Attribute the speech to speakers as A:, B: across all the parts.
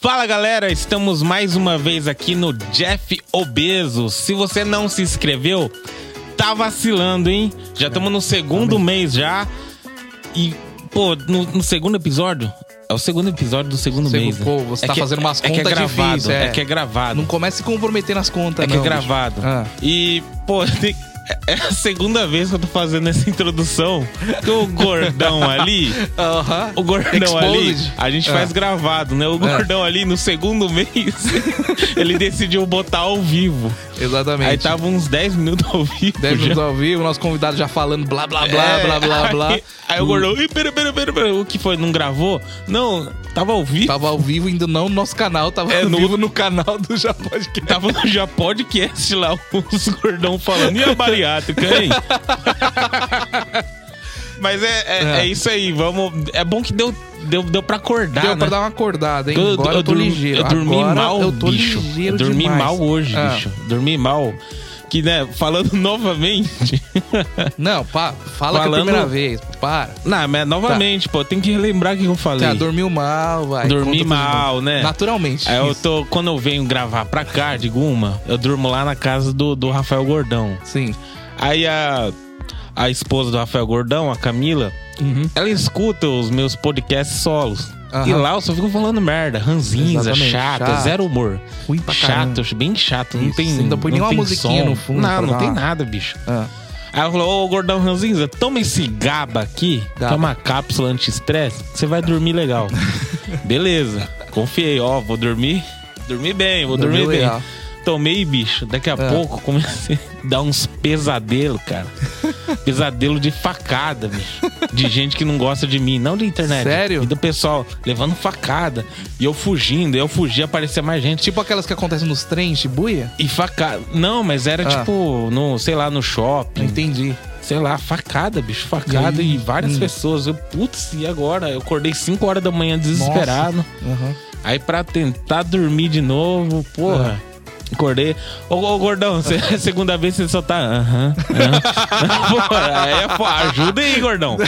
A: Fala galera, estamos mais uma vez aqui no Jeff Obeso. Se você não se inscreveu, tá vacilando, hein? Já estamos no segundo mês já. E, pô, no, no segundo episódio. É o segundo episódio do segundo
B: Segundo,
A: mês. né?
B: pô, você
A: é
B: tá
A: que-
B: fazendo umas
A: é que é
B: contas
A: gravado,
B: difíceis,
A: é.
B: é.
A: que é gravado.
B: Não comece se comprometer nas contas,
A: é que
B: não.
A: é gravado.
B: Ah.
A: E, pô, tem- é a segunda vez que eu tô fazendo essa introdução. Que o gordão ali.
B: Aham.
A: O gordão ali,
B: Exposed.
A: a gente
B: Ah.
A: faz gravado, né? O gordão ali no segundo mês, ele decidiu botar ao vivo.
B: Exatamente.
A: Aí tá tava uns 10 minutos ao vivo.
B: 10
A: já.
B: minutos ao vivo, nosso convidado já falando blá blá blá,
A: É,
B: blá blá
A: aí-
B: blá.
A: Aí, o gordão, "Ih, pera, pera, pera, pera, o que foi? Não gravou? Não, tava ao vivo.
B: Tava ao vivo ainda não no nosso canal, tava
A: É,
B: ao
A: no-
B: vivo no canal do Já Pode Que.
A: Tava no já podcast lá, os gordão falando. E a bariátrica, hein? Mas é, é,
B: É.
A: é isso aí, vamos. É bom que deu, deu, deu pra acordar.
B: Deu
A: né?
B: pra dar uma acordada, hein?
A: Eu,
B: Agora eu,
A: eu
B: tô
A: dormi-
B: ligeiro.
A: eu dormi
B: Agora
A: mal,
B: eu tô
A: bicho.
B: ligeiro
A: eu dormi
B: demais.
A: mal hoje,
B: Ah.
A: bicho. Dormi mal. Que, né, falando novamente...
B: Não, pá, fala que é a
A: Falando-
B: primeira vez. Para.
A: Não, mas novamente, pô. Eu tenho que relembrar o que eu falei.
B: Tá, dormiu mal, vai.
A: Dormi
B: Conta tudo de
A: mal,
B: novo.
A: né?
B: Naturalmente.
A: Aí eu
B: isso.
A: tô... Quando eu venho gravar pra cá, digo uma, eu durmo lá na casa do, do Rafael Gordão.
B: Sim.
A: Aí a, a esposa do Rafael Gordão, a Camila, ela escuta os meus podcasts solos.
B: Uhum. Aham.
A: E lá eu só fico falando merda, ranzinza,
B: Exatamente,
A: chata,
B: chato.
A: zero humor.
B: Ruim pra
A: chato,
B: caramba.
A: bem chato. Não
B: Isso,
A: tem.
B: ainda põe
A: não
B: nenhuma
A: tem
B: musiquinha
A: som.
B: no fundo pra
A: Não, não
B: dar
A: tem
B: uma-
A: nada, bicho.
B: Ah.
A: Aí ela falou, ô gordão ranzinza, toma esse gaba aqui,
B: Gaba.
A: que é uma cápsula anti-estresse, que você vai dormir legal. Beleza, confiei, ó, vou dormir, dormir bem, vou
B: Dormiu
A: dormir bem.
B: legal.
A: Tomei, bicho, daqui a
B: É.
A: pouco comecei a dar uns pesadelos, cara. Pesadelo de facada, bicho. De gente que não gosta de mim, não de internet.
B: Sério?
A: E do pessoal levando facada. E eu fugindo, eu fugia, aparecia mais gente.
B: Tipo aquelas que acontecem nos trens, buia?
A: E facada. Não, mas era
B: Ah.
A: tipo, no, sei lá, no shopping.
B: Entendi.
A: Sei lá, facada, bicho, facada
B: E aí?
A: e, várias
B: Hum.
A: pessoas. Eu, putz, e agora? Eu acordei 5 horas da manhã desesperado.
B: Aham.
A: Aí pra tentar dormir de novo, porra. Acordei. Ô, ô, gordão, cê, segunda vez você só tá. Aham. aham. Porra, aí é fo- ajuda aí, gordão.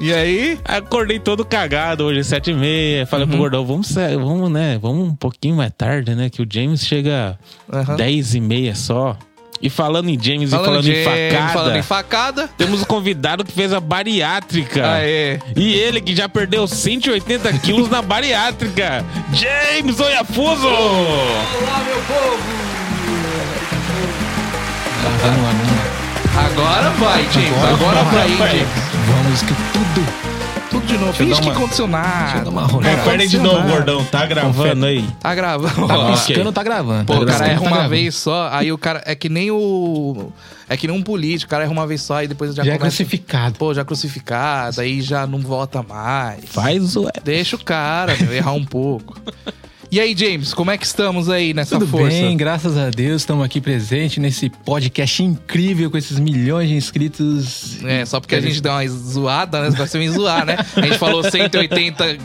B: E aí?
A: Acordei todo cagado hoje, é sete e meia. Falei pro gordão, vamos, sa- vamos, né? Vamos um pouquinho mais tarde, né? Que o James chega
B: Aham.
A: dez e meia só. E falando em James e falando em
B: de-
A: facada.
B: Falando em facada.
A: Temos um convidado que fez a
C: Ah.
A: bariátrica.
B: Aê.
A: E ele que já perdeu 180 quilos na bariátrica. James Oiafuso!
C: Olá, meu povo!
B: Agora vai, James. Agora, vai, James.
C: Vamos que tudo.
B: Tudo de novo.
C: eu
B: Finge
C: dar
B: que
C: uma-
B: aconteceu nada.
C: dar uma rolada.
B: Não aconteceu nada.
A: Tá gravando aí.
B: Tá gravando.
C: Tá
A: Ó,
C: piscando,
A: ok.
C: tá gravando.
B: Pô, o
C: Tá
B: cara erra
C: piscando, tá
B: uma
C: gravando.
B: vez só, aí o cara. É que nem o. É que nem um político, o cara erra uma vez só, aí depois já,
C: Já é
B: começa-
C: crucificado.
B: Pô, já é crucificado, aí já não volta mais.
A: Faz o.
B: Deixa o cara, meu, errar um pouco. E aí, James, como é que estamos aí nessa
C: Tudo
B: força?
C: bem, graças a Deus, estamos aqui presente nesse podcast incrível com esses milhões de inscritos.
B: É, só porque a gente deu uma zoada, né? Você vai se me zoar, né? A gente falou 180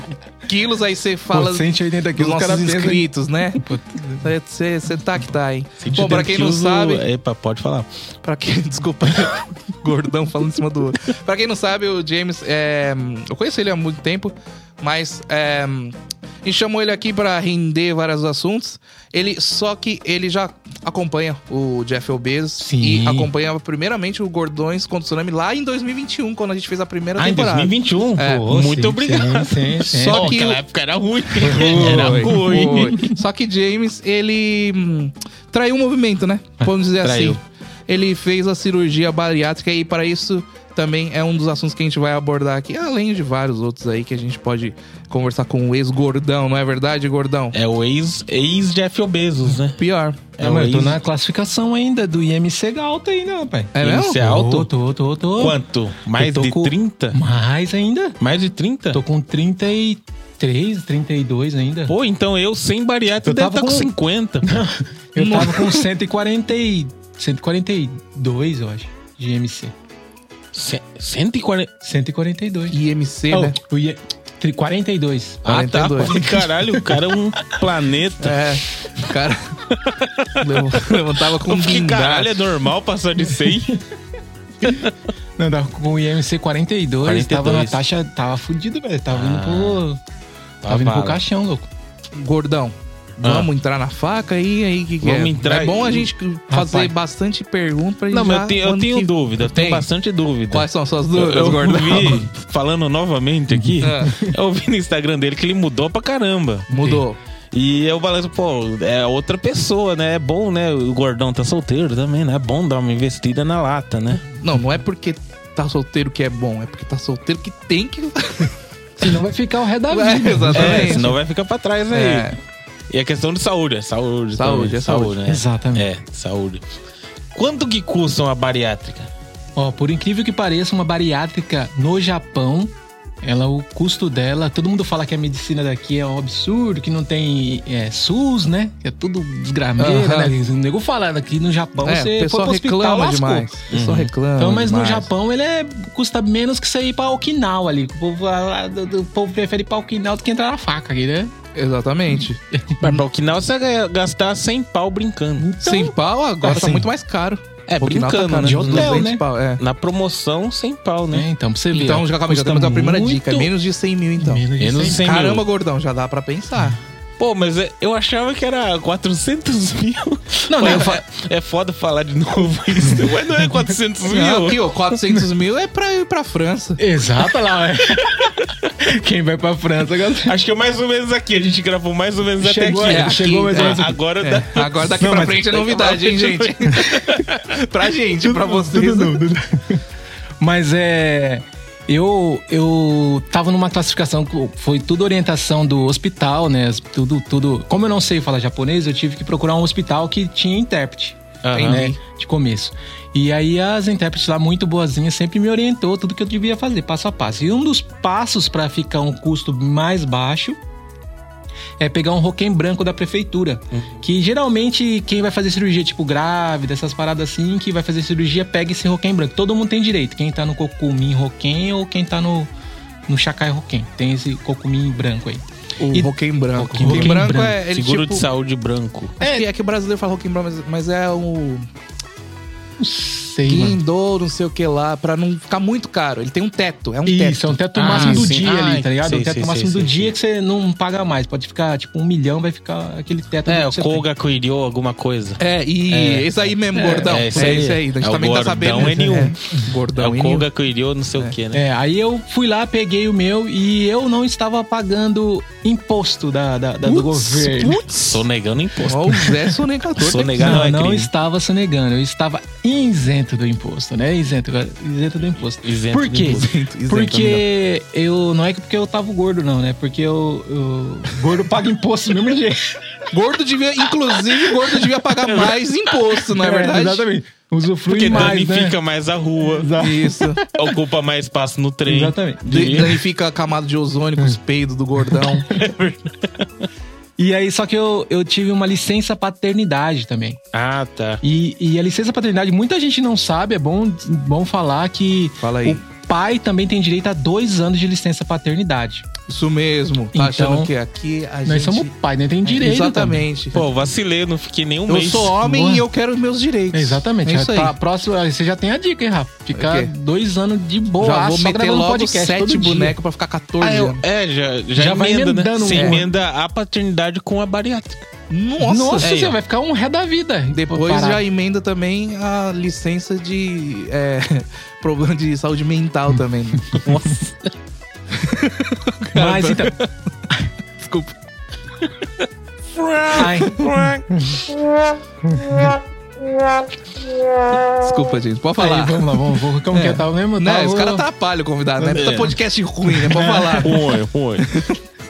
B: quilos, aí você fala
C: Pô, 180
B: dos
C: quilos, o cara
B: nossos
C: pensa em-
B: inscritos, né?
C: Pô,
B: Você você tá que tá, hein? Bom, pra quem não sabe,
A: Epa, pode falar.
B: Pra quem. Desculpa, gordão falando em cima do outro. Pra quem não sabe, o James. é, eu conheci ele há muito tempo, mas. é, a gente chamou ele aqui pra render vários assuntos. Ele, só que ele já acompanha o Jeff Bezos
C: Sim.
B: e acompanhava primeiramente o Gordões contra o Tsunami lá em 2021, quando a gente fez a primeira
A: Ah, em
B: temporada.
A: 2021?
B: É.
A: Pô, muito
C: sim,
A: obrigado.
C: Sim, sim, sim.
B: Só
A: Só
B: que
A: que naquela
B: o-
A: época era ruim. era
B: Foi,
A: ruim.
B: foi. Só que James, ele hum, traiu o movimento, né? Vamos dizer
A: Traiu.
B: assim. Ele fez a cirurgia bariátrica e para isso também é um dos assuntos que a gente vai abordar aqui, além de vários outros aí que a gente pode conversar com o ex-gordão, não é verdade, gordão?
A: É o ex- ex-Jeff Obesos, né?
B: Pior.
C: É, mas eu tô
A: ex-
C: na classificação ainda do IMC alta ainda, rapaz.
B: É mesmo?
A: Isso é alto?
C: Tô, tô, tô, tô.
A: Quanto? Mais
C: Eu tô
A: de
C: com-
A: 30?
C: Mais ainda.
A: Mais de 30?
C: Tô com 33, 32 ainda.
A: Pô, então eu sem bariátrica
C: Eu
A: deve
C: tava
A: estar com 50.
C: com- Eu tava com 140 e... 142, eu acho, de IMC.
A: C- 140.
C: 142.
B: IMC, né?
C: Oh, o I... tri- 42.
A: Ah, tá.
B: 42.
A: Falei, caralho, o cara é um planeta.
B: É, o cara lev- levantava com
A: Eu
B: um
A: fiquei, caralho, é
B: guindaste.
A: normal passar de 100?
C: Não, tava com o IMC 42, tava
A: 42.
B: Ah.
C: na taxa, tava fudido, velho. Tava indo pro... Tá vindo pro
A: Fala.
C: caixão, louco.
B: Gordão,
A: Ah.
B: vamos entrar na faca aí? aí que que
A: Vamos
B: é?
A: entrar
B: é bom a
A: e-
B: gente fazer
C: Rapaz.
B: bastante pergunta pra gente
A: Não, mas
B: já
A: eu tenho, eu
B: quando
A: tenho
B: que-
A: dúvida, eu tenho
B: Tem?
A: bastante dúvida.
B: Quais são suas
A: Eu,
B: dúvidas,
A: eu
B: Gordão?
A: vi, É. falando novamente aqui,
B: Ah.
A: eu vi no Instagram dele que ele mudou pra caramba.
B: Mudou.
A: E eu falei assim, pô, é outra pessoa, né? É bom, né? O gordão tá solteiro também, né? É bom dar uma investida na lata, né?
B: Não, não é porque tá solteiro que é bom, é porque tá solteiro que tem que.
C: Senão vai ficar o ré da
B: É,
C: vida.
B: exatamente.
A: É, senão vai ficar pra trás aí.
B: É.
A: E a questão de saúde, é saúde.
B: Saúde,
A: também,
B: é saúde.
A: né?
C: Exatamente.
A: É, saúde. Quanto que custa uma bariátrica?
C: Ó, por incrível que pareça, uma bariátrica no Japão, ela, o custo dela, todo mundo fala que a medicina daqui é um absurdo, que não tem é, SUS, né? Que é tudo desgrameira,
B: Aham.
C: né? O nego fala aqui no Japão,
B: é, o
C: você foi
B: pessoal
C: pro hospital,
B: reclama
C: lascou.
B: demais. O pessoal
A: Uhum.
B: reclama.
C: Então, mas no
B: demais.
C: Japão ele é, custa menos que você ir pra Okinawa ali. O povo, lá do- o povo prefere ir pra Okinawa do que entrar na faca aqui, né?
B: Exatamente.
C: Então,
A: Mas pra Okinawa você vai gastar 100 pau brincando.
B: Sem pau agora tá
C: assim,
B: muito mais caro.
A: É,
B: O original
A: brincando, né?
B: tá caro,
A: De
B: uns
A: hotel,
B: 200
C: né?
B: pau, é.
A: Na promoção, 100 pau, né?
C: É, então, pra você ver.
B: Então,
C: ó,
B: já, calma, aí, já
C: custa
B: temos a primeira
C: muito
B: dica. Menos de 100 mil, então.
C: menos de
A: Menos de
C: 100
A: 100 mil.
B: Caramba, gordão, já dá pra pensar.
A: Pô, mas é- eu achava que era 400 mil. Pô,
C: Não, não,
A: é,
C: eu
A: fa- é foda falar de novo isso. Mas não é 400
B: Não,
A: mil?
B: aqui, ó, 400 mil é pra ir pra França.
C: Exato, olha lá, é. Quem vai pra França, galera.
A: Acho que é mais ou menos aqui. A gente gravou mais ou menos
C: Chegou,
A: até
C: é,
A: aqui.
C: chegou mais ou
A: É,
C: menos aqui.
A: Agora
B: É,
A: dá.
B: agora daqui
C: Não,
B: pra
C: mas-
B: frente é novidade, hein, gente? pra gente, pra vocês.
C: Mas é. Eu, eu tava numa classificação, que foi tudo orientação do hospital, né? Tudo, tudo. Como eu não sei falar japonês, eu tive que procurar um hospital que tinha intérprete,
A: Aham.
C: né? De começo. E aí as intérpretes lá, muito boazinhas, sempre me orientou tudo que eu devia fazer, passo a passo. E um dos passos pra ficar um custo mais baixo é pegar um roquem branco da prefeitura. Que geralmente quem vai fazer cirurgia, tipo grávida, essas paradas assim, que vai fazer cirurgia, pega esse roquem branco. Todo mundo tem direito. Quem tá no cocumin roquem ou quem tá no, no chacai roquem. Tem esse cocumin branco aí.
B: O
C: E-
B: Roquem Branco.
C: Roquem
B: O Roquem
C: Branco.
B: Branco é. Ele,
A: Seguro
B: tipo,
A: de saúde branco.
B: acho que é que o brasileiro fala Roquem Branco, mas, mas é o.
C: Não sei, mano.
B: Guindou, não sei o que lá, pra não ficar muito caro. Ele tem um teto, é um
C: Isso, é
B: teto.
C: um teto
A: Ah,
C: máximo do
A: sim.
C: dia
A: Ah,
C: ali, tá ligado?
A: sei,
C: o teto
A: sei,
C: máximo
A: sei,
C: do
A: sei,
C: dia
A: sei.
C: que você não paga mais. Pode ficar, tipo, um milhão, vai ficar aquele teto.
A: É,
C: do
A: o
C: que você
A: Koga Coiriô, alguma coisa.
B: É, e esse aí mesmo, gordão.
A: é
B: É
A: esse
B: esse,
A: aí.
B: aí. A gente
A: É o
B: também tá sabendo.
A: gordão N1.
B: É.
A: É
B: Gordão
A: o
B: N1.
A: Koga Coiriô, não sei o que, né?
C: É, aí eu fui lá, peguei o meu e eu não estava pagando imposto da, da- da- do governo.
B: Putz.
A: Tô negando imposto.
B: Ó, o Zé sonegador.
A: Sou
B: né?
A: nega- Negar não
C: não,
A: é
C: não
A: crime.
C: estava sonegando, eu estava isento do imposto, né? Isento, isento do imposto.
A: Isento
C: Por
A: do
C: quê?
A: imposto.
B: Isento, isento,
C: porque eu. Não é que porque eu tava gordo, não, né? Porque eu. eu- gordo paga imposto do mesmo jeito.
B: Gordo devia, inclusive, gordo devia pagar mais imposto, não é verdade?
C: exatamente. Usufrui
A: Porque
C: mais, né?
A: danifica mais a rua,
B: Isso.
A: ocupa mais espaço no trem.
C: Exatamente.
B: Dan-
A: E-
B: Danifica a camada de ozônio
C: É.
B: com os peidos do gordão.
C: E aí, só que eu, eu tive uma licença paternidade também.
A: Ah, tá.
C: E, e a licença paternidade, muita gente não sabe, é bom, bom falar que
B: Fala aí.
C: o pai também tem direito a dois anos de licença paternidade.
B: Isso mesmo. Tá achando
C: Então,
B: que aqui a gente... É,
C: Nós somos pai, né? Tem direito. também.
B: Exatamente.
A: Pô, vacilei, não fiquei nem um
B: eu
A: mês.
B: sou homem
C: Boa.
B: e eu quero os meus direitos.
C: Exatamente. tá
B: É isso aí.
C: Pra próxima, aí você já tem a dica, hein, Rafa? Ficar
B: Ok.
C: dois anos de boa,
B: Já vou
C: só
B: meter
C: gravando um
B: logo
C: podcast
B: sete
C: todo dia.
B: bonecos pra ficar 14
A: Ah, eu-
B: anos.
A: é, já, já,
C: Já vai
A: emenda, né?
C: emendando
A: Você
C: um-
A: emenda a paternidade com a bariátrica.
B: Nossa, É,
C: Nossa,
A: aí,
C: você
A: ó.
C: vai ficar um ré da vida.
B: Depois
C: Parar.
B: já emenda também a licença de é, problema de saúde mental também.
A: Nossa.
C: Mas então.
B: Desculpa.
C: Ai,
B: Desculpa, gente. Pode
C: aí,
B: falar.
C: vamos lá, vamos, vamos. Como
B: É.
C: que eu tava mesmo?
B: né,
C: Tava-
B: os caras atrapalham o convidado, né?
A: É.
B: Puta podcast ruim, né?
C: É.
B: Pode falar.
A: Ruim, ruim.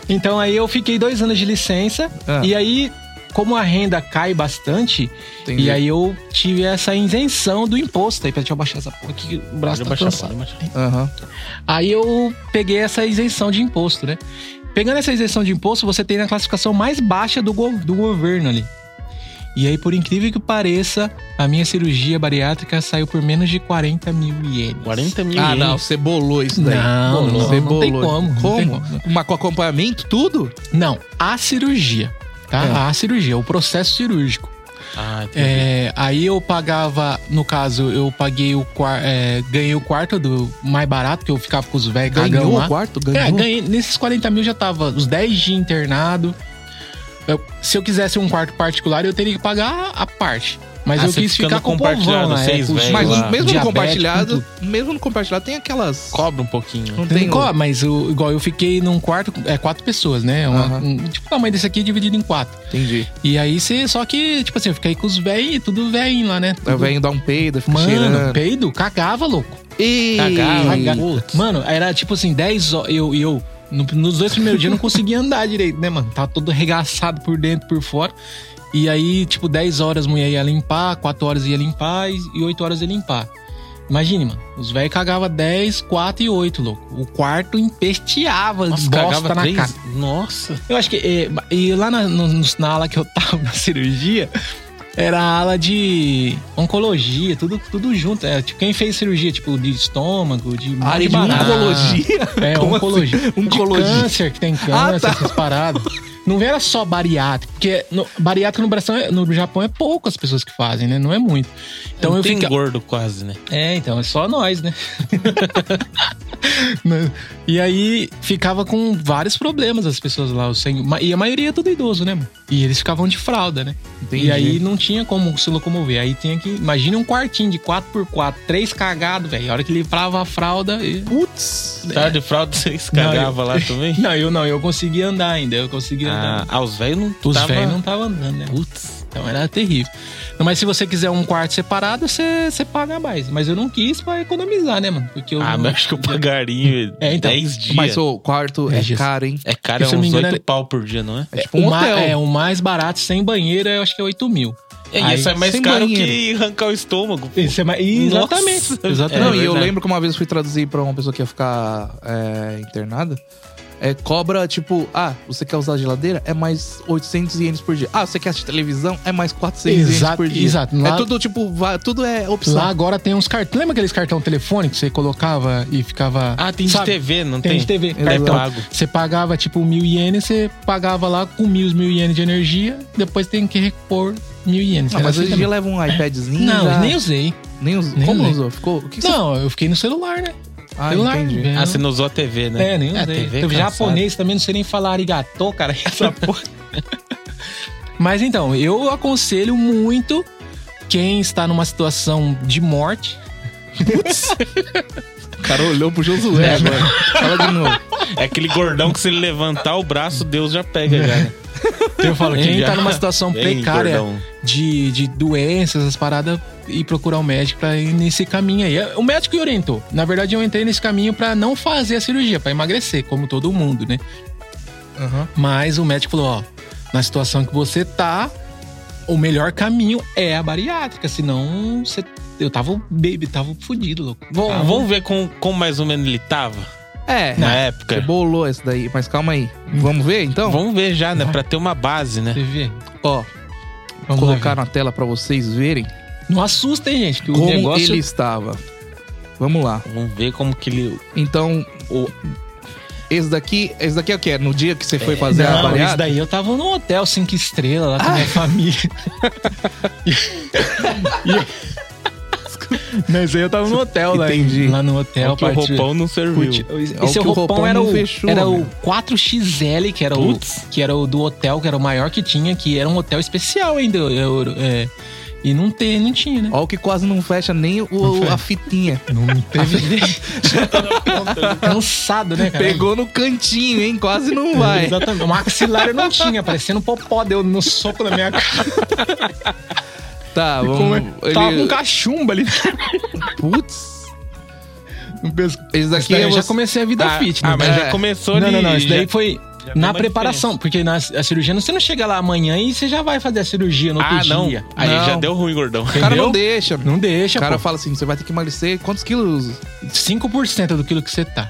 C: Então aí eu fiquei dois anos de licença.
B: Ah.
C: E aí, como a renda cai bastante,
B: Entendi.
C: e aí eu tive essa isenção do imposto. Aí, peraí, deixa eu abaixar essa porra aqui, o braço
A: Pode
C: tá
A: abaixar,
C: cansado.
A: pode abaixar.
B: Aham.
C: Aí eu peguei essa isenção de imposto, né? Pegando essa isenção de imposto, você tem na classificação mais baixa do, go- do governo ali. E aí, por incrível que pareça, a minha cirurgia bariátrica saiu por menos de 40 mil ienes.
A: 40 mil.
B: Ah, não,
A: ienes.
B: você bolou isso daí.
C: Não,
B: Bolou.
C: não,
B: Você
C: não tem
B: bolou.
C: como, não tem
B: Como? Mas com acompanhamento, tudo?
C: Não, a cirurgia, tá?
B: É.
C: A cirurgia, o processo cirúrgico.
A: Ah, entendi.
C: É, aí eu pagava, no caso, eu paguei o quar- é, ganhei o quarto do mais barato, que eu ficava com os velhos cagão
B: Ganhou o
C: lá.
B: quarto?
C: É,
B: Ganhou?
C: ganhei, nesses 40 mil já tava os 10 dias internado. Eu- se eu quisesse um quarto particular, eu teria que pagar a parte. Mas
A: Ah,
C: eu
A: você
C: quis
A: ficando
C: ficar com o povão,
A: compartilhado,
C: né?
A: vocês
C: Com os-
A: velho
B: Mas
A: lá.
B: mesmo no
C: diabético, com
B: compartilhado,
C: tudo.
B: mesmo no compartilhado tem aquelas...
A: Cobra um pouquinho.
B: Não
C: Tem
B: tem...
C: co- mas o- igual eu fiquei num quarto, é quatro pessoas, né? Uma-
B: Aham.
C: um- tipo, o tamanho desse aqui dividido em quatro.
B: Entendi.
C: E aí você, só que, tipo assim, eu fiquei com os velhos, tudo velhinho lá, né?
B: Aí o velho dá um peido, fica
C: Mano,
B: cheirando.
C: peido, cagava, louco.
B: E...
A: Cagava,
C: Caga-
A: putz.
C: Mano, era tipo assim, 10 horas. Eu, eu no- nos dois primeiros dias eu não conseguia andar direito, né, mano? Tava todo arregaçado por dentro, por fora. E aí, tipo, 10 horas a mulher ia limpar, 4 horas ia limpar e e 8 horas ia limpar. Imagine, mano. Os velhos cagavam 10, 4 e 8, louco. O quarto empesteava,
A: Nossa,
C: bosta
A: cagava
C: na
A: três?
C: cara.
A: Nossa.
C: Eu acho que. é, e lá na, no- no- na ala que eu tava na cirurgia, era a ala de oncologia, tudo, tudo junto. É, tipo, quem fez cirurgia, tipo, de estômago, de. mão
B: Área Ah, de
C: barata.
B: oncologia?
C: É,
B: Como
C: oncologia.
B: assim?
C: De
B: Oncologia.
C: câncer, que tem câncer,
B: Ah, tá.
C: essas paradas. Não era só bariátrico, porque no, bariátrico no, Brasil, é- no Japão é pouco as pessoas que fazem, né? Não é muito. Então
A: não
C: eu
A: tem
C: fiquei.
A: gordo quase, né?
C: É, então, é só nós, né? Né? e aí ficava com vários problemas as pessoas lá, o senhor- ma- e a maioria é tudo idoso, né? mano? E eles ficavam de fralda, né?
B: Entendi.
C: E aí não tinha como se locomover. Aí tinha que. Imagina um quartinho de 4x4, três cagados, velho. A hora que livrava a fralda. e-
B: Putz.
A: Tá de fralda, vocês
C: É. Não,
A: cagavam
C: eu-
A: lá também?
C: Não, eu não, eu conseguia andar ainda, eu conseguia
A: Ah,
C: andar.
A: ah, os velhos não
C: Os
A: tava-
C: velhos não estavam andando, né?
A: Putz.
C: Então era terrível. Mas se você quiser um quarto separado, você, você paga mais. Mas eu não quis pra economizar, né, mano? Porque eu.
A: Ah,
C: não-
A: mas acho que eu pagaria
C: É, então.
A: 10 dias.
B: Mas o quarto é,
C: É, Jesus.
B: caro, hein?
A: É caro, é
C: Se eu não me
A: uns
C: engano,
A: 8
C: era-
A: pau por dia, não é?
B: É tipo
C: O
B: um
C: ma-
B: hotel.
C: É, o mais barato sem banheiro, eu acho que é 8 mil.
A: É,
C: Aí,
A: isso é mais
B: sem
A: caro
B: banheiro.
A: que arrancar o estômago. pô.
C: Isso é mais... Exatamente.
A: Nossa.
C: exatamente.
B: Não,
A: É
B: e eu
A: verdade.
B: lembro que uma vez eu fui traduzir pra uma pessoa que ia ficar é, internada. É, cobra, tipo, ah, você quer usar a geladeira? É mais 800 ienes por dia. Ah, você quer assistir televisão? É mais 400 ienes
C: Exato,
B: por dia.
C: exato.
B: É
C: Lá-
B: tudo, tipo, va- tudo é opção.
C: Lá agora tem uns cartões. Lembra aqueles cartão telefônico que você colocava e ficava.
A: Ah, tem de
C: sabe?
A: TV, não tem?
C: Tem de TV.
A: É
C: Cartão.
A: pago.
C: Você pagava tipo mil ienes, você pagava lá com mil, mil ienes de energia, depois tem que repor mil ienes.
B: Ah,
C: Era
B: mas
C: assim
B: hoje em
C: também.
B: dia leva um iPadzinho.
C: Não,
B: já-
C: nem usei.
B: nem usou.
C: nem
B: Como não
C: usei.
B: usou? Ficou? O que que
C: Não, eu fiquei no celular, né?
B: você... Ah,
C: celular,
B: entendi.
C: velho.
A: Ah, você não usou a TV, né?
C: É, nem
A: É,
C: usei.
A: TV
C: Teve
A: cansado.
C: japonês também, não sei nem falar arigatô, cara. Essa porra. Mas então, eu aconselho muito quem está numa situação de morte.
B: O cara olhou pro
C: né?
B: Josué agora. Fala de novo.
A: É aquele gordão que se ele levantar o braço, Deus já pega, já. né? tá
C: Eu falo, quem
A: Já.
C: está numa situação
A: Ei,
C: precária
A: gordão.
C: de, de doenças, essas paradas, e procurar um médico para ir nesse caminho aí. O médico que orientou. Na verdade, eu entrei nesse caminho para não fazer a cirurgia, para emagrecer, como todo mundo, né?
B: Aham.
C: Mas o médico falou, ó, na situação que você tá, o melhor caminho é a bariátrica, senão você eu tava baby, tava fudido, louco.
A: Bom,
C: Tava-
A: vamos ver com- como mais ou menos ele tava
B: É,
C: Ah,
A: na
B: você
A: época.
B: bolou esse daí. Mas calma aí.
C: Hum.
B: Vamos ver, então?
A: Vamos ver já, né? Pra ter uma base, né?
C: Você vê?
B: Ó,
C: Vamos
B: colocar
C: lá,
B: na tela pra vocês verem
C: gente. Não assusta, hein, gente, que o
B: como
C: negócio
B: ele estava. Vamos lá.
A: Vamos ver como que ele.
B: Então, o... esse daqui, esse daqui é o quê? No dia que você foi fazer a
C: não, isso
B: bariátrica? Ah,
C: daí eu tava num hotel cinco estrelas lá com a minha família. E- e- Não, isso aí eu tava no hotel né, lá. em-
B: Entendi.
C: Lá no hotel,
A: que o
C: partiu-
A: roupão não serviu.
C: Putz,
B: É o que
C: Esse
B: o
C: roupão,
B: roupão
C: era,
B: não
C: o,
B: fechou,
C: era o
B: meu.
C: 4XL, que era o,
A: Putz.
C: que era o do hotel, que era o maior que tinha, que era um hotel especial ainda. eu- eu- é. e não, tem, não tinha, né?
B: Ó, o que quase não fecha nem o- o, a fitinha.
C: Não teve. Cansado, né, cara?
B: Pegou no cantinho, hein? Quase
C: É,
B: não vai.
C: Exatamente. O maxilar eu não tinha, parecendo um popó, deu no soco na minha cara.
B: Tá,
C: Como
B: vamos.
C: é?
B: Ele...
C: Tava com cachumba ali
B: Putz.
C: no pescoço.
B: Esse
C: Isso
B: daqui
C: daí
B: é
C: eu já
B: você-
C: comecei a vida
A: Ah,
C: fit, né?
A: ah, mas já
B: É.
A: começou
C: não,
A: ali.
C: não, não. Isso daí
A: já-
C: foi
A: já deu
C: na
A: uma
C: preparação. Porque na a cirurgia, não- você não chega lá amanhã e você já vai fazer a cirurgia no outro
A: Ah, não.
C: dia.
A: Aí
B: Não.
A: já deu ruim, gordão.
B: O cara não
C: entendeu?
B: deixa.
C: Não
B: O
C: deixa,
B: cara
C: cara.
B: fala assim: você vai ter que emagrecer quantos quilos?
C: 5% do quilo que você tá.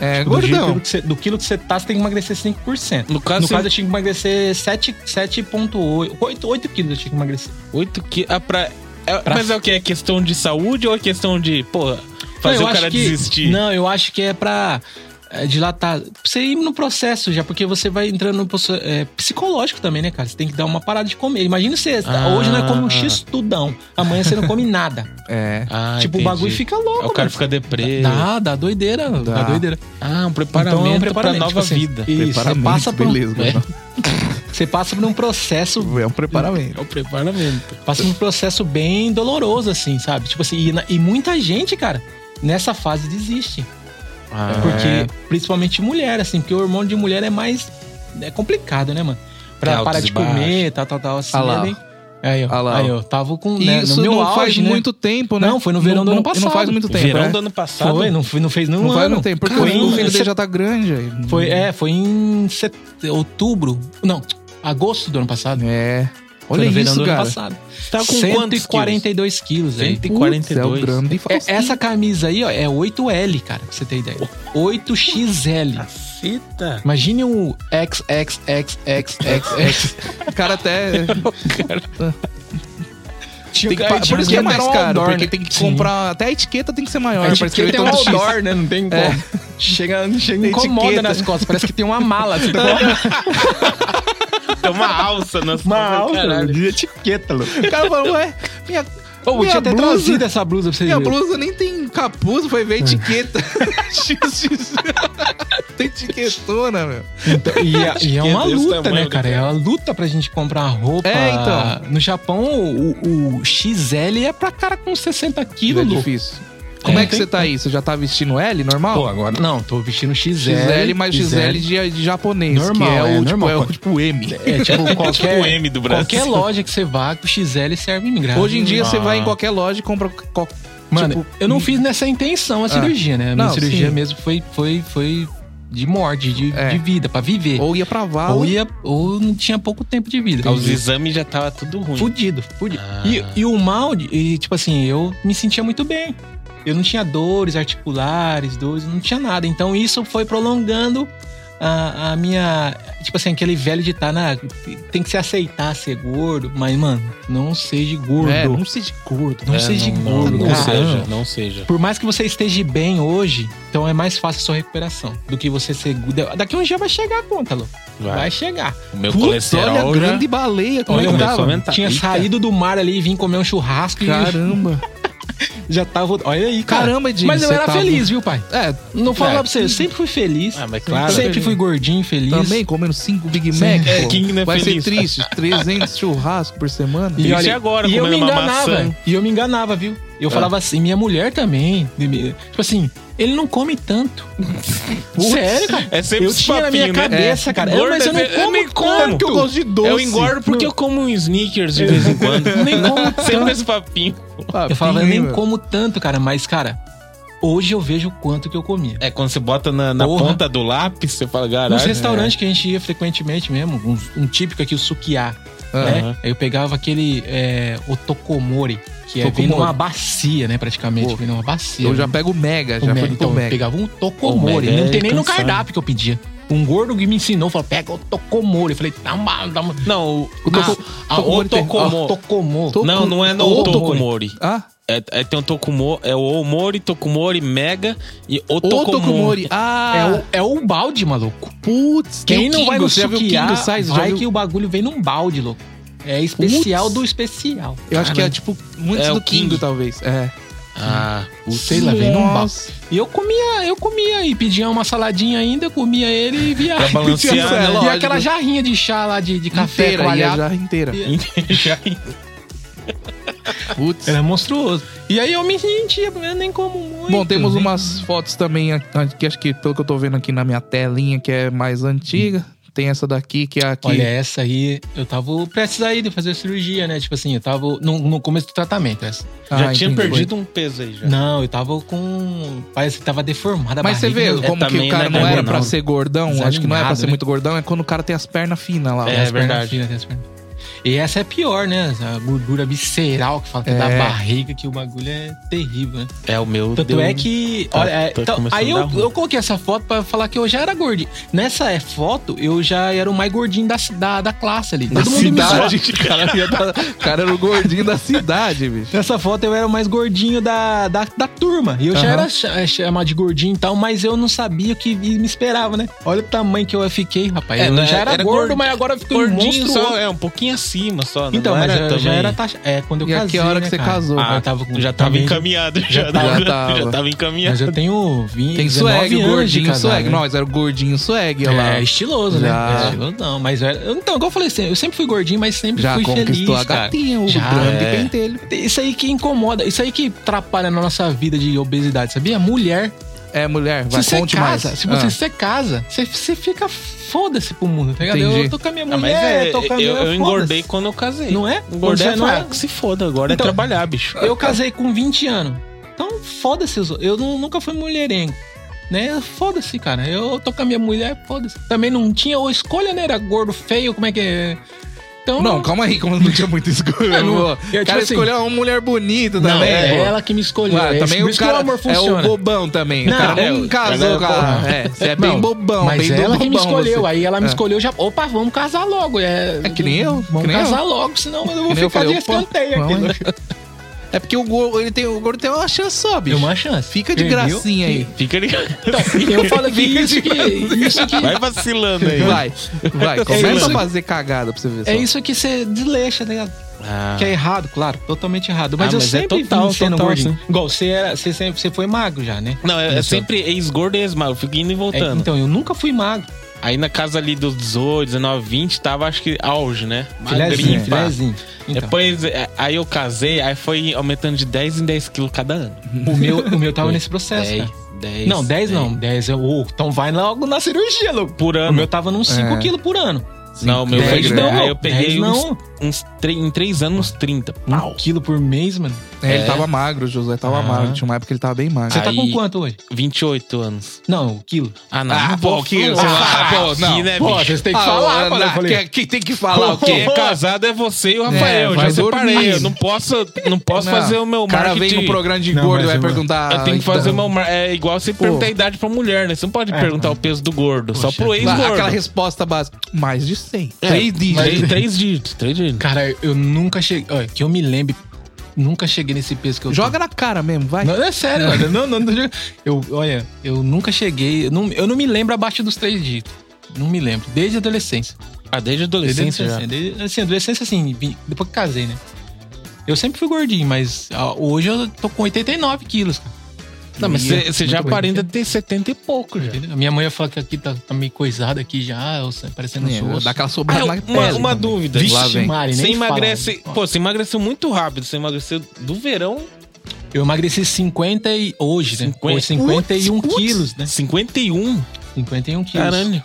B: É,
C: Do, quilo
B: gordão.
C: que você, do quilo que você tá, você tem que emagrecer 5%.
A: No caso,
C: No
A: você-
C: caso, eu tinha que emagrecer 7 7,8. 8, 8 quilos eu tinha que emagrecer.
A: Oito que. Ah, pra... é-
C: Pra-
A: Mas é o que? É questão de saúde ou é questão de, pô, fazer
C: Não, eu
A: o
C: acho
A: cara
C: que-
A: desistir?
C: Não, eu acho que é pra. é, dilatar. Pra Você ir no processo já, porque você vai entrando no processo é, psicológico também, né, cara? Você tem que dar uma parada de comer. Imagina você,
A: Ah.
C: hoje não é como um X tudão, amanhã você não come nada.
B: É.
A: Ah, entendi.
C: tipo,
A: É
C: o bagulho fica louco.
A: O cara
C: mano.
A: fica deprê.
C: Dá, dá doideira,
B: Dá.
C: dá, doideira.
A: Ah, um
C: Então, é um
A: preparamento, pra
C: preparamento,
A: nova
C: tipo assim,
A: vida.
C: isso, você
B: Preparamento,
C: passa por, um-
B: beleza.
A: É.
B: mano.
C: você passa por um processo
B: É um preparamento.
A: É o preparamento.
C: passa por um processo bem doloroso, assim, sabe? Tipo assim, e, na- e muita gente, cara, nessa fase desiste. É
A: Ah,
C: Porque,
B: é.
C: principalmente mulher, assim, porque o hormônio de mulher é mais. É complicado, né, mano?
A: É,
C: Pra
A: altos
C: parar
A: e
C: de
A: baixos.
C: comer, tal, tal, tal, assim,
B: Ah lá.
C: né, bem? Aí, ó.
B: Ah lá,
C: aí,
B: ó.
C: ó. Tava com.
B: E
C: Né,
B: isso
C: no meu
B: não
C: auge,
B: faz
C: né?
B: muito tempo, né?
C: Não, foi no verão do ano
B: Não faz
C: passado.
B: muito tempo.
A: Verão
B: né?
A: do ano passado.
C: Foi, Tá não, foi, não fez nenhum
B: Não faz
C: ano.
B: muito tempo, porque
C: Caramba,
B: o filho dele
C: você-
B: já tá grande. aí.
C: Foi, é, foi em set... outubro. Não, agosto do ano passado.
B: É.
C: foi
B: Olha
C: no verão
B: isso,
C: do ano
B: cara.
C: passado.
A: Tá com quantos
C: 142 quilos, velho.
B: Putz, é o
A: 142.
B: grande
C: É,
B: Faustão.
C: essa camisa aí, ó, é 8L, cara, pra você ter ideia. 8XL.
A: Caceta.
C: Imagine um XXXXXX.
B: O cara até.
C: Tinha
B: Tem que pa- por isso que é mais caro,
C: né?
B: porque tem que comprar. Até a etiqueta é tem que ser maior.
C: A
B: pra escrever
C: etiqueta tem um
B: tanto X.
C: outdoor, né? Não tem como.
B: É.
C: Chega, chega
B: Tem
C: incomoda
B: etiqueta.
C: nas costas. Parece que tem uma mala. Você tá com
A: Tem uma alça nas
C: uma
A: costas,
C: alça
A: caralho.
C: de etiqueta, louco.
B: O cara falou, ué, minha,
C: Ô, eu
B: minha
C: tinha até
B: blusa.
C: trazido essa blusa pra vocês
B: Minha
C: verem.
B: blusa nem tem capuz, foi ver etiqueta. XX. tem etiquetona, né, meu.
C: Então, e, é- e é uma
A: Etiqueta desse
C: luta,
A: tamanho,
C: né, cara?
A: né,
C: É uma luta pra gente comprar roupa.
B: É, então.
C: No Japão, o, o XL é pra cara com 60 quilos,
B: é
C: louco.
B: difícil. Como é, que
C: tem-
B: você tá aí? Você já tá vestindo L normal?
C: Pô, agora não, tô vestindo XL.
B: XL, mas XL de, de japonês.
C: Normal,
B: que é,
C: é,
B: o, tipo,
C: normal.
B: é o tipo M.
C: É tipo qualquer,
A: Tipo o M do Brasil.
C: qualquer loja que você vá, o XL serve em graça.
B: Hoje em dia você
A: Ah.
B: vai em qualquer loja e compra. co-
C: É. Mano,
B: tipo,
A: Hum.
C: eu não fiz nessa
A: Ah.
C: intenção a cirurgia, né? A minha
B: Não,
C: cirurgia
B: sim.
C: mesmo foi, foi, foi de morte, de,
B: É.
C: de vida, pra viver. Ou,
B: Ou ia pra vala.
C: ia, ou não tinha pouco tempo de vida.
A: Os exames já tava tudo ruim.
C: Fudido, fudido.
A: Ah.
C: E, e o mal, de- e, tipo assim, eu me sentia muito bem. Eu não tinha dores articulares, dores, não tinha nada. Então isso foi prolongando a, a minha. Tipo assim, aquele velho de tá na. Tem que se aceitar ser gordo. Mas, mano, não seja gordo.
B: É,
C: não
B: não seja gordo.
A: É,
C: seja
A: não- Não,
C: gordo,
A: não
C: cara.
A: seja, não seja.
C: Por mais que você esteja bem hoje, então é mais fácil a sua recuperação do que você ser. Daqui a um dia vai chegar a conta, Lu. Vai,
A: Vai.
C: chegar.
A: O meu
B: Putz,
A: colesterol
B: olha a
A: já-
B: grande baleia, como
A: né? Olha,
B: é que
A: começou a
B: tava?
A: aumentar.
C: Tinha
A: Eita.
C: saído do mar ali e vim comer um churrasco
B: Caramba.
C: e já tava. Olha aí, cara.
B: Caramba, Jimmy,
C: Mas eu
B: você
C: era
B: tava-
C: feliz, viu, pai?
B: É,
C: Não falar
A: É.
C: pra você, eu sempre fui feliz.
A: Ah, mas claro.
C: Sempre fui gordinho, feliz.
B: também comendo 5 Big
C: Sim.
B: Mac.
A: É,
B: pô.
A: quem não é
B: Vai
A: feliz?
B: ser triste. 300 churrascos por semana.
A: Triste agora,
C: e eu me
A: comendo uma
C: enganava.
A: maçã. Ah.
C: E eu me enganava, viu? Eu falava assim, minha mulher também. de me- Tipo assim, ele não come tanto. Sério, cara?
A: É sempre
C: eu
A: esse
C: tinha na minha
A: papinho, né?
C: cabeça, cara.
A: Gordo
C: "É, mas eu não
A: é- eu
C: como
A: nem como,
C: tanto.
A: que eu
B: gosto de doce.
A: Eu engordo porque eu como um sneakers de vez em quando.
C: Nem como tanto.
A: Sempre esse papinho.
C: Eu falava, eu nem como tanto, cara. Mas, cara, hoje eu vejo o quanto que eu comia.
A: É quando você bota na, na
C: Porra.
A: ponta do lápis, você fala, caralho.
C: Nos restaurantes que a gente ia frequentemente mesmo, um, um típico aqui, o sukiá,
A: é."
C: né? Eu pegava aquele é, otokomori, que é vem
B: Tokomori.
C: numa bacia, né, praticamente.
B: Pô,
C: vem numa bacia.
B: É, Eu já pego o Mega,
C: O
B: já
C: mega,
B: fui pro
C: então, eu
B: Mega.
C: pegava um tokomori.
A: O mega
C: não tem
A: é
C: nem no
A: cansado.
C: cardápio que eu pedia. Um gordo que me ensinou, falou, pega o tokomori. Eu falei, "Tá dá uma... Dá uma...
A: Não, o,
C: O toko-
A: a, a, o
C: tokomori tem-
A: tokomo.
C: Ah, tokomo.
B: To-
A: Não, não é no
B: o
A: Tokumori.
B: Ah,
A: É, é, tem o Tokumori, é o Omori, Tokumori, Mega e o
B: o
A: Tokumori.
B: Tokumori. Ah,
C: É, o, é o balde, maluco.
B: putz. tem
C: Quem
B: o
C: não vai
B: Kingo,
C: no
B: você já viu o
C: sukiá,
B: Kingo Size? Já
C: vai
B: viu?
C: que o bagulho vem num balde, louco. É especial do especial.
B: Eu acho que é
A: Caramba.
B: tipo muitos
A: É o
B: do Kingo,
A: Kingo.
B: talvez. É.
A: Ah,
C: Sei lá, vem num balde.
B: Nossa.
C: E eu comia, eu comia e pedia uma saladinha ainda, eu comia ele e via.
A: Pra balancear,
C: Pedia-
A: né?
C: E
B: Lógico.
C: aquela jarrinha de chá lá de, de café
B: Inteira, ia
C: coalhado.
B: já inteira.
A: Já-
B: Putz.
C: Era monstruoso. E aí eu me sentia, eu nem como muito.
B: Bom, temos
C: né?
B: umas fotos também aqui, que acho que pelo que eu tô vendo aqui na minha telinha, que é mais antiga. Tem essa daqui, que é aqui.
C: Olha, essa aí, eu tava prestes aí de fazer cirurgia, né? Tipo assim, eu tava no, no começo do tratamento, essa.
A: já
B: Ah,
A: tinha
B: entendi.
A: perdido um peso aí já.
C: Não, eu tava com... Parece que tava deformada a
B: É. Mas você vê
C: barriga, né?
A: É,
B: como que
A: também
B: o cara
A: não é
B: não era
A: gordo,
B: pra
A: não.
B: ser gordão, acho que não era pra
C: Desanimado,
B: ser
C: né?
B: muito gordão, é quando o cara tem as pernas finas lá.
A: É,
C: Tem as pernas
A: verdade.
C: finas, tem as pernas. E essa é pior, né? A gordura visceral que fala que
B: É.
C: da barriga, que o bagulho é terrível, né?
A: É o meu.
C: Tanto
A: deu-
C: é que.
A: Tá-
C: Olha, é,
A: tá
C: então,
A: começando
C: aí
A: a
C: eu,
A: dar ruim.
C: eu coloquei essa foto pra falar que eu já era gordinho. Nessa é, foto, eu já era o mais gordinho da, ci- da, da classe ali. Todo mundo me zoava.
B: cidade, cara, ia dar- o cara era o gordinho da cidade, bicho.
C: Nessa foto eu era o mais gordinho da, da, da turma. E eu já
B: Aham.
C: era cha- é, chamado de gordinho e tal, mas eu não sabia o que me esperava, né? Olha o tamanho que eu fiquei, rapaz.
A: É,
C: eu
A: não,
C: já era,
A: era
C: gordo,
A: gordo-
C: mas agora eu fiquei um
A: Gordinho
C: monstro.
A: só, é um pouquinho acima só. né?
C: Então,
A: Não
C: mas
A: era
C: eu já
A: também-
C: era taxa... É, quando eu
B: E a que
C: casei,
B: hora
C: né,
B: que você
C: cara?
B: casou?
C: Ah,
A: Ah,
C: eu tava com...
A: já tava
C: também-
A: encaminhado. Já,
B: tava.
A: tava,
B: Já tava.
A: já tava
C: Mas
A: encaminhado.
C: eu tenho 20,
B: Tem
C: 19
B: swag,
C: anos de
B: gordinho
C: casado,
B: swag.
C: né?
B: Nós era o gordinho swag lá.
C: É estiloso,
B: Já.
C: né? É estiloso não, mas eu era- Então, igual eu falei, assim, eu sempre fui gordinho, mas sempre
B: Já
C: fui
B: conquistou
C: feliz,
B: a
C: cara.
B: gatinha, o
C: Já,
B: grande
A: é.
B: pentelho.
C: Isso aí que incomoda, isso aí que atrapalha na nossa vida de obesidade, sabia? Mulher
B: É, mulher, vai,
C: se você
B: conte
C: casa,
B: mais.
C: se você,
B: Ah.
C: você casa, você, você fica foda-se pro mundo, tá ligado?
B: Entendi.
C: Eu tô com a minha
A: Ah, mas
C: mulher,
A: é,
C: eu tô com a minha
A: eu, eu
C: foda-se.
A: engordei quando eu casei.
C: Não é?
A: Engordei
C: Quando você- não é?
A: ah, que se foda, agora
C: Então-
A: é trabalhar, bicho.
C: Eu casei com 20 anos. Então, foda-se, os- eu nu- nunca fui mulherengo. Né? Foda-se, cara. Eu tô com a minha mulher, foda-se. Também não tinha ou escolha, né? Era gordo, feio, como é que é? Então,
B: Não, calma aí, como não tinha muita escolha.
C: É, não-
B: pô. O
C: é,
B: cara
C: tipo assim-
B: escolheu uma mulher bonita
C: Não,
B: também.
C: é
B: pô.
C: ela que me escolheu.
B: Ah,
C: é
B: também
C: por
B: o
C: isso que
B: cara
C: amor
B: é o
C: funciona.
B: bobão também.
C: Não,
B: o cara
A: é,
B: não
A: o cara é
B: casou, cara. É, você é bem
C: Não,
B: bobão,
C: Mas
B: bem
C: ela
B: bobão.
C: que me escolheu.
B: você.
C: Aí ela me
B: É.
C: escolheu já. Opa, vamos casar logo. É,
B: É que nem eu,
C: Vamos
B: que nem
C: casar logo, senão eu
B: Que
C: vou
B: nem eu
C: ficar
B: falei,
C: de
B: opa,
C: escanteio aqui.
B: vamos. É porque o gordo, ele tem, o gordo tem uma chance só, bicho.
C: Deu uma chance.
B: Fica de
C: Entendeu?
B: gracinha aí.
A: Fica ligado.
C: Então, eu falo que isso que, isso que
A: Vai vacilando aí.
B: Vai, vai. Começa
A: isso.
B: a fazer cagada pra você ver.
C: é
B: só.
C: isso que você desleixa, tá ligado?
A: Ah,
C: Que é errado, claro, totalmente errado. Mas
A: Ah,
C: eu
A: mas é
C: sempre vim
A: total,
C: sendo
A: total,
C: gordinho.
A: sim.
C: Igual, você, era, você, sempre, você foi magro já, né?
A: Não, é, é sempre ex-gordo e ex-magro. Eu fico indo e
C: É,
A: voltando.
C: então, eu nunca fui magro.
A: Aí na casa ali dos 18, 19, 20, tava acho que auge, né?
C: Filézinho,
A: pá.
C: filézinho. é, Então,
A: Depois, é, aí eu casei, aí foi aumentando de 10 em 10 quilos cada ano.
C: o, meu, o meu
A: É,
C: tava nesse processo, cara.
A: 10.
C: Não, 10 não. 10 é o. Então vai logo na cirurgia, louco.
A: Por
C: O
A: ano.
C: meu tava num 5
B: É.
C: quilos por ano.
A: Não, o meu
B: 10
A: foi de
B: não,
A: Aí eu peguei
C: 10
A: uns,
C: não.
A: uns tre- em 3 anos, uns 30.
C: Um
A: Pau.
C: quilo por mês, mano.
B: É, ele
A: É.
B: tava magro, o Josué tava
C: Ah.
B: magro. Tinha uma época que ele tava bem magro.
C: Você tá
A: Aí-
C: com quanto hoje?
A: 28 anos.
C: Não, o quilo.
A: Ah, não.
B: Ah,
A: não
B: pô,
A: vou
B: que-
A: falar.
B: ah, pô,
A: Aqui,
B: não.
A: né,
C: Pô,
A: bicho?
C: vocês têm que é-
B: Ah,
C: falar,
B: ah,
C: quando eu
B: na-
C: falei.
B: quem- Quem tem que falar o
A: Quem
B: quê?
A: é casado é você e o Rafael.
B: É,
A: eu
B: vai
A: já separei.
B: dormir.
A: Eu não posso, não posso
B: Não,
A: fazer o meu
B: O cara
A: marketing.
B: vem no programa de
C: Não,
B: gordo e
C: mas
B: vai
C: eu-
B: perguntar. então,
A: Eu tenho que fazer o meu. mar- É igual você perguntar
B: Pô.
A: a idade pra mulher, né? Você não pode
C: É,
A: perguntar
C: mano.
A: o peso do gordo, só
C: Poxa,
A: pro
B: Ah, Aquela
A: ex-gordo.
B: resposta básica. Mais de 100. Três dígitos.
A: Três, três dígitos, três dígitos.
C: Cara, eu nunca cheguei. Olha, que eu me lembre, nunca cheguei nesse peso que eu tô.
B: Joga na cara mesmo, vai.
C: Não, é sério, mano. Não, não, não. Eu, olha, eu nunca cheguei. Eu não, eu não me lembro abaixo dos três dígitos. Não me lembro. Desde a adolescência.
A: Ah, desde a
C: Desde a
A: adolescência já.
C: adolescência. Desde, assim, adolescência, assim, vi- depois que casei, né? Eu sempre fui gordinho, mas ah, hoje eu tô com 89 quilos. cara.
A: Não, mas
C: E
A: você
C: eu-
A: você já
C: muito bem.
A: aparenta ter 70 e pouco já.
C: Entendeu? A minha mãe fala que aqui tá, tá meio coisado aqui já, eu sa- parecendo um
B: É,
C: osso.
B: Dá aquela
A: Ah,
B: sobrada
A: eu-
B: na
A: uma,
B: pele
A: uma
B: também.
A: dúvida.
B: né? Vixe,
A: Lá vem.
C: Mari,
A: Você
C: nem fala.
A: emagrece.
B: né?
C: Ó,
A: Pô, você emagreceu muito rápido. Você emagreceu do verão.
C: Eu emagreci 50 e... Hoje, né?
A: 50.
C: Hoje, 51
A: Putz, putz.
C: quilos, né?
A: 51.
C: 51 quilos.
A: Caralho.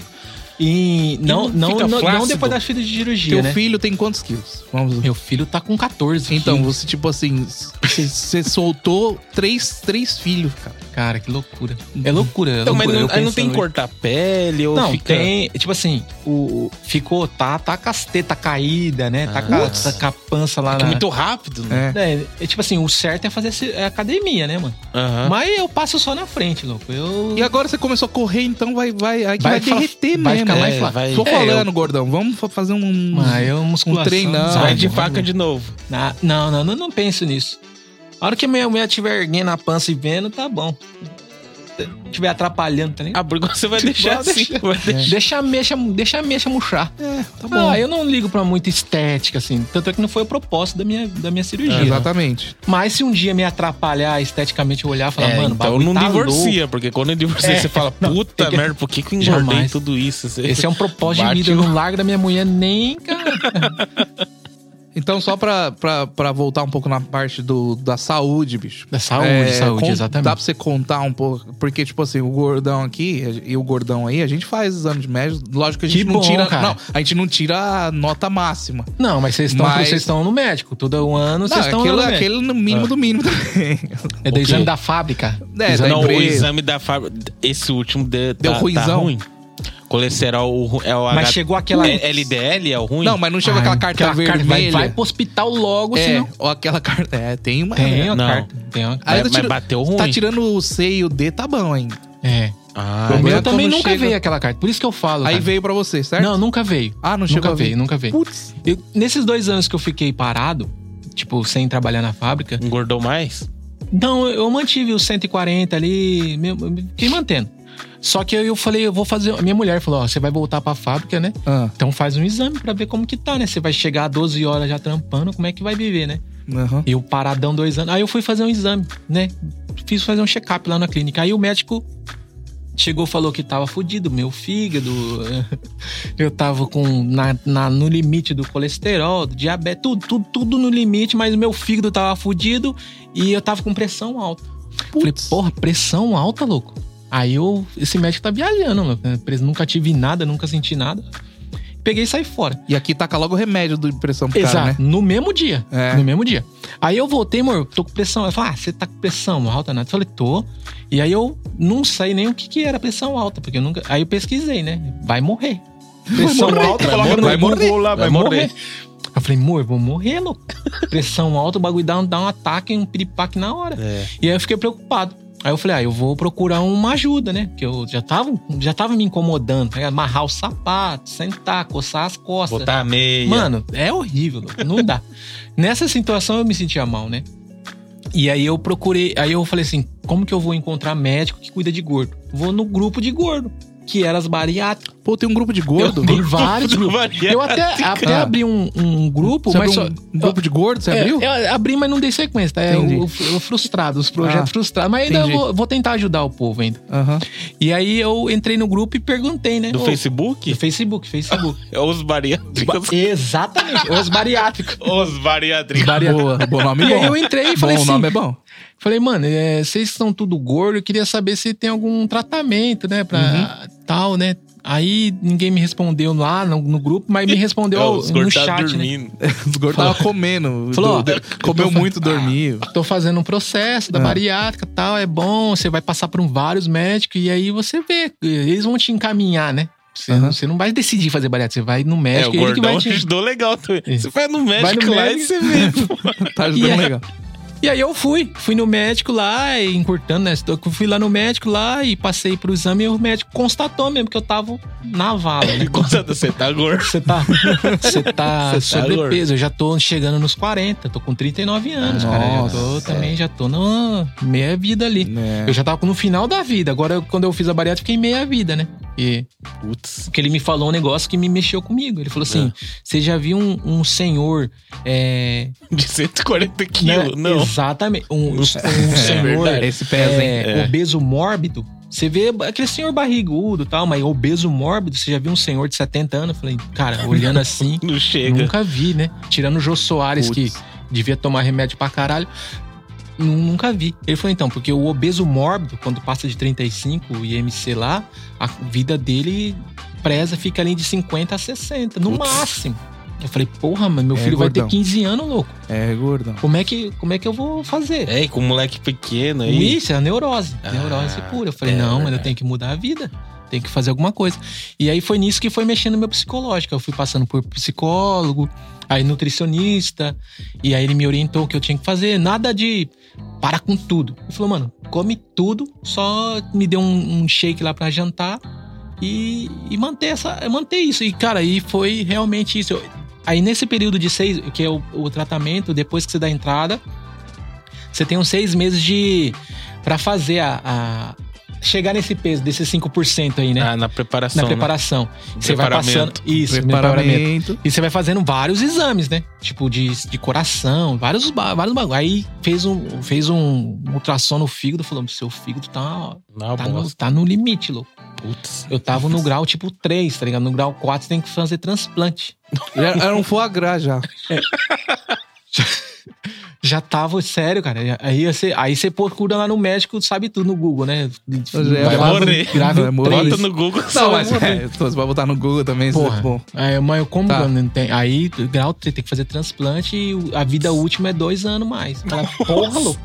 C: E
A: Não
C: não, não,
A: fica
C: não, não
A: flácido?
C: depois das filhas de cirurgia,
B: Teu
C: né?
B: filho tem quantos quilos? Vamos
C: Meu filho tá com 14
B: Então,
C: quilos.
B: você, tipo assim, você- você soltou três, três filhos, cara.
C: Cara, que loucura. É loucura, é
A: Então, mas não,
C: loucura. Eu
A: aí não
C: pensando
A: tem que
C: hoje.
A: cortar pele ou
C: Não,
A: fica-
C: tem. Tipo assim, o, o- ficou, tá, tá com as tetas caídas, né? Tá,
A: Ah.
C: com, a- tá com a pança lá
A: Fica
C: na.
A: É muito rápido, né?
C: É, é, tipo assim, o certo é fazer ci- é academia, né, mano?
A: Aham.
C: Mas eu passo só na frente, louco. Eu.
B: E agora você começou a correr, então vai, vai, aí que vai,
C: Vai fa-
B: derreter
C: vai
B: mesmo. né?
C: ficar mais
B: É,
C: flácido.
A: vai-
B: Tô
A: é,
B: falando, gordão, vamos fa- fazer um...
C: Mas eu musculação.
B: treinão.
C: sabe?
A: Vai de faca de novo.
C: Na- Não, não, não, não penso nisso. A hora que a minha mulher estiver erguendo a pança e vendo, tá bom. Estiver atrapalhando, tá ligado?
A: Ah, porque você vai deixar assim.
C: Vai deixar.
A: Vai deixar.
C: Deixa a mexa, deixa a mexa murchar.
B: É, tá bom.
C: Ah, eu não ligo pra muita estética, assim. Tanto é que não foi o propósito da minha, da minha cirurgia.
B: É,
C: né?
B: Exatamente.
C: Mas se um dia me atrapalhar esteticamente, eu olhar e falar,
A: É,
C: mano, o
A: então
C: bagulho
A: não
C: tá
A: divorcia,
C: louco.
A: porque quando eu divorciei,
C: É,
A: você fala,
C: não,
A: puta
C: tem que-
A: merda, por que, que eu engordei
C: Jamais.
A: tudo isso? Você-
C: Esse é um propósito
A: Bate
C: de vida. Eu não largo da minha mulher nem, cara.
B: Então, só pra, pra, pra voltar um pouco na parte do, da saúde, bicho.
C: Da saúde,
B: É,
C: saúde,
B: con-
C: exatamente.
B: Dá pra você contar um pouco, porque, tipo assim, o gordão aqui e o gordão aí, a gente faz exame de médio, lógico que a gente
C: Que
B: não
C: bom,
B: tira.
C: cara.
B: Não, a gente não tira a nota máxima.
C: Não, mas vocês estão
B: Mas-
C: vocês estão no médico. Todo um ano
B: Não,
C: vocês estão Ah.
B: aquilo, é
C: no médico.
B: aquele no mínimo do mínimo também.
C: É
A: O
C: do
A: quê?
C: exame da fábrica.
B: É,
C: Exame-
B: da
A: Não, o
B: empresa.
A: exame da fábrica. Esse último de,
B: Deu
A: tá,
B: ruizão?
A: tá ruim. Colesterol ru- é o
C: Mas
A: H-
C: chegou aquela-
A: É- LDL é o ruim?
B: Não, mas não chegou
C: Ai,
B: aquela carta
C: Ah, aquela
B: vermelha.
C: vai, vai pro hospital logo,
B: é,
C: senão.
B: ou aquela carta. É, tem uma.
C: Tem uma
A: Não.
C: carta. Tem uma...
A: Mas-
B: Aí tá
A: mas bateu ruim.
B: Tá tirando o C e o D, tá bom ainda.
C: É.
A: Ah,
C: O
B: Pelo
C: meu
B: menos
C: também
B: quando
C: nunca
B: chega-
C: veio aquela carta. Por isso que eu falo.
B: Aí
C: cara.
B: veio pra você, certo?
C: Não, nunca veio.
B: Ah, não chegou
C: Nunca
B: a ver.
C: veio, nunca veio.
B: Putz.
C: Eu- nesses dois anos que eu fiquei parado, tipo, sem trabalhar na fábrica,
A: engordou mais?
C: não, eu eu mantive os 140 ali, me- me- fiquei mantendo. Só que eu, eu falei, eu vou fazer. a Minha mulher falou: Ó, você vai voltar pra fábrica, né?
B: Ah,
C: Então faz um exame pra ver como que tá, né? Você vai chegar a 12 horas já trampando, como é que vai viver, né?
B: aham.
C: Eu paradão dois anos. Aí eu fui fazer um exame, né? Fiz fazer um check-up lá na clínica. Aí o médico chegou e falou que tava fudido, meu fígado. Eu tava com na, na- no limite do colesterol, do diabetes, tudo, tudo, tudo no limite, mas meu fígado tava fudido e eu tava com pressão alta. Falei,
B: Putz.
C: porra, pressão alta, louco. Aí eu, esse médico tá viajando, meu. Nunca tive nada, nunca senti nada. Peguei e saí fora.
B: E aqui taca logo o remédio do pressão pro cara, né?
C: Exato. No mesmo dia.
B: É.
C: No mesmo dia. Aí eu voltei, amor, tô com pressão. Ela falou, ah, você tá com pressão alta, nada. Eu falei, tô. E aí eu não sei nem o que que era pressão alta, porque eu nunca... Aí eu pesquisei, né? Vai morrer. Pressão
B: morrer.
C: alta,
B: Vai
C: coloca no
B: morrer.
C: Google
B: Vai morrer.
C: lá, vai,
B: Ah, Vai
C: morrer.
B: morrer.
C: Eu falei, amor, eu vou morrer, louco. Pressão alta, o bagulho dá, um- dá um ataque, um piripaque na hora.
A: É.
C: E aí eu fiquei preocupado. Aí eu falei, ah, eu vou procurar uma ajuda, né? Porque eu já tava, já tava me incomodando. né? Amarrar o sapato, sentar, coçar as costas.
A: Botar a meia.
C: Mano, é horrível, louco, não dá. Nessa situação eu me sentia mal, né? E aí eu procurei, aí eu falei assim, como que eu vou encontrar médico que cuida de gordo? Vou no grupo de gordo, que era as bariátricas.
B: Pô, tem um grupo de gordo?
C: Eu, tem vários grupos.
A: Maria.
C: Eu até, até
B: Ah.
C: abri um, um grupo,
B: Você
C: mas
B: abriu
C: só...
B: um grupo de gordo? Você
C: É,
B: abriu?
C: eu abri, mas não dei sequência, tá? É
B: Entendi.
C: o, o- o frustrado, os projetos
B: Ah,
C: frustrados. Mas ainda eu
B: entendi.
C: vou, vou tentar ajudar o povo ainda.
B: Aham.
C: E aí eu entrei no grupo e perguntei, né?
A: Do
C: Ô, Do
A: Facebook?
C: Facebook, Facebook.
A: É Os bariátricos.
C: Exatamente, os bariátricos.
A: Os bariátricos.
B: Boa, bom nome
C: E
B: bom.
C: aí eu entrei e falei
B: bom,
C: assim,
B: o nome é bom.
C: falei, mano, é, vocês são tudo gordo, eu queria saber se tem algum tratamento, né,
A: Uhum.
C: pra tal, né? Aí ninguém me respondeu lá no, no grupo, mas me respondeu ao-
A: Os
C: no
A: gordos tá
C: chat, né?
A: dormindo.
B: Os gordos
C: Falou.
B: tava comendo.
C: Falou,
B: do-
C: ó,
B: comeu
C: eu tô-
B: muito, dormiu.
C: Tô fazendo um processo da
B: Ah.
C: bariátrica tal, é bom, você vai passar por um vários médicos e aí você vê, eles vão te encaminhar, né? Você,
B: Aham.
C: não, você não vai decidir fazer bariátrica, você vai no
A: Uhum. É,
C: médico,
A: o
C: ele que vai
A: gordão
C: te...
A: ajudou legal também.
C: É.
A: Você vai no
C: Vai
A: médico
C: no
A: lá
C: médico.
A: e você vê.
B: Tá ajudando
C: E é-
B: legal.
C: E aí eu fui, fui no médico lá, e encurtando, né? Eu fui lá no médico lá e passei pro exame e o médico constatou mesmo que eu tava na vala. né?
A: Enquanto você tá gordo.
C: Você tá, você tá
A: Você tá gordo.
C: sobrepeso, eu já tô chegando nos 40, tô com 39 anos, cara. Já tô,
B: Nossa.
C: também já tô na meia vida ali.
B: É.
C: Eu já tava no final da vida, agora eu- quando eu fiz a bariátrica fiquei meia vida, né? E
A: Putz.
C: porque ele me falou um negócio que me mexeu comigo. Ele falou assim:
A: É.
C: você já viu um, um senhor é,
A: De 140 quilos.
C: né?
A: Não. É
C: Exatamente. Um, um senhor
A: verdade.
B: Esse pesa, hein?
C: é, obeso mórbido. Você vê aquele senhor barrigudo e tal, mas obeso mórbido, você já viu um senhor de 70 anos? Eu Falei, cara, olhando assim,
A: Não chega.
C: nunca vi, né? Tirando o Jô Soares,
B: Putz.
C: que devia tomar remédio pra caralho. nu- Nunca vi. Ele falou, então, porque o obeso mórbido, quando passa de 35, o IMC lá, a vida dele preza, fica ali de 50 a 60, no
A: Putz.
C: máximo. Eu falei, porra, mas meu
B: É,
C: filho
B: gordão.
C: vai ter 15 anos, louco.
B: É, gordão.
C: Como é que, como é que eu vou fazer?
A: É, e com um moleque pequeno aí.
C: Isso, é neurose.
A: Né? Ah,
C: neurose pura. Eu falei,
A: é
C: não, mas eu
A: verdade.
C: tenho que mudar a vida. Tem que fazer alguma coisa. E aí foi nisso que foi mexendo no meu psicológico. Eu fui passando por psicólogo, aí nutricionista, e aí ele me orientou o que eu tinha que fazer. Nada de para com tudo. Ele falou, mano, come tudo, só me deu um, um shake lá pra jantar e, e manter, essa, manter isso. E, cara, aí foi realmente isso. Eu- aí nesse período de seis, que é o, o tratamento, depois que você dá a entrada, você tem uns seis meses de. pra fazer a. a- chegar nesse peso, desses 5% aí, né?
A: Ah, na preparação.
C: Na preparação. Você vai passando. Isso, preparamento.
B: Preparamento.
C: E você vai fazendo vários exames, né? Tipo, de, de coração, vários, ba- vários bagulho. Aí fez um, fez um ultrassom no fígado, falou: seu fígado tá,
A: Na
C: tá,
A: bosta.
C: no, tá no É limite, louco.
A: Putz.
C: Eu tava no grau tipo 3, tá ligado? No grau 4 você tem que fazer transplante.
B: Já- Era um foie gras já.
C: Já tava, sério, cara. Aí você, aí você procura lá no médico, sabe tudo no Google, né?
B: Vai
A: morrer.
C: Grave
B: Vai morrer.
C: três.
A: Bota no Google.
B: Não,
A: só
B: mas
A: uma-
B: é, você vai botar no Google também, isso
C: Porra.
B: é bom.
C: É, mas eu como
B: Tá.
C: que eu não tem. Aí, grau, você tem que fazer transplante e o- a vida última é dois anos mais. Fala, porra, louco.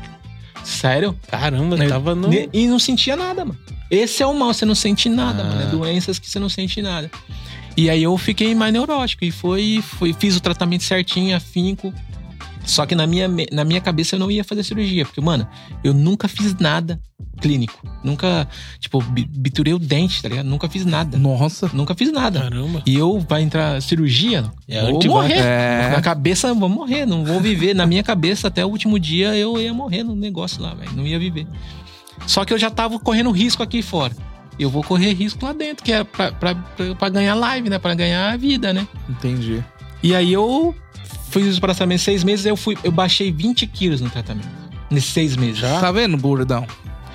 C: Sério?
A: Caramba,
C: Eu-
A: tava no.
C: Ne- E não sentia nada, mano. Esse é o mal, você não sente nada,
A: Ah.
C: mano. É doenças que você não sente nada. E aí eu fiquei mais neurótico. E foi, foi fiz o tratamento certinho, afinco. Só que na minha, me- na minha cabeça eu não ia fazer cirurgia. Porque, mano, eu nunca fiz nada clínico. Nunca, tipo, bi- biturei o dente, tá ligado? Nunca fiz nada.
B: Nossa.
C: Nunca fiz nada.
A: Caramba.
C: E eu, vai entrar cirurgia,
A: Ah. É
C: vou
A: antibiótico.
C: morrer.
B: É.
C: Na cabeça, eu vou morrer, não vou viver. Na minha cabeça, até o último dia, eu ia morrer no negócio lá, velho. Não ia viver. Só que eu já tava correndo risco aqui fora. Eu vou correr risco lá dentro, que é pra, pra, pra, pra ganhar live, né? Pra ganhar a vida, né?
B: Entendi.
C: E aí eu fiz os tratamentos seis meses, eu fui, eu baixei 20 quilos no tratamento. Nesses seis meses.
B: Tá vendo, gordão?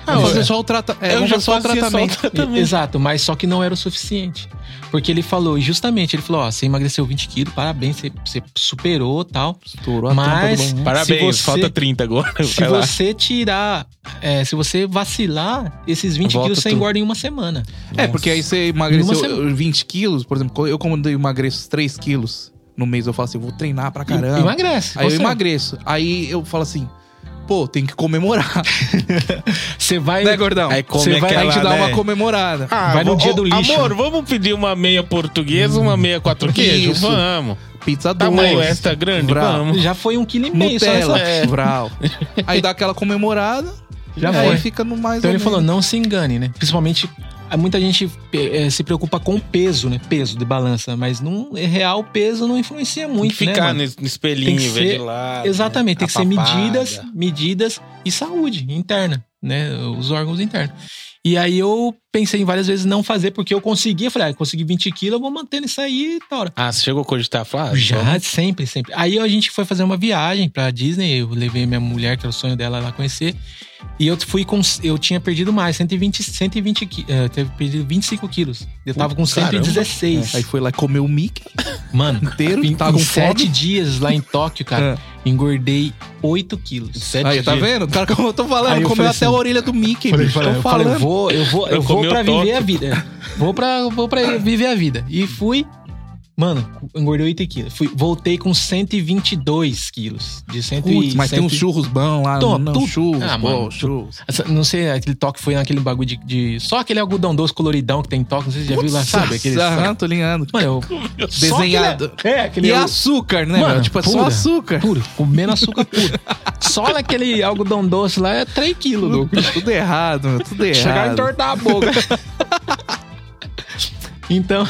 A: Ah,
B: Vamos
A: eu-
B: fazer só o trata... é, vamos fazer só o
A: fazia
B: tratamento.
A: Só o tratamento.
C: Exato, mas só que não era o suficiente. Porque ele falou, justamente, ele falou, ó, você emagreceu 20 quilos, parabéns, você, você superou tal.
B: Estourou a
C: Mas-
B: tampa do banheiro.
A: Parabéns,
C: Se você-
A: falta 30 agora.
C: Se
A: Vai lá.
C: você tirar, é, se você vacilar, esses 20
B: Volta
C: quilos você
B: tudo.
C: engorda em uma semana.
B: É, porque aí você emagreceu
C: Numa semana.
B: 20 quilos, por exemplo, eu quando eu emagreço 3 quilos no mês, eu falo assim, vou treinar pra caramba.
C: E- Emagrece.
B: Aí eu
C: Você-
B: emagreço. Aí eu falo assim, pô, tem que comemorar.
C: Você vai.
B: né, gordão?
A: Aí come
B: Você vai
A: aquela,
B: te dar
A: né?
B: uma comemorada.
A: Ah,
C: Vai no
A: vou-
C: dia
A: ô,
C: do lixo.
A: Amor, vamos pedir uma meia portuguesa, uma meia quatro queijo?
B: Isso.
A: Vamos.
B: Pizza
A: Tamanho
B: dois.
A: extra grande?
B: Bravo.
A: Vamos.
C: Já foi um quilo e meio. Só
B: Nutella,
C: nessa-
A: É.
B: Vral. Aí dá aquela comemorada,
C: Já
B: aí
C: foi.
B: fica no mais
C: Então
B: ou
C: ele falou,
B: menos.
C: não se engane, né? Principalmente, ah, muita gente eh, eh, se preocupa com peso, né? Peso de balança, mas não é real peso não influencia muito,
A: Muito
C: né,
A: ficar
C: mano?
A: no espelhinho,
C: Tem que
A: ver de
C: ser-
A: lado.
C: Exatamente, tem
A: A
C: que ser
A: papada.
C: medidas, medidas e saúde interna, né? Os órgãos internos. E aí eu pensei em várias vezes não fazer, porque eu conseguia, falei, ah, eu consegui 20 quilos, eu vou mantendo isso aí e hora.
A: Ah, você chegou a cogitar
B: Tá
A: Flávio?
C: Já, sempre, sempre. Aí a gente foi fazer uma viagem pra Disney, eu levei minha mulher, que era o sonho dela lá conhecer. E eu fui com. Eu tinha perdido mais, 120, 120 qui- eh, Eu teve perdido 25 quilos. Eu tava com
A: Caramba.
C: 116.
B: Aí foi lá e comeu o Mickey
C: Mano,
B: inteiro,
C: em,
B: tava
C: em
B: com
C: sete
B: fome. É.
C: dias lá em Tóquio, cara, engordei 8 quilos.
A: Sete
B: Aí, tá
A: dias.
B: vendo? Cara, como eu tô falando,
C: É Aí eu
B: comeu
C: falei
B: até
C: assim,
B: a orelha do Mickey,
C: Falei,
B: bicho.
C: falei,
B: tô
C: eu falei,
B: falando.
C: eu vou, eu vou, eu
A: Eu
C: vou
A: comi
C: pra
A: o
C: viver
A: toque.
C: a vida. Vou pra, vou pra viver a vida. E fui. Mano, engordei 8 quilos. Fui, voltei com 122 quilos. De 100 e-
B: Putz, mas tem
C: 100
B: uns churros bons lá.
C: Tô,
B: não,
C: tu-
B: churros,
C: Ah,
B: pô,
C: mano, tu-
B: churros.
C: Essa- Não sei, aquele toque foi naquele bagulho de, de- Só aquele algodão doce coloridão que tem toque, não sei se você já viu lá, sabe? Aquele.
B: Aham, tô ligando.
C: Mano, eu. só aquele-
B: Desenhado.
C: é, aquele.
B: E açúcar, né?
C: Mano,
B: meu? tipo, é só
C: pura.
B: açúcar.
C: Puro, comendo açúcar puro. Só naquele algodão doce lá é 3 quilos, louco.
B: Tudo errado, meu, tudo errado.
C: Chegar a entortar a boca. então,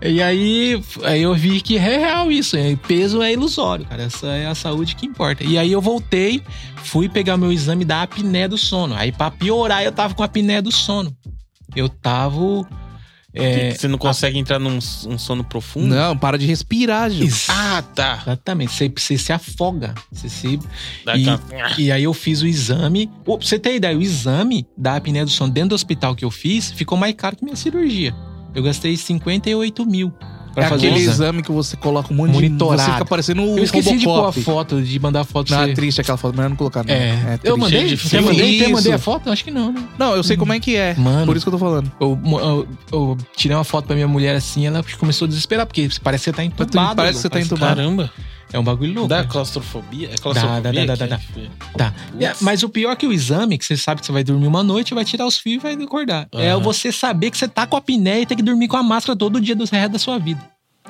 C: e aí, aí eu vi que é real isso. E peso é ilusório, cara. Essa é a saúde que importa. E aí eu voltei, fui pegar meu exame da apneia do sono. Aí pra piorar, eu tava com a apneia do sono. Eu tava...
A: Que-
C: É,
A: que Você não consegue entrar num um sono profundo?
B: Não, para de respirar, gente.
C: hum. ex-
A: Ah, tá.
C: Exatamente, você, você se afoga. Você se
A: Dá
C: E-
A: aquela-
C: E aí eu fiz o exame. Ô, pra você ter ideia, o exame da apneia do sono dentro do hospital que eu fiz ficou mais caro que minha cirurgia. Eu gastei 58 mil pra
B: é
C: fazer
B: aquele
C: o exame.
B: exame que você coloca um monte
C: Monitorado.
B: de... Você fica parecendo o
C: Eu esqueci de pôr a
B: Robocop.
C: foto, de mandar a foto pra
B: Não,
C: você.
B: é triste aquela foto, melhor não colocar. Não.
C: É.
B: triste.
C: eu mandei?
A: de
C: Você
A: filme.
C: mandei? Você
B: Isso.
C: mandei a foto? Acho que não, né?
B: Não, eu sei como é que é.
C: Mano,
B: Por isso que eu tô falando.
C: eu, eu- eu tirei uma foto pra minha mulher assim, ela começou a desesperar, porque parece que você tá entubado.
B: Parece que você tá
C: louco,
B: entubado.
A: Caramba.
C: É um bagulho louco.
A: Dá
C: né?
A: claustrofobia? É
C: dá,
A: claustrofobia?
C: dá,
A: que
C: dá,
A: é?
C: dá. Tá. É,
A: Putz.
C: mas o pior é que o exame, que você sabe que você vai dormir uma noite, vai tirar os fios e vai acordar. É
A: Aham.
C: você saber que você tá com a apneia e tem que dormir com a máscara todo dia do resto da sua vida.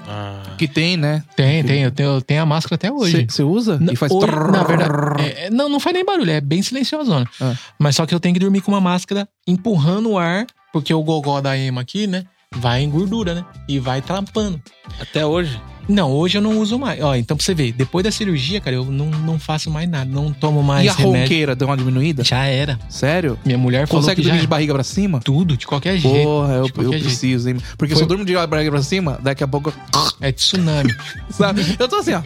A: Ah.
B: Que tem, né?
C: Tem, tem. Eu tenho, eu tenho a máscara até hoje.
B: Você usa?
C: Na-
B: e faz...
C: hoje,
B: trrr.
C: na verdade, é- é- não, não faz nem barulho, é bem silenciosona.
B: Ah.
C: Mas só que eu tenho que dormir com uma máscara empurrando o ar, porque o gogó da ema aqui, né, vai em gordura, né, e vai trampando.
A: Até hoje.
C: Não, hoje eu não uso mais. Ó, então pra você ver, depois da cirurgia, cara, eu não, não faço mais nada, não tomo mais
B: E a
C: remédio.
B: ronqueira deu uma diminuída?
C: Já era.
B: Sério?
C: Minha mulher falou
B: Consegue
C: que já
B: dormir de barriga pra cima?
C: tudo, de qualquer jeito.
B: Porra, eu,
C: de qualquer
B: eu
C: jeito.
B: preciso, hein? Porque se
C: Foi-
B: eu durmo de barriga pra cima, daqui a pouco. eu-
C: É tsunami.
B: Sabe? Eu tô assim, ó.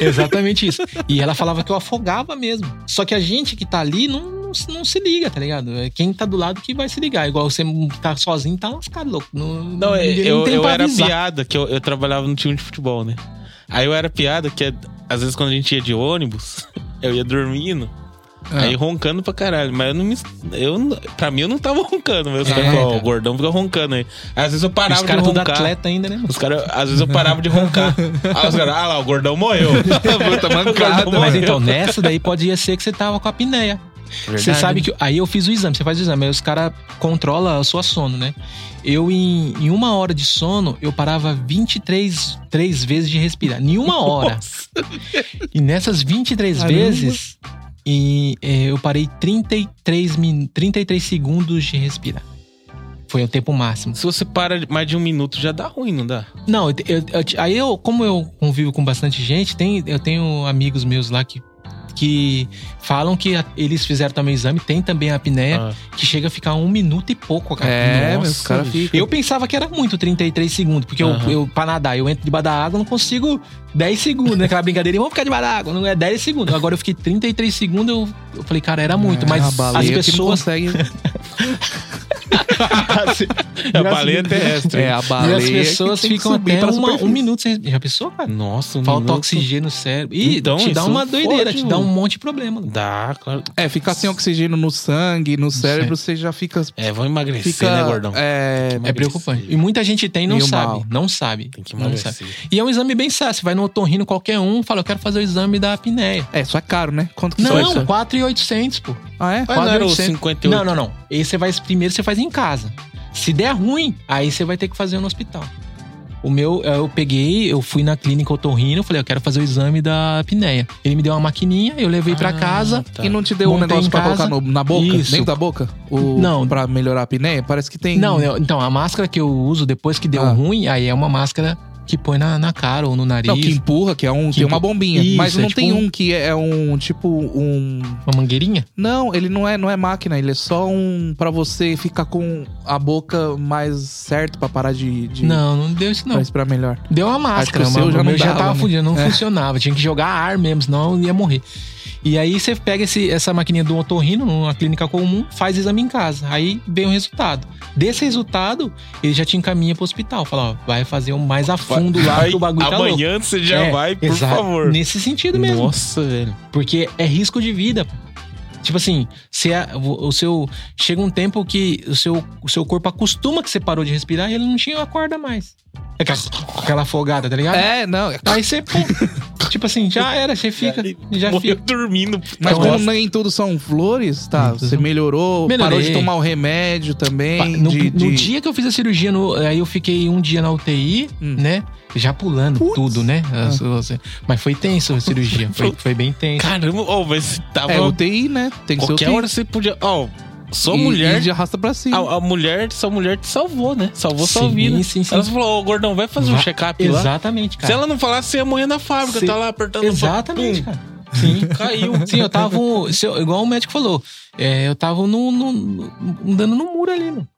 C: Exatamente isso. E ela falava que eu afogava mesmo. Só que a gente que tá ali não, não, se- não se liga, tá ligado? É quem tá do lado que vai se ligar. Igual você tá sozinho, tá lascado, louco. Não,
A: Não, é,
C: ninguém
A: eu,
C: tem
A: eu
C: pra
A: era
C: avisar.
A: piada, que eu, eu trabalhava no time de futebol, né? Aí eu era piada, que é- às vezes quando a gente ia de ônibus, eu ia dormindo.
B: Ah.
A: Aí roncando pra caralho. Mas eu não me. Eu, não- pra mim eu não tava roncando. Mas os
C: É,
A: caras falavam, ó,
C: cara.
A: o gordão fica roncando aí. Às vezes eu
C: Os
A: parava de
C: caras tudo
A: roncar.
C: atleta ainda, né? mano?
A: Os caras, às vezes eu parava de roncar. Aí os caras, ah lá, o gordão morreu.
B: Puta mancada.
A: Acabou,
C: um Mas
A: né?
C: então, nessa daí podia ser que você tava com a apneia. Você sabe que. Aí eu fiz o exame, você faz o exame, aí os caras controlam a sua sono, né? Eu, em, em uma hora de sono, eu parava 23 três vezes de respirar. Em uma hora. E nessas 23
B: Caramba.
C: vezes, e, é, eu parei 33, min, 33 segundos de respirar. Foi o tempo máximo.
A: Se você para de- mais de um minuto, já dá ruim, não dá?
C: Não, eu te- eu- eu te- aí eu, como eu convivo com bastante gente, tem, eu tenho amigos meus lá que, que falam que a- eles fizeram também o exame, tem também a apneia,
A: Ah.
C: que chega a ficar um minuto e pouco, cara.
B: É,
C: Nossa.
B: mas os caras ficam.
C: Eu pensava que era muito 33 segundos, porque
A: Aham.
C: eu, eu, pra nadar, eu entro debaixo da água, eu não consigo 10 segundos, né? Aquela brincadeira, vamos ficar debaixo da água, não é 10 segundos. Agora eu fiquei 33 segundos, eu, eu falei, cara, era muito,
B: É, a
C: mas as
B: baleia que não
C: pessoas.
B: consegue.
A: A baleia terrestre.
B: É, a
C: E
B: baleia.
C: as pessoas
B: que tem que
C: ficam
B: subir
C: até
B: pra
C: uma- um
B: superfície.
C: minuto sem. Já pensou, cara?
A: Nossa, um
C: Falta
A: minuto.
C: oxigênio no cérebro. E
A: Então,
C: te dá
A: isso
C: uma doideira,
A: fode
C: te dá um
A: o-
C: monte de problema.
A: Dá, claro.
B: É, ficar sem oxigênio no sangue, no cérebro, você já fica.
A: É, vão emagrecer,
B: fica
A: né, gordão?
B: É,
C: É preocupante. E muita gente tem e não
B: E o
C: sabe.
B: mal?
C: Não sabe.
A: Tem que
C: não
A: emagrecer.
C: sabe. E é um exame bem fácil. Você vai no otorrino qualquer um, fala, eu quero fazer o exame da apneia.
B: é, só é caro, né? Quanto que
C: Não, é
B: custa?
C: 4,800, pô.
B: Ah, é?
C: né,
A: Mas não era o
B: 4,800.
A: 58?
C: Não, não, não. Esse você vai, primeiro você faz em casa. Se der ruim, aí você vai ter que fazer no hospital. O meu, eh, eu peguei, eu fui na clínica otorrino, falei, eu quero fazer o exame da apneia. Ele me deu uma maquininha, eu levei pra casa,
A: Ah, tá.
B: E não te deu um
C: Montei
B: negócio
C: em
B: pra colocar
C: casa.
B: no- na boca?
C: Isso.
B: Dentro da boca? O,
C: Não.
B: Pra melhorar a apneia? Parece que tem.
C: Não, eu- então, a máscara que eu uso depois que deu
B: Ah.
C: ruim, aí é uma máscara que põe na, na cara ou no nariz.
B: Não, que empurra, que é um.
C: Que
B: tem uma
C: empu-
B: bombinha.
C: Isso,
B: mas
C: é
B: não
C: tipo
B: tem
C: um-
B: um que é um. Tipo, um.
C: Uma mangueirinha?
B: Não, ele não é, não é máquina, ele é só um. Pra você ficar com a boca mais certo pra parar de. de
C: Não, não deu isso
B: Pra
C: não.
B: respirar melhor.
C: Deu uma
B: Acho que o
C: máscara,
B: seu
C: mas
B: já
C: já,
B: não
C: já
B: dava,
C: tava
B: né?
C: fudido, não funcionava. Tinha que jogar ar mesmo, senão eu ia morrer. E aí você pega esse- essa maquininha do otorrino, numa clínica comum, faz exame em casa. Aí vem o resultado. Desse resultado, ele já te encaminha pro hospital. Fala, ó, vai fazer um mais a fundo lá,
A: Vai-
C: porque o bagulho tá louco.
A: Amanhã você já
C: É,
A: vai, por
C: exato.
A: favor.
C: Nesse sentido mesmo.
A: Nossa, velho.
C: Porque é risco de vida. pô. Tipo assim, se a- o o seu chega um tempo que o seu, o seu corpo acostuma que você parou de respirar e ele não tinha acorda mais. É Aquela, aquela afogada, tá ligado?
B: É, não. é-
C: Aí você, pum, tipo assim, já era, você fica, já
A: Morreu
C: fica.
A: dormindo.
B: Mas
C: Então,
B: como
C: essa-
B: nem tudo são flores, tá?
C: Tudo
B: Você
C: são-
B: melhorou, parou
C: Melhorei.
B: de tomar o remédio
C: Pa-
B: também.
C: No,
B: de-
C: no
B: de-
C: dia que eu fiz a cirurgia, no- aí eu fiquei um dia na UTI,
B: Hum.
C: né? Já pulando
B: Putz. Ah.
C: tudo, né? As- as- Mas foi tenso a cirurgia, foi, foi bem tenso.
A: Caramba, ô, mas tava.
B: É UTI, né? Tem que
A: qualquer
B: ser UTI.
A: hora você podia. Ó, só
B: E-
A: mulher.
B: E de arrasta pra cima.
A: a, a mulher, sua mulher te salvou, né? Salvou sua
C: Sim,
A: vida.
C: sim, sim.
A: Ela falou, ô, gordão, vai fazer um
C: Vai-
A: check-up lá.
C: Exatamente,
B: é
C: cara.
A: Se ela não falasse, você ia morrer na fábrica.
B: Sim.
A: Tá lá apertando o botão.
C: Exatamente, cara. Hum. Sim, caiu. Sim, eu tava. um- se eu- igual o médico falou, é, eu tava no, no- andando no muro ali, mano.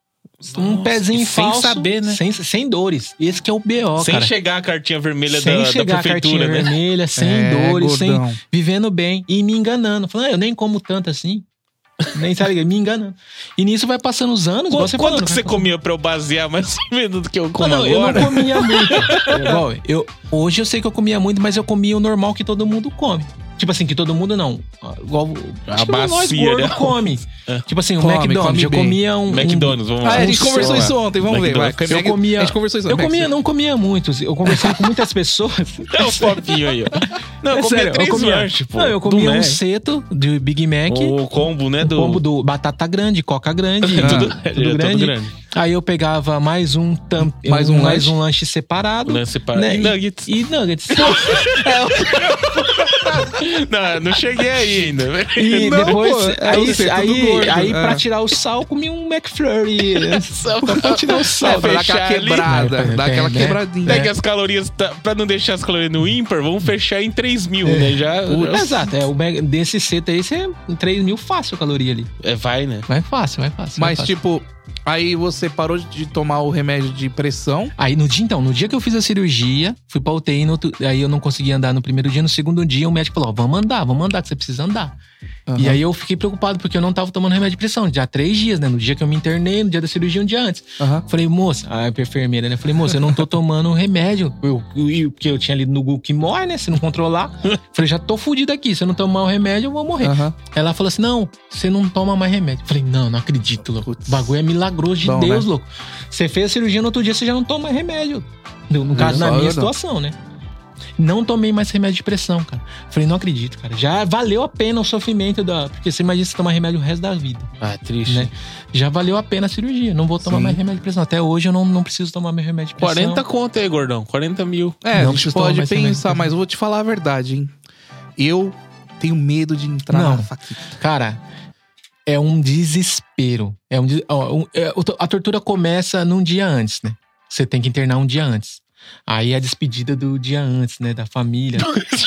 C: Um
A: Nossa,
C: pezinho
A: e sem
C: falso,
A: saber, né?
C: Sem, sem dores. Esse que é o BO,
A: sem
C: cara.
A: chegar a cartinha vermelha
C: sem
A: da, da
C: chegar a
A: prefeitura,
C: cartinha
A: né?
C: vermelha, sem
B: É,
C: dores, sem,
B: gordão.
C: vivendo bem e me enganando. Falando, ah, eu nem como tanto assim. Nem sabe, me enganando. E nisso vai passando os anos. igual
A: Quanto,
C: você né?
A: quanto
C: falando,
A: que você
C: vai
A: comia pra eu basear mais ou menos do que eu como
C: não, não, eu
A: agora?
C: não comia muito. Igual, eu, hoje eu sei que eu comia muito, mas eu comia o normal que todo mundo come. Tipo assim, que todo mundo não. Igual,
A: A
C: acho que nós
A: bacia,
C: gordo
A: né?
C: come.
A: É.
C: Tipo assim, o
B: Come,
C: McDonald's,
B: come
C: eu
B: bem.
C: comia um... um-
A: McDonald's, vamos lá.
B: Ah, a gente
A: Vamos
B: conversou
A: lá.
B: isso ontem, vamos ver. Vai.
A: McDonald's.
C: Eu comia-
B: A gente conversou isso
C: eu
B: ontem.
C: comia, não comia muitos. Eu conversei com muitas pessoas.
A: É o papinho aí, ó. Não, eu
C: É
A: comia
C: sério,
A: três
C: eu comia,
A: lanches, pô.
C: não, eu
A: do
C: comia um
A: Mac.
C: seto de Big Mac.
A: O combo, né?
C: O
A: Do...
C: combo do batata grande, coca grande, ah,
B: Tudo-
A: Tudo,
C: tudo
A: é, tudo grande.
C: grande. Aí eu pegava mais um tam,
B: Mais um
C: mais
B: lanche.
C: um lanche separado
A: Não, separa.
C: Né,
A: E
C: e-
A: nuggets.
C: e nuggets.
A: Não, não cheguei aí ainda.
C: E
B: Não,
C: depois,
B: pô, eu
C: aí,
B: não sei, tudo
C: aí,
B: gordo.
C: aí
B: É.
C: pra tirar o sal, comi um McFlurry.
A: Só
C: pra tirar o sal.
B: É, pra dar
A: Fechar
B: aquela
A: ali.
B: quebrada.
C: Né,
B: Dá aquela
C: né?
B: quebradinha.
A: É que as calorias, tá, pra não deixar as calorias no ímpar, vamos fechar em 3 mil,
C: É.
A: né? Já.
C: Exato, é, o Mac- desse seto aí, você 3 mil fácil caloria ali.
A: É, vai, né?
C: Mas fácil, mas é fácil.
B: Mas,
C: vai fácil.
B: tipo, aí você parou de tomar o remédio de pressão.
C: Aí no dia então, no dia que eu fiz a cirurgia, fui pra UTI, no outro, aí eu não consegui andar no primeiro dia, no segundo dia o médico falou, ó, vamos andar, vamos andar, que você precisa andar. E aí eu fiquei preocupado porque eu não tava tomando remédio de pressão. Já há três dias, né? No dia que eu me internei, no dia da cirurgia, um dia antes.
B: Aham.
C: Falei, moça, a enfermeira, né? Falei, moça, eu não tô tomando um remédio. Eu, eu, porque eu tinha lido no Google que morre, né? Se não controlar. Falei, já tô fudido aqui. Se eu não tomar o remédio, eu vou morrer.
B: Aham.
C: Ela falou assim: não, você não toma mais remédio. Falei, não, não acredito, louco.
B: Putz.
C: O bagulho é milagroso de
B: Bom,
C: Deus,
B: né?
C: louco. Você fez a cirurgia no outro dia, você já não toma mais remédio. No, no caso,
B: só,
C: na minha
B: não.
C: situação, né? Não tomei mais remédio de pressão, cara. Falei, não acredito, cara. Já valeu a pena o sofrimento da. Porque você imagina você tomar remédio o resto da vida,
A: Ah, triste.
C: né? Já valeu a pena a cirurgia. Não vou tomar
B: Sim.
C: mais remédio de pressão. Até hoje eu não, não preciso tomar meu remédio de pressão.
A: 40 conto aí, gordão. 40 mil.
B: É,
C: Não
B: a gente
C: precisa tomar
B: pode
C: mais remédio.
B: pensar, mas eu vou te falar a verdade, hein? Eu tenho medo de entrar
C: Não.
B: na faquinha.
C: Cara, é um desespero. É um, des- ó, um- é, o to- a tortura começa num dia antes, né? Você tem que internar um dia antes. Aí é a despedida do dia antes, né? Da família.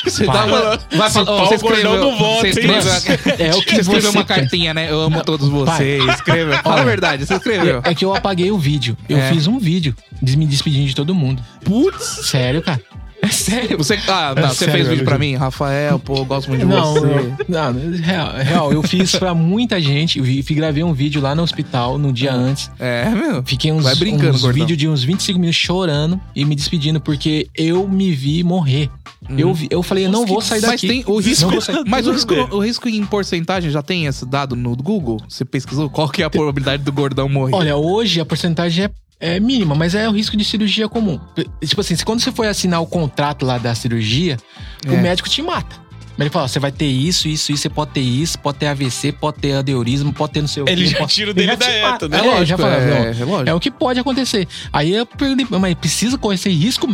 B: Você
C: Pá.
B: dá uma. Vai
A: Se pá,
B: falar,
A: o gordão do voto,
B: você
A: hein?
B: escreveu,
C: É o que
B: você escreveu
C: você
B: uma
C: quer.
B: cartinha, né? Eu amo todos
C: Pai.
B: vocês. Escreveu. Fala a verdade, você escreveu.
C: É que eu apaguei o vídeo. Eu
B: É.
C: fiz um vídeo des- me despedindo de todo mundo.
B: Putz!
C: Sério, cara? É sério.
B: Você, ah, tá,
A: É
B: você
A: sério,
B: fez vídeo
A: velho.
B: pra mim? Rafael, pô, eu gosto muito de
C: Não,
B: você.
C: não, não, real, real, eu fiz pra muita gente. Eu vi- gravei um vídeo lá no hospital no dia antes.
B: É, meu.
C: Fiquei uns,
B: Vai brincando,
C: uns
B: gordão.
C: vídeos de uns 25 minutos chorando e me despedindo porque eu me vi morrer. Eu, vi- eu falei, eu não vou sair
B: Uhum. mas
C: daqui. É.
B: tem o risco.
C: Não vou sair.
B: Mas o risco,
A: Tudo
B: o risco em porcentagem já tem esse dado no Google? Você pesquisou qual que é a probabilidade do gordão morrer?
C: Olha, hoje a porcentagem é, é mínima, mas é o risco de cirurgia comum. Tipo assim, se quando você for assinar o contrato lá da cirurgia,
B: É.
C: o médico te mata. Mas ele fala, ó, você vai ter isso, isso, isso, você pode ter isso, pode ter AVC, pode ter aneurisma, pode ter não sei o quê.
A: Ele já
C: pode-
A: tira o
C: Ele
A: dele
C: já
A: da
C: te
A: ETA,
C: mata.
A: né?
C: É, eu já falava, ó,
B: é, é lógico.
C: É o que pode acontecer. Aí eu perguntei, mas precisa correr esse risco?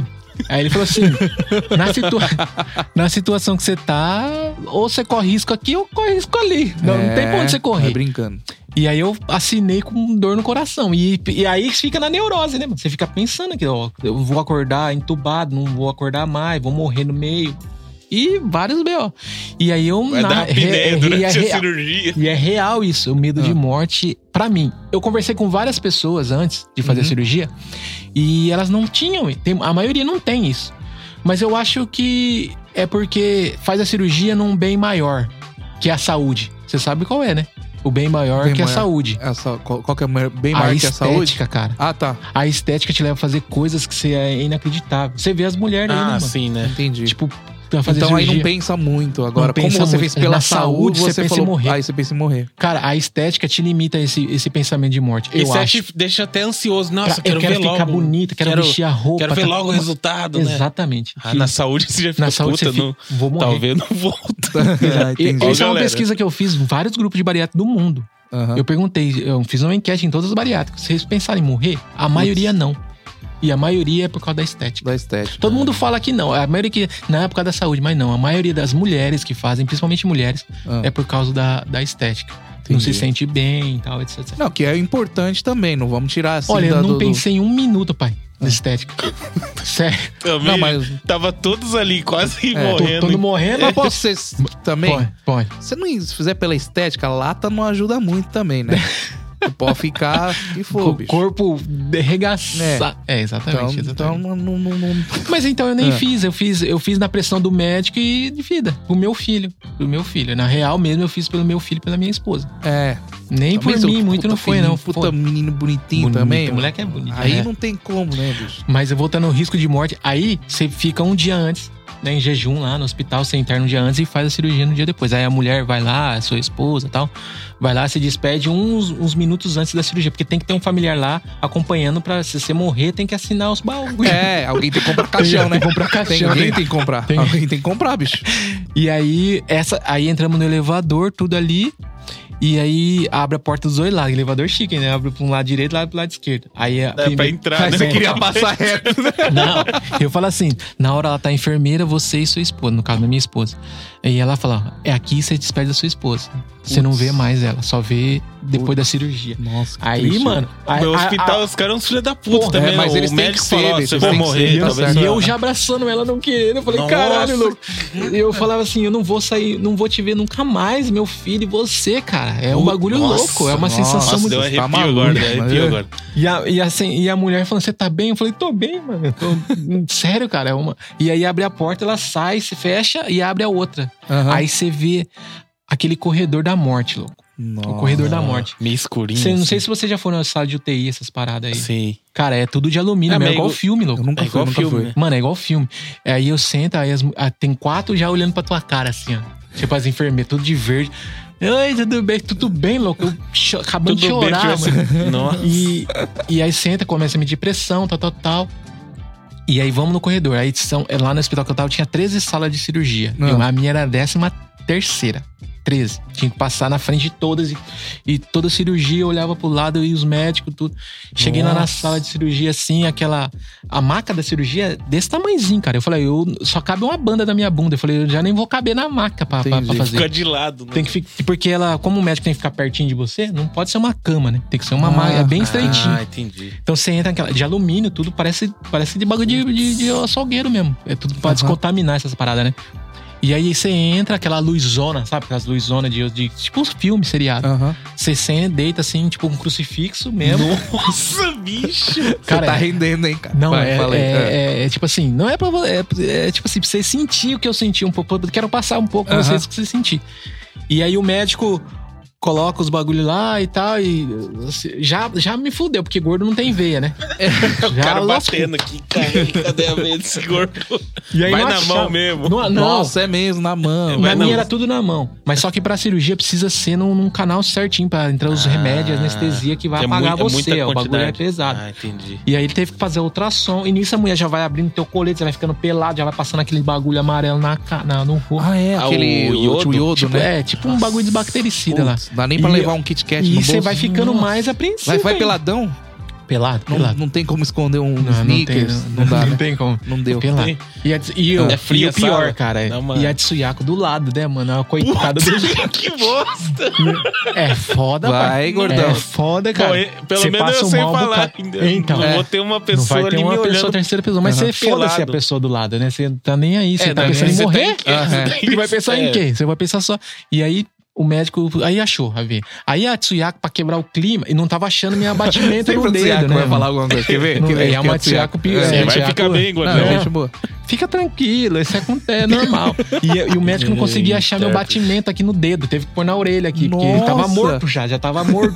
C: Aí ele falou assim: na, situa- na situação que você tá, ou você corre risco aqui ou corre risco ali. Não, não tem pra onde você
B: É
C: correr.
B: brincando.
C: E aí eu assinei com dor no coração. E, e aí fica na neurose, né? mano? Você fica pensando que, ó, eu vou acordar entubado, não vou acordar mais, vou morrer no meio. E vários B.O. E aí eu.
A: Vai
C: na-
A: dar
C: re-
A: apneia
C: re-
A: durante a
C: re-
A: cirurgia.
C: e é real isso, o medo
B: Ah.
C: de morte pra mim. Eu conversei com várias pessoas antes de fazer
B: Uhum.
C: a cirurgia e elas não tinham, tem- a maioria não tem isso. Mas eu acho que é porque faz a cirurgia num bem maior, que é a saúde. Você sabe qual é, né? O bem maior
B: Bem
C: que
B: maior.
C: a saúde.
B: É só- qual, qual que é maior- bem maior
C: a
B: que a saúde?
C: estética, cara.
B: Ah, tá.
C: A estética te leva a fazer coisas que você é inacreditável. Você vê as mulheres aí, né,
A: Ah,
C: mano?
A: sim, né?
B: Entendi.
C: Tipo, pra fazer
B: então
C: cirurgia.
B: aí não pensa muito agora.
C: Não
B: Como
C: pensa
B: você
C: muito.
B: fez pela
C: Na
B: saúde,
C: saúde,
B: você,
C: você pensa em
B: falou.
C: morrer.
B: Aí você pensa em morrer.
C: Cara, a estética te limita esse, esse pensamento de morte. Eu
A: Isso
B: é
C: acho.
A: acho... deixa até ansioso. Nossa,
C: Pra- eu
A: quero,
C: quero
A: ver
C: ficar
A: logo.
C: bonita, quero,
A: Quero-
C: vestir a roupa.
A: Quero ver
C: tá-
A: logo o resultado, né?
C: Exatamente.
A: Ah, na saúde você já fica
C: Na saúde
A: puta,
C: você fica-
A: não-
C: Vou morrer.
A: talvez não volta.
B: ah,
C: E-
B: entendi.
C: Essa é
A: Ó, galera.
C: uma
A: Tá.
C: pesquisa que eu fiz em vários grupos de bariátrica do mundo.
B: Aham.
C: Eu perguntei, eu fiz uma enquete em todas as bariátricas. Vocês pensaram em morrer? A maioria não. E a maioria é por causa da estética.
B: Da estética.
C: Todo mundo fala que não. A maioria que. Não é por causa da saúde, mas não. A maioria das mulheres que fazem, principalmente mulheres,
B: Ah.
C: é por causa da, da estética. Não
B: Entendi.
C: se sente bem e tal, etc.
B: Não, que é importante também, não vamos tirar assim.
C: Olha,
A: tá
B: da-
C: eu não
B: do- do-
C: pensei em um minuto, pai,
A: Ah.
C: de estética. Sério.
A: Também.
B: Não, mas.
A: Tava todos ali, quase
B: É,
C: Tô,
A: morrendo. né,
C: todo morrendo.
B: Eu posso ser s- também?
C: Pode, pode.
B: Se não se fizer pela estética, a lata não ajuda muito também, né? Você pode ficar e for,
C: o
B: bicho.
C: corpo derregaçado. É,
B: Então, então
C: exatamente. exatamente.
B: não, não- não- não-
C: Mas então eu nem
B: É.
C: fiz, eu fiz, eu fiz na pressão do médico e de vida, pro meu filho, pro meu filho. Na real mesmo eu fiz pelo meu filho, e pela minha esposa.
B: É.
C: Nem
B: Também
C: por
B: seu
C: mim muito
B: puta
C: não foi
B: filhinho,
C: não.
B: Puta
C: Foi.
B: menino bonitinho
C: Bonito,
B: também.
C: o moleque é bonito.
B: Aí
C: É.
B: não tem como, né, bicho?
C: Mas eu voltando ao risco de morte, aí você fica um dia antes, né, em jejum lá no hospital, você interna um dia antes e faz a cirurgia no dia depois. Aí a mulher vai lá, a sua esposa e tal, vai lá, se despede uns, uns minutos antes da cirurgia, porque tem que ter um familiar lá acompanhando pra se você morrer, tem que assinar os bagulhos.
B: É, alguém tem que comprar caixão, né?
C: Tem que comprar
B: Tem,
C: caixão.
B: alguém tem que comprar.
C: Tem.
B: Alguém tem que comprar, bicho.
C: E aí, essa, aí entramos no elevador, tudo ali. E aí abre a porta dos dois lados. Elevador chique, né? Abre pra um lado direito e lado pro lado esquerdo. Aí a
A: É, pra
C: primeira-
A: entrar, né?
B: Você queria passar reto.
C: Não, eu falo assim, na hora ela tá enfermeira, você e sua esposa, no caso da minha esposa. E ela fala, ó, é aqui você despede da sua esposa. Você não
B: Putz.
C: vê mais ela, só vê depois da cirurgia.
B: Nossa, que
C: Aí,
B: triste.
C: mano, aí,
A: Meu
C: a- a-
A: né? hospital, os caras são uns filhos da puta
C: Porra,
A: também.
B: é, mas
A: o
B: eles têm
A: médico
B: que ser,
A: falou, ó,
B: bicho,
A: você
B: eles
A: vai
B: têm que
A: morrer,
B: ser,
A: talvez.
B: tá
C: E
A: você-
C: eu já abraçando ela, não querendo. Eu falei,
A: Nossa.
C: caralho, louco. Eu falava assim, eu não vou sair, não vou te ver nunca mais, meu filho, e você, cara. É um
A: Nossa,
C: bagulho louco, é uma
B: nossa.
C: sensação
A: Nossa,
C: muito.
A: deu
B: você
A: arrepio
B: tá maluco,
A: agora, deu
B: mano.
A: arrepio agora.
C: E a, e, assim, e a mulher falando, você tá bem? Eu falei, tô bem, mano. eu tô- Sério, cara, é
A: Ah.
C: uma. E aí abre a porta, ela sai, se fecha e abre a outra.
B: Aham.
C: Aí você vê aquele corredor da morte, louco.
B: Nossa.
C: O corredor da morte.
A: Meio escurinho.
C: Cê- não
A: assim.
C: sei se você já foi na sala de UTI, essas paradas aí.
A: Sim.
C: Cara, é tudo de alumínio,
A: É,
C: mesmo, é,
A: mas
C: igual
A: igual-
C: filme, louco.
B: Eu nunca
A: É
B: fui,
A: igual
B: nunca
A: filme,
B: fui.
A: né?
C: Mano, é igual filme. Aí eu sento, aí as mu- ah, tem quatro já olhando pra tua cara, assim, ó. Tipo as enfermeiras, tudo de verde. Oi, tudo bem? Tudo bem, louco? Eu cho- acabando de
A: bem
C: chorar,
A: que
C: mano.
A: tivesse- Nossa.
C: E, e aí senta, começa a medir pressão, tal, tal, tal. E aí vamos no corredor. Aí são, é lá no hospital que eu tava, tinha 13 salas de cirurgia.
B: Ah.
C: E uma- a minha era a décima terceira. 13. Tinha que passar na frente de todas. E, e toda cirurgia eu olhava pro lado e os médicos, tudo. Cheguei lá na
B: Nossa.
C: sala de cirurgia, assim, aquela. A maca da cirurgia é desse tamanhozinho, cara. Eu falei, eu só cabe uma banda da minha bunda. Eu falei, eu já nem vou caber na maca pra, pra- pra
B: Entendi.
C: fazer.
A: Fica de lado, né?
C: Tem que ficar. Porque ela, como o médico tem que ficar pertinho de você, não pode ser uma cama, né? Tem que ser uma
B: Ah,
C: maca. É bem estreitinho.
A: Ah, entendi.
C: Então você entra naquela. De alumínio, tudo parece, parece de bagulho de, de, de açougueiro mesmo. É tudo pra
B: Aham.
C: descontaminar essas paradas, né? E aí você entra, aquela luzona, sabe? Aquelas luzonas de, de. Tipo os filmes seriados.
B: Aham.
C: Você senta, deita assim, tipo um crucifixo mesmo.
A: Nossa, bicho.
C: Cara,
B: Você tá
C: é-
B: rendendo, hein, cara?
C: Não,
B: Vai,
C: é,
B: fala aí.
C: é-
B: É.
C: é- é tipo assim, não é pra. vo- É, é tipo assim, pra você sentir o que eu senti um pouco. Eu quero passar um pouco pra
B: Aham.
C: vocês o que você sentir. E aí o médico coloca os bagulho lá e tal, e assim, já, já me fudeu, porque gordo não tem veia, né?
A: O
C: Já
A: cara
C: lascou.
A: batendo aqui. Cara, cadê a veia desse gordo?
C: E aí
A: Vai
C: não
A: na
C: achava-
A: mão mesmo.
C: Não, não,
B: Nossa, é mesmo, na mão.
C: Na
A: Vai na
C: minha
A: mão.
C: era tudo na mão. Mas só que pra cirurgia precisa ser num, num canal certinho pra entrar os
A: Ah,
C: remédios, anestesia que vai
A: Que é
C: apagar
A: mui-
C: você. ó, o bagulho é pesado.
A: Ah, entendi.
C: E aí ele teve que fazer ultrassom. E nisso a mulher já vai abrindo teu colete, já vai ficando pelado, já vai passando aquele bagulho amarelo na, ca- na, no rosto.
B: Ah, é,
A: Ah,
B: aquele
A: o iodo?
B: o iodo,
C: tipo,
B: né?
C: É, tipo um bagulho de bactericida lá.
B: Putz, dá nem pra
C: E-
B: levar um Kit Kat no
C: E
B: bolso.
C: você vai ficando
B: Nossa.
C: mais apreensivo.
B: Vai, vai
C: ainda.
B: peladão?
C: Pelado,
B: Não,
C: pelado.
B: não tem como esconder um
C: Não, não tem,
B: sneakers. Não, dá, né?
C: tem como.
B: Não deu.
C: Pelado.
A: Tem.
C: E, a, e, eu,
A: É fria
C: e o pior,
A: a sala.
C: cara. é-
A: Não, mano.
C: e a Tsuyako do lado, né, mano? A coitada do
A: que bosta.
C: É foda,
B: Vai,
C: pai.
B: gordão.
C: É foda, cara.
A: Bom, e- pelo
C: Você
A: menos
C: passa
A: eu
C: um
A: sei
C: mal
A: falar.
C: bocado.
A: ainda.
C: Então,
A: não
C: é.
A: vou ter uma
C: não
A: pessoa
C: vai ter
A: ali
C: uma
A: me
C: pessoa,
A: olhando.
C: terceira pessoa. Mas
A: Aham.
C: você foda-se a
A: Pelado.
C: pessoa do lado, né? Você não tá nem aí. Você
A: É,
C: tá
A: também
C: pensando em
A: você tá
C: morrer.
A: em que-
B: Aham.
C: E vai pensar em
A: É.
C: quê? Você vai pensar só... E aí... O médico aí achou, a ver. Aí a Tsuyako, pra quebrar o clima, e não tava achando minha abatimento
B: Sempre
C: no
B: o
C: dedo,
B: Tiago
C: né?
B: vai
C: mano?
B: falar alguma coisa. Quer ver?
C: Não,
B: Quer ver?
C: é
B: Quer
C: uma
B: o Tiago.
C: Tiago pior,
B: É.
A: Você
C: é,
A: vai
C: Thiago.
A: ficar bem,
B: Não,
A: gordão.
C: É.
B: gente boa.
C: Fica tranquilo, isso acontece, é normal. E, e o médico não conseguia achar meu batimento aqui no dedo, teve que pôr na orelha aqui, porque ele tava
B: Nossa.
C: morto já, já tava morto.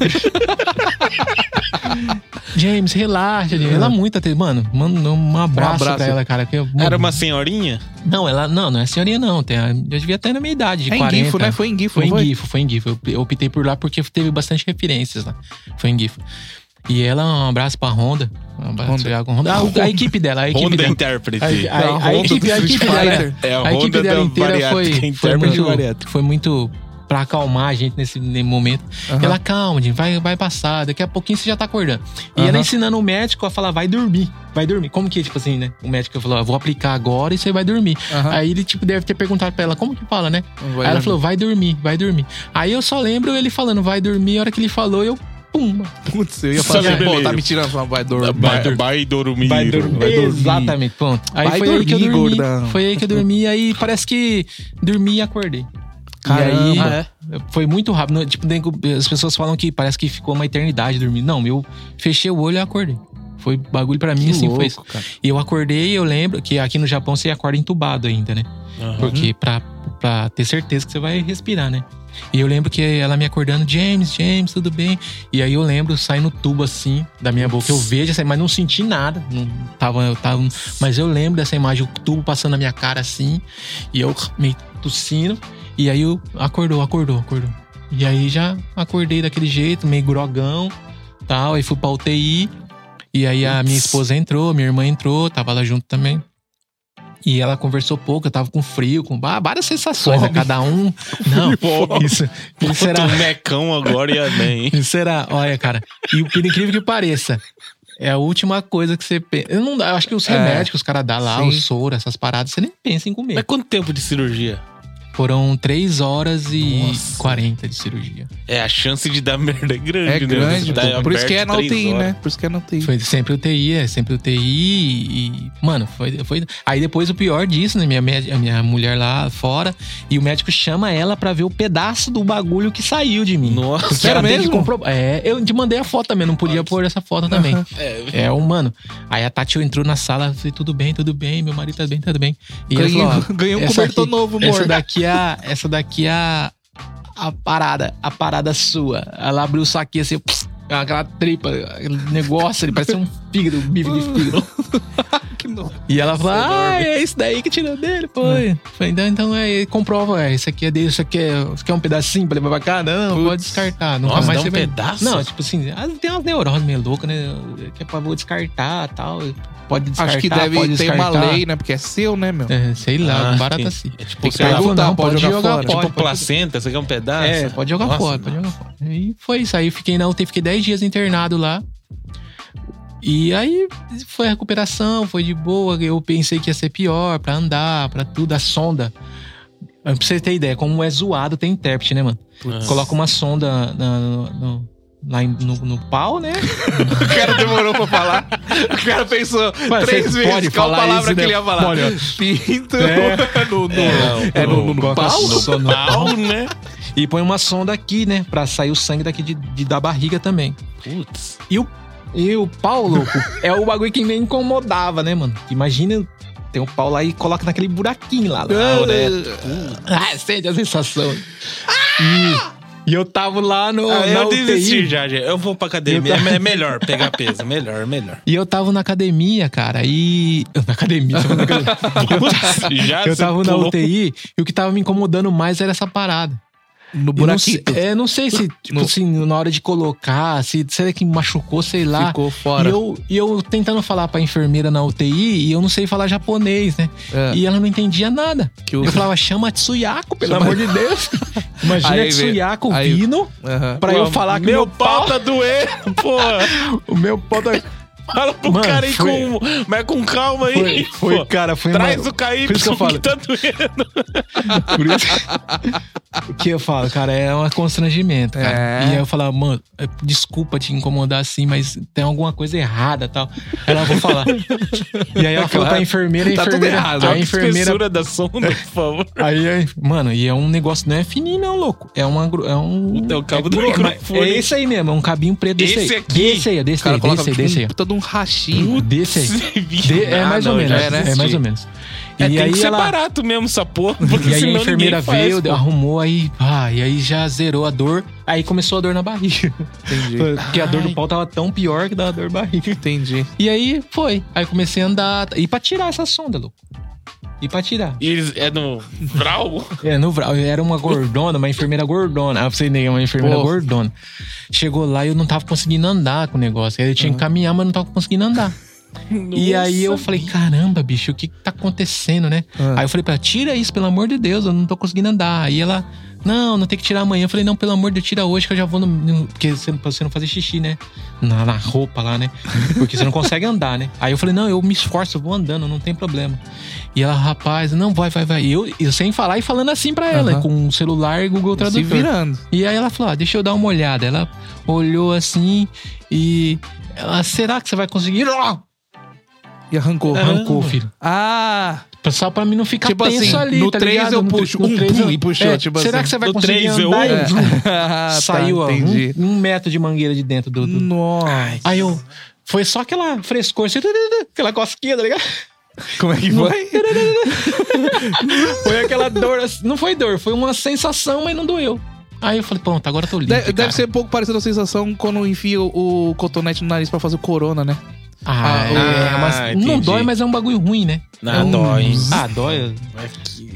C: James, relaxa, James. Ela é muito até. Mano, manda um abraço,
B: abraço.
C: pra ela, cara. que eu-
A: Era uma senhorinha?
C: Não, ela. Não, não é senhorinha, não. Tem, eu devia ter na minha idade, de
B: É em
C: 40.
B: Gifo, né? Foi em Gifo,
C: Foi
B: não
C: em
B: foi?
C: Gifo, foi em Gifo. Eu- Eu optei por lá porque teve bastante referências lá. Foi em Gifo. E ela, um abraço pra Honda. Um abraço
B: Honda.
C: pra Honda. Ah, o- a equipe dela, a equipe
A: Honda
C: dela.
A: Intérprete.
C: Aí-
B: Da
C: aí- aí
B: Honda
C: equipe-
B: do
C: a
B: Street
C: equipe dela-
B: Fighter.
A: É a
C: a equipe
A: Honda
C: dela
A: da
C: inteira
A: variável.
C: foi, foi
A: intérprete
C: muito,
B: variável.
C: foi muito pra acalmar a gente nesse, nesse momento.
B: Aham.
C: Ela, calma, gente, vai, vai passar, daqui a pouquinho você já tá acordando. E ela
B: Aham.
C: ensinando o médico a falar, vai dormir, vai dormir. Como que, tipo assim, né? O médico falou, ó, vou aplicar agora e você vai dormir.
B: Aham.
C: Aí ele, tipo, deve ter perguntado pra ela, como que fala, né?
B: Vai
C: Aí ela
B: olhando.
C: falou, vai dormir, vai dormir. Aí eu só lembro ele falando, vai dormir, a hora que ele falou, eu, pum,
B: Putz, eu ia
A: Só
B: falar assim,
A: lembrei.
B: pô, tá me tirando uma vai dor.
A: Vai- Vai dormir.
C: Exatamente, pronto. Aí
B: Vai
C: foi aí que eu
B: dormir,
C: dormi.
B: gordão.
C: Foi aí que eu dormi, aí parece que dormi e acordei. e
B: Caramba.
C: aí, foi muito rápido. Não, Tipo, nem- as pessoas falam que parece que ficou uma eternidade dormindo. Não, eu fechei o olho e acordei. Foi bagulho pra mim,
B: Que
C: assim, foi isso.
B: louco, cara.
C: E eu acordei eu lembro que aqui no Japão você acorda entubado ainda, né? Porque pra, pra ter certeza que você vai respirar, né? E eu lembro que ela me acordando, James, James, tudo bem? E aí eu lembro saindo tubo assim da minha boca. Eu vejo essa mas não senti nada. Não tava, eu tava. Mas eu lembro dessa imagem, o tubo passando na minha cara assim. E eu meio tossindo. E aí eu acordou, acordou, acordou. E aí já acordei daquele jeito, meio grogão, tal. Aí fui pra UTI. E aí a minha esposa entrou, minha irmã entrou, tava lá junto também. E ela conversou pouco, eu tava com frio, com ah, várias sensações, né?
B: Fome.
C: cada um. Não,
A: Fome.
C: isso, isso
A: Puta,
C: era,
A: um mecão agora ia bem. hein?
C: isso era, olha, cara. E por incrível que pareça, é a última coisa que você pensa. Eu, não, eu acho que os
B: É.
C: remédios que os caras dão lá,
B: Sim.
C: o soro, essas paradas, você nem pensa em comer.
A: Mas quanto tempo de cirurgia?
C: Foram 3 horas e
A: Nossa.
C: 40 de cirurgia.
A: É, a chance de dar merda é grande,
B: É
A: né?
B: grande,
A: Você tá
B: pô. por isso que é
A: aberto
B: na
A: três
B: UTI,
A: horas.
B: né? Por isso que é na UTI.
C: Foi sempre UTI, é sempre UTI e. e, mano, foi, foi. Aí depois o pior disso, né? Minha, minha, a minha mulher lá fora e o médico chama ela pra ver o pedaço do bagulho que saiu de mim.
A: Nossa,
C: Porque ela
B: sério
C: tem que
B: mesmo?
C: compro- É, eu te mandei a foto também, não podia pôr essa foto também.
A: é,
C: É, o mano. Aí a Tati entrou na sala, falei, tudo bem, tudo bem, meu marido tá bem, tudo bem. E ela
B: Ganhei,
C: falou, ó,
B: ganhei um
C: essa
B: cobertor
C: aqui-
B: novo,
C: essa
B: amor.
C: daqui é a. Essa daqui é a. a parada, a parada sua. Ela abriu o saquinho assim, pss, aquela tripa, aquele negócio, ele parecia um fígado, um bife de fígado.
B: Que nojo.
C: E ela falou, ah, é isso daí que tirou dele, pô. Falei, então, então é, comprova, é, isso aqui é dele, isso aqui é, isso aqui é um pedacinho pra levar pra cá? Não, não, pode descartar. Nunca
A: Nossa,
C: mais
A: dá
C: você
A: um
C: vai-
A: pedaço?
C: Não, tipo assim, ah, tem umas neuroses meio loucas, né? Que é pra vou descartar tal, pode descartar,
B: Acho que deve ter
C: pode descartar.
B: uma lei, né? Porque é seu, né, meu?
C: É, sei lá,
A: Ah,
C: barata
A: sim.
C: assim.
A: É tipo,
C: Tem que
A: sei lá,
B: perguntar,
C: não,
B: pode jogar fora.
A: tipo
C: pode-
A: placenta, você quer um pedaço?
C: É, pode jogar
A: Nossa,
C: fora, pode jogar fora. E foi isso. Aí eu fiquei na UTI, fiquei 10 dias internado lá. E aí foi a recuperação, foi de boa. Eu pensei que ia ser pior pra andar, pra tudo, a sonda. Pra você ter ideia, como é zoado ter intérprete, né, mano?
A: Nossa.
C: Coloca uma sonda na- no, no- lá em- no, no pau, né?
B: O cara demorou pra falar. O cara pensou
C: Ué,
B: três
C: você
B: vezes
C: pode
B: qual
C: falar
B: palavra
C: isso,
B: que
C: né?
B: ele ia falar.
C: Pode, ó.
B: Pinto.
C: É.
B: No, no,
A: É,
B: é no, no, no
C: Coloca
B: pau?
C: sonda no pau.
A: Pau, né?
C: E põe uma sonda aqui, né? Pra sair o sangue daqui de- de- da barriga também.
A: Putz.
C: E o pau, louco, é o bagulho que me incomodava, né, mano? Imagina, tem um pau lá e coloca naquele buraquinho lá. lá né? Ah, sente a sensação. E, e eu tava lá no,
A: Ah,
C: na
A: eu
C: UTI.
A: desisti já, gente. Eu vou pra academia.
C: Eu
A: É melhor pegar peso. Melhor, melhor.
C: E eu tava na academia, cara, e... Na academia, tava na academia.
A: Putz, já
C: eu tava
A: você
C: na
A: pulou.
C: UTI e o que tava me incomodando mais era essa parada.
B: No
C: Eu não
B: buraquito.
C: sei- É, não sei se, tipo
B: No-
C: assim, na hora de colocar, se será que machucou, sei lá.
B: Ficou
C: E
B: fora.
C: eu, e eu tentando falar pra enfermeira na UTI e eu não sei falar japonês, né?
B: É.
C: E ela não entendia nada.
B: Que
C: eu
B: usa.
C: falava, chama a Tsuyako, pelo
B: Chama-
C: amor de Deus. Imagina
B: Aí
C: a Tsuyako
B: vem- aí-
C: vindo
B: Aham.
C: pra eu falar que meu, pau...
A: tá doendo, porra.
C: O meu pau tá...
A: Fala pro
C: Mano,
A: cara aí
C: foi-
A: com. Mas com calma aí.
C: Foi, foi,
A: pô.
C: cara, foi...
A: Traz
C: uma-
A: o KY
C: Por isso que eu falo.
A: tá doendo.
C: Por isso... o que eu falo, cara, é um constrangimento, cara.
B: É.
C: E aí eu falava, mano, desculpa te incomodar assim, mas tem alguma coisa errada e tal. Ela, vou falar. E aí ela falou pra
B: É Claro.
C: enfermeira, a
B: Tá tudo
C: enfermeira...
B: errado. Tá
C: a
A: Troca
C: enfermeira
A: espessura da sonda, por favor.
C: Aí, aí, mano, e é um negócio, não é fininho não, louco. É uma, gru- é um...
A: Puta, é o cabo do
C: gru-
A: microfone.
C: É esse aí mesmo, é um cabinho preto desse
A: Esse
C: aí.
A: aqui.
C: Desse aí,
B: O
C: desse
B: cara
C: aí,
B: coloca
C: desse aí,
B: tipo,
C: desse aí.
B: um puta de um rachinho.
C: Desse aí. De- é
B: Ah,
C: mais ou
B: não, já
C: menos,
B: era assim.
C: é mais
B: assistido.
C: ou menos.
A: É,
C: e
A: tem
C: aí
A: que ser
C: ela...
A: barato mesmo essa porra. Porque
C: E aí
A: senão
C: a enfermeira
A: ninguém faz,
C: veio,
A: pô.
C: arrumou, aí, pá, e aí já zerou a dor. Aí começou a dor na barriga.
B: Entendi.
C: Porque a dor do
A: Ai.
C: pau tava tão pior que dava dor na barriga.
B: Entendi.
C: E aí foi. Aí comecei a andar. E pra tirar essa sonda, louco. E pra tirar.
A: E eles, é no Vral?
C: É, no Vral. Eu era uma gordona, uma enfermeira gordona. Ah, pra você entender, uma enfermeira
B: Porra.
C: gordona. Chegou lá e eu não tava conseguindo andar com o negócio. Aí eu
A: Uhum.
C: tinha que caminhar, mas não tava conseguindo andar. E aí eu falei, caramba, bicho, o que que tá acontecendo, né?
B: Ah.
C: Aí eu falei pra ela, tira isso, pelo amor de Deus, eu não tô conseguindo andar. Aí ela, não, não tem que tirar amanhã. Eu falei, não, pelo amor de Deus, tira hoje que eu já vou no... no- porque você, não- pra você não fazer xixi, né? Na, na roupa lá, né? Porque você não consegue andar, né? Aí eu falei, não, eu me esforço, eu vou andando, não tem problema. E ela, rapaz, não, vai, vai, vai. E eu, eu sem falar e falando assim pra ela,
B: Aham.
C: com o celular e Google
B: Se
C: Tradutor.
B: virando.
C: E aí ela falou, ah, deixa eu dar uma olhada. Ela olhou assim e... Ela, será que você vai conseguir?
B: E arrancou.
C: Arrancou, filho.
B: Ah!
C: Só pra mim não ficar
B: Tipo
C: tenso
B: assim,
C: ali,
B: no
C: tá
B: três
C: ligado?
B: eu
C: No tr-
B: puxo,
C: no
B: um
C: três
B: pum
C: eu-
B: e puxou,
C: É,
B: tipo
C: será
B: assim.
C: que você vai
A: No
C: conseguir
A: três eu-
C: andar?
A: É.
C: Zum.
B: um Ah, tá,
C: Saiu ó,
B: Entendi.
C: um, um metro de mangueira de dentro do... do-
B: Nossa.
C: Aí eu... Foi só aquela frescor, assim, aquela cosquinha, tá ligado?
B: Como é que foi?
C: Foi aquela dor, assim- não foi dor, foi uma sensação, mas não doeu. Aí eu falei, pronto, agora eu tô livre,
B: Deve,
C: cara.
B: deve ser um pouco parecida a sensação quando enfia o, o cotonete no nariz pra fazer o corona, né?
C: Ah,
B: Ah,
C: é, mas não
A: entendi.
C: dói, mas é um bagulho ruim, né?
A: Não,
C: É um-
A: dói, hein?
C: Ah, dói.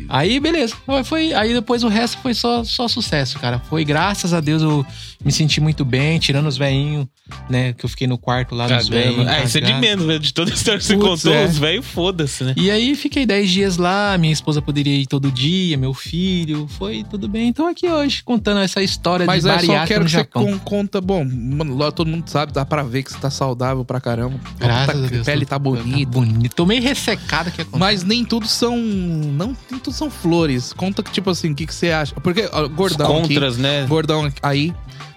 C: Aí, beleza. Aí Foi, aí depois o resto foi só, só sucesso, cara. Foi graças a Deus eu me senti muito bem, tirando os veinhos, né? Que eu fiquei no quarto lá dos velhinhos.
A: Cagando. Ah, isso é de
C: cagados.
A: menos, velho. De toda a história que você
B: Putz,
A: contou,
B: é.
A: os velhos, foda-se, né?
C: E aí fiquei 10 dias lá, minha esposa poderia ir todo dia, meu filho, foi tudo bem. Então aqui hoje, contando essa história
B: Mas
C: de
B: é só
C: bariátrica
B: quero
C: no
B: que você
C: Japão.
B: con- conta. Bom, mano, lá todo mundo sabe, dá pra ver que você tá saudável pra caramba.
C: Graças
B: Tá-
C: a Deus.
B: pele tá bonita.
C: bonito. Tô meio ressecado que aconteceu.
B: Mas nem tudo são. Não, nem tudo são flores. Conta que, tipo assim, o que, que você acha? Porque, ó,
A: Os
B: gordão. aqui-
A: contras, né?
B: Gordão aí,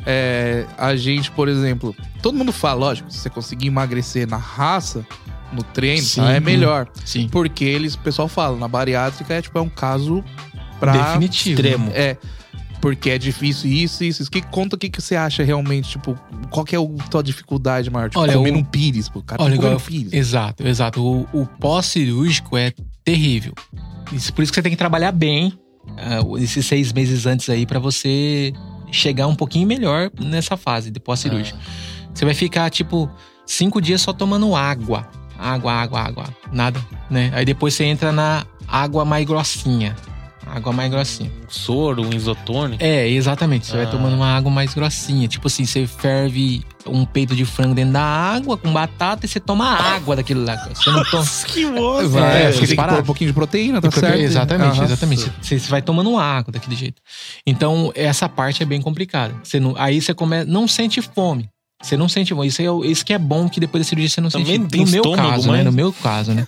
B: é, a gente, por exemplo, todo mundo fala, lógico, se você conseguir emagrecer na raça, no treino,
C: Sim.
B: tá, é melhor.
C: Sim.
B: Porque eles, o pessoal fala, na bariátrica é tipo, é um caso pra.
C: Definitivo.
A: Extremo.
B: É. Porque é difícil isso, isso, isso. Que, conta o que, que você acha realmente, tipo, qual que é a tua dificuldade maior? Tipo,
C: Olha,
B: comer
C: o-
B: um pires, pô. O cara
C: Olha,
B: Olha,
C: igual
B: comendo
C: eu-
B: pires.
C: Exato, exato. O, o pós-cirúrgico é terrível. Isso, por isso que você tem que trabalhar bem ah, esses seis meses antes aí pra você chegar um pouquinho melhor nessa fase de pós-cirúrgica. Você vai ficar, tipo, cinco dias só tomando água. Água, água, água. Nada, né? Aí depois você entra na água mais grossinha. Água mais grossinha.
A: Soro, um isotônico.
C: É, exatamente. Você
A: Ah.
C: vai tomando uma água mais grossinha. Tipo assim, você ferve um peito de frango dentro da água com batata e você toma água daquilo lá. cara. Você não toma.
A: Que né? moço!
B: Vai, acho
C: É,
B: que tem que
C: disparado.
B: pôr um pouquinho de proteína, tá
C: Porque-
B: certo?
C: Exatamente,
B: Aham.
C: exatamente. Você, você vai tomando um água daquele jeito. Então, essa parte é bem complicada. Você não, aí você começa. Não sente fome. Você não sente fome. Isso, é, o- isso que é bom que depois da cirurgia você não
A: Também
C: sente
A: tem
C: No meu
A: estômago,
C: caso,
A: mas-
C: né? No meu caso, né?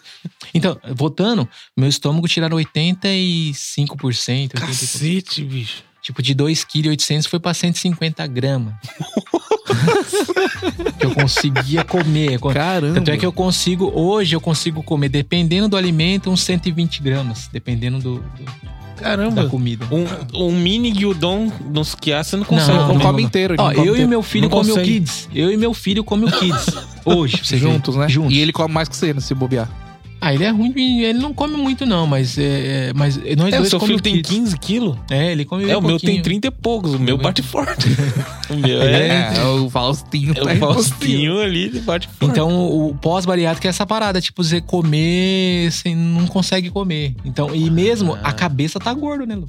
C: Então, voltando, meu estômago tiraram 85%. 85%.
A: Cacete, bicho.
C: Tipo, de 2,8 kg foi pra 150 gramas. que eu conseguia comer.
B: Caramba.
C: Tanto é
A: Uhum.
C: que eu consigo, hoje eu consigo comer, dependendo do alimento, uns 120 gramas. Dependendo do, do- da
A: Caramba.
C: comida.
A: Um, um mini guildon nos quiás, você não consegue
C: Não,
B: Não
A: comer.
B: come inteiro. ele
C: Ó,
B: não come
C: eu e
B: inteiro.
C: meu filho
A: Não
C: come o
A: consegue.
C: Kids. Eu e meu filho come o Kids. Hoje, pra você ver.
B: Juntos, né?
C: Juntos.
B: E ele come mais que você, né, se bobear.
C: Ah, ele é ruim, ele não come muito não, mas... É, é- mas nós
A: É, o
C: dois
A: seu
C: come
A: filho
C: o
A: tem
C: Kids.
A: 15 quilos?
C: É, ele come
A: É,
C: bem
A: o meu tem
C: pouquinho.
A: 30 e poucos. O meu
C: Meu
A: bate forte. o meu é.
B: É, o Faustinho.
A: É o Faustinho ali, ele bate forte.
C: Então, o pós-bariátrico é essa parada, tipo, você comer, você não consegue comer. Então, e mesmo
A: Ah.
C: a cabeça tá gordo, né, louco?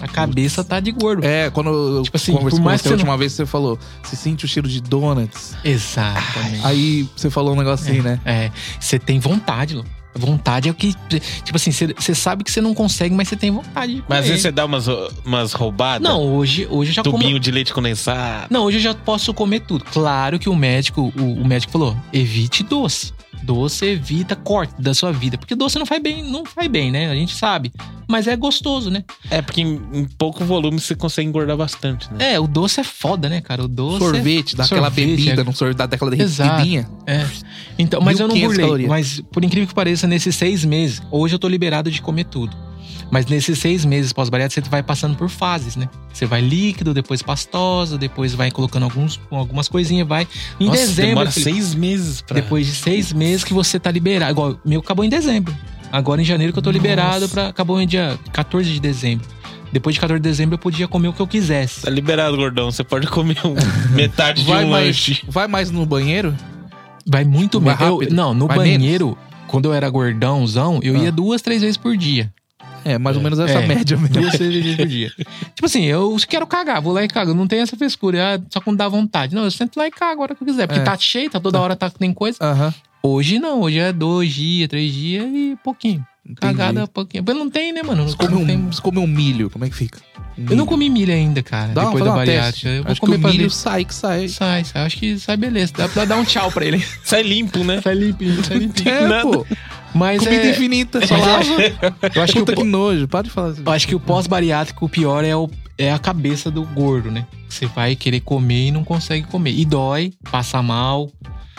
C: A cabeça tá de gordo.
B: É, quando eu
C: Tipo assim,
B: conversei
C: por
B: com
C: mais
B: você a
C: que você
B: última vez, você falou, você sente o cheiro de donuts.
C: Exatamente.
B: Aí você falou um negócio assim, né?
C: É, você tem vontade, louco. Vontade é o que. Tipo assim, você você sabe que você não consegue, mas você tem vontade. de
A: Mas é às
C: comer.
A: vezes você dá umas, umas roubadas.
C: Não, hoje, hoje eu já como.
A: Tubinho de leite condensado.
C: Não, hoje eu já posso comer tudo. Claro que o médico, o, o médico falou, evite doce. Doce evita corte da sua vida, porque doce não faz bem, não faz bem, né? A gente sabe. Mas é gostoso, né?
A: É porque em, em pouco volume você consegue engordar bastante, né?
C: É, o doce é foda, né, cara? O doce. é-
B: sorvete, daquela
C: sorvete,
B: bebida,
C: é.
B: no sorvete, daquela
C: Exato.
B: derretidinha.
C: Então, mas eu não
B: 1.500
C: burlei.
B: calorias.
C: Mas, por incrível que pareça, nesses seis meses, hoje eu tô liberado de comer tudo. Mas nesses seis meses pós-bariátrica, você vai passando por fases, né? Você vai líquido, depois pastosa, depois vai colocando alguns, algumas coisinhas, vai. Em
A: Nossa,
C: dezembro,
A: demora
C: Felipe,
A: seis meses pra...
C: depois de seis meses que você tá liberado. Igual, meu acabou em dezembro. Agora em janeiro que eu tô
B: Nossa.
C: liberado, pra, acabou em dia 14 de dezembro. Depois de 14 de dezembro, eu podia comer o que eu quisesse.
A: Tá liberado, gordão. Você pode comer um- metade de
B: Vai,
A: um
B: mais,
A: lanche.
B: vai mais no banheiro?
C: Vai muito
B: Vai
C: menos. Eu-
B: rápido?
C: Não, no
B: Vai
C: banheiro, quando eu era gordãozão, eu
B: Ah.
C: ia duas, três vezes por dia.
B: É, mais ou
A: É.
B: menos essa
C: É.
B: média mesmo.
C: Duas, três vezes por dia. Tipo assim, eu quero cagar, vou lá e cago. Não tem essa frescura, ah, só quando dá vontade. Não, eu sento lá e cago a hora que eu quiser. Porque
B: É.
C: tá cheio, tá toda hora tá, tem coisa.
B: Aham.
C: Hoje não, hoje é dois dias, três dias e pouquinho. Cagada, pouquinho. Mas não tem, né, mano? Não
B: Você come,
C: tem-
B: um, você come um milho, como é que fica? Um
C: Eu não
B: milho.
C: comi milho ainda, cara.
B: Dá
C: depois
B: uma,
C: da
B: dá uma teste.
C: bariátrica. Eu vou
B: Acho
C: comer
B: que o
C: pra
B: milho
C: ver.
B: sai que sai.
C: Sai, sai. Acho que sai, beleza. Dá pra dar um tchau pra ele.
A: Sai limpo, né?
C: sai Tá limpinho, sai limpinho.
B: É,
A: Nada.
B: pô.
C: Mas
B: Comida
C: é...
B: infinita, só
C: Mas eu
B: lava.
C: acho- Eu acho que o
B: Puta que nojo, para de falar isso.
C: Eu acho que o pós-bariátrico, o pior é, o- é a cabeça do gordo, né? Você vai querer comer e não consegue comer. E dói, passa mal,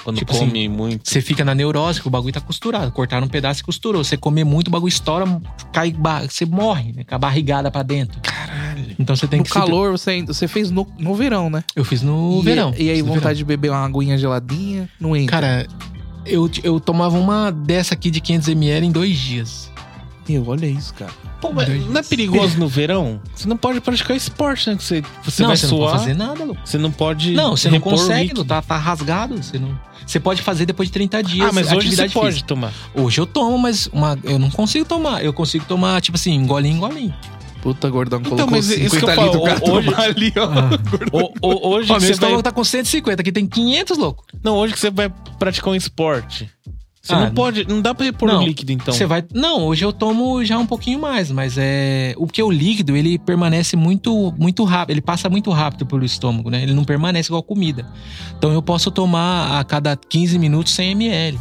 A: Quando
C: Tipo
A: come muito.
C: você fica na neurose, que o bagulho tá costurado. Cortaram um pedaço e costurou. Você comer muito, o bagulho estoura, cai, ba- você morre, né? Com a barrigada pra dentro. Caralho. Então você tem
B: No
C: que. se-
B: calor, você, ainda- você fez no, no verão, né?
C: Eu fiz no
A: é-
B: e,
C: verão.
B: E aí,
C: Fiz no
B: vontade de beber uma aguinha geladinha, não
C: verão.
B: entra.
C: Cara, eu, eu tomava uma dessa aqui de 500ml em dois dias.
B: Meu, olha isso, cara.
A: Pô, mas
C: Deus.
A: não é perigoso no verão? Você não pode praticar esporte, né? Que você você
C: não,
A: vai
C: você não
A: suar.
C: pode fazer nada, louco.
A: Você não pode.
C: Não, você não
A: repor o
C: consegue,
A: líquido.
C: tá, tá rasgado. Você, não... você pode fazer depois de 30 dias.
A: Ah, mas hoje você
C: atividade física.
A: pode tomar.
C: Hoje eu tomo, mas uma, eu não consigo tomar. Eu consigo tomar, tipo assim, engolinho, engolinho.
B: Puta, gordão,
A: Então,
B: colocou
A: mas isso que eu
B: 50
A: falo.
B: litros pra
A: Hoje-
B: tomar ali, ó.
C: Ah,
A: O- o- hoje,
C: Ó,
A: que
C: meu
A: você
C: estômago
A: vai,
C: tá com 150, aqui tem 500, louco.
A: não, hoje que você vai praticar um esporte. Você
C: Ah,
A: não pode. Não dá pra repor
C: não.
A: o líquido, então.
C: Você vai... Não, hoje eu tomo já um pouquinho mais, mas é... O que o líquido, ele permanece muito, muito rápido. Ele passa muito rápido pelo estômago, né? Ele não permanece igual comida. Então eu posso tomar a cada 15 minutos 100 ml.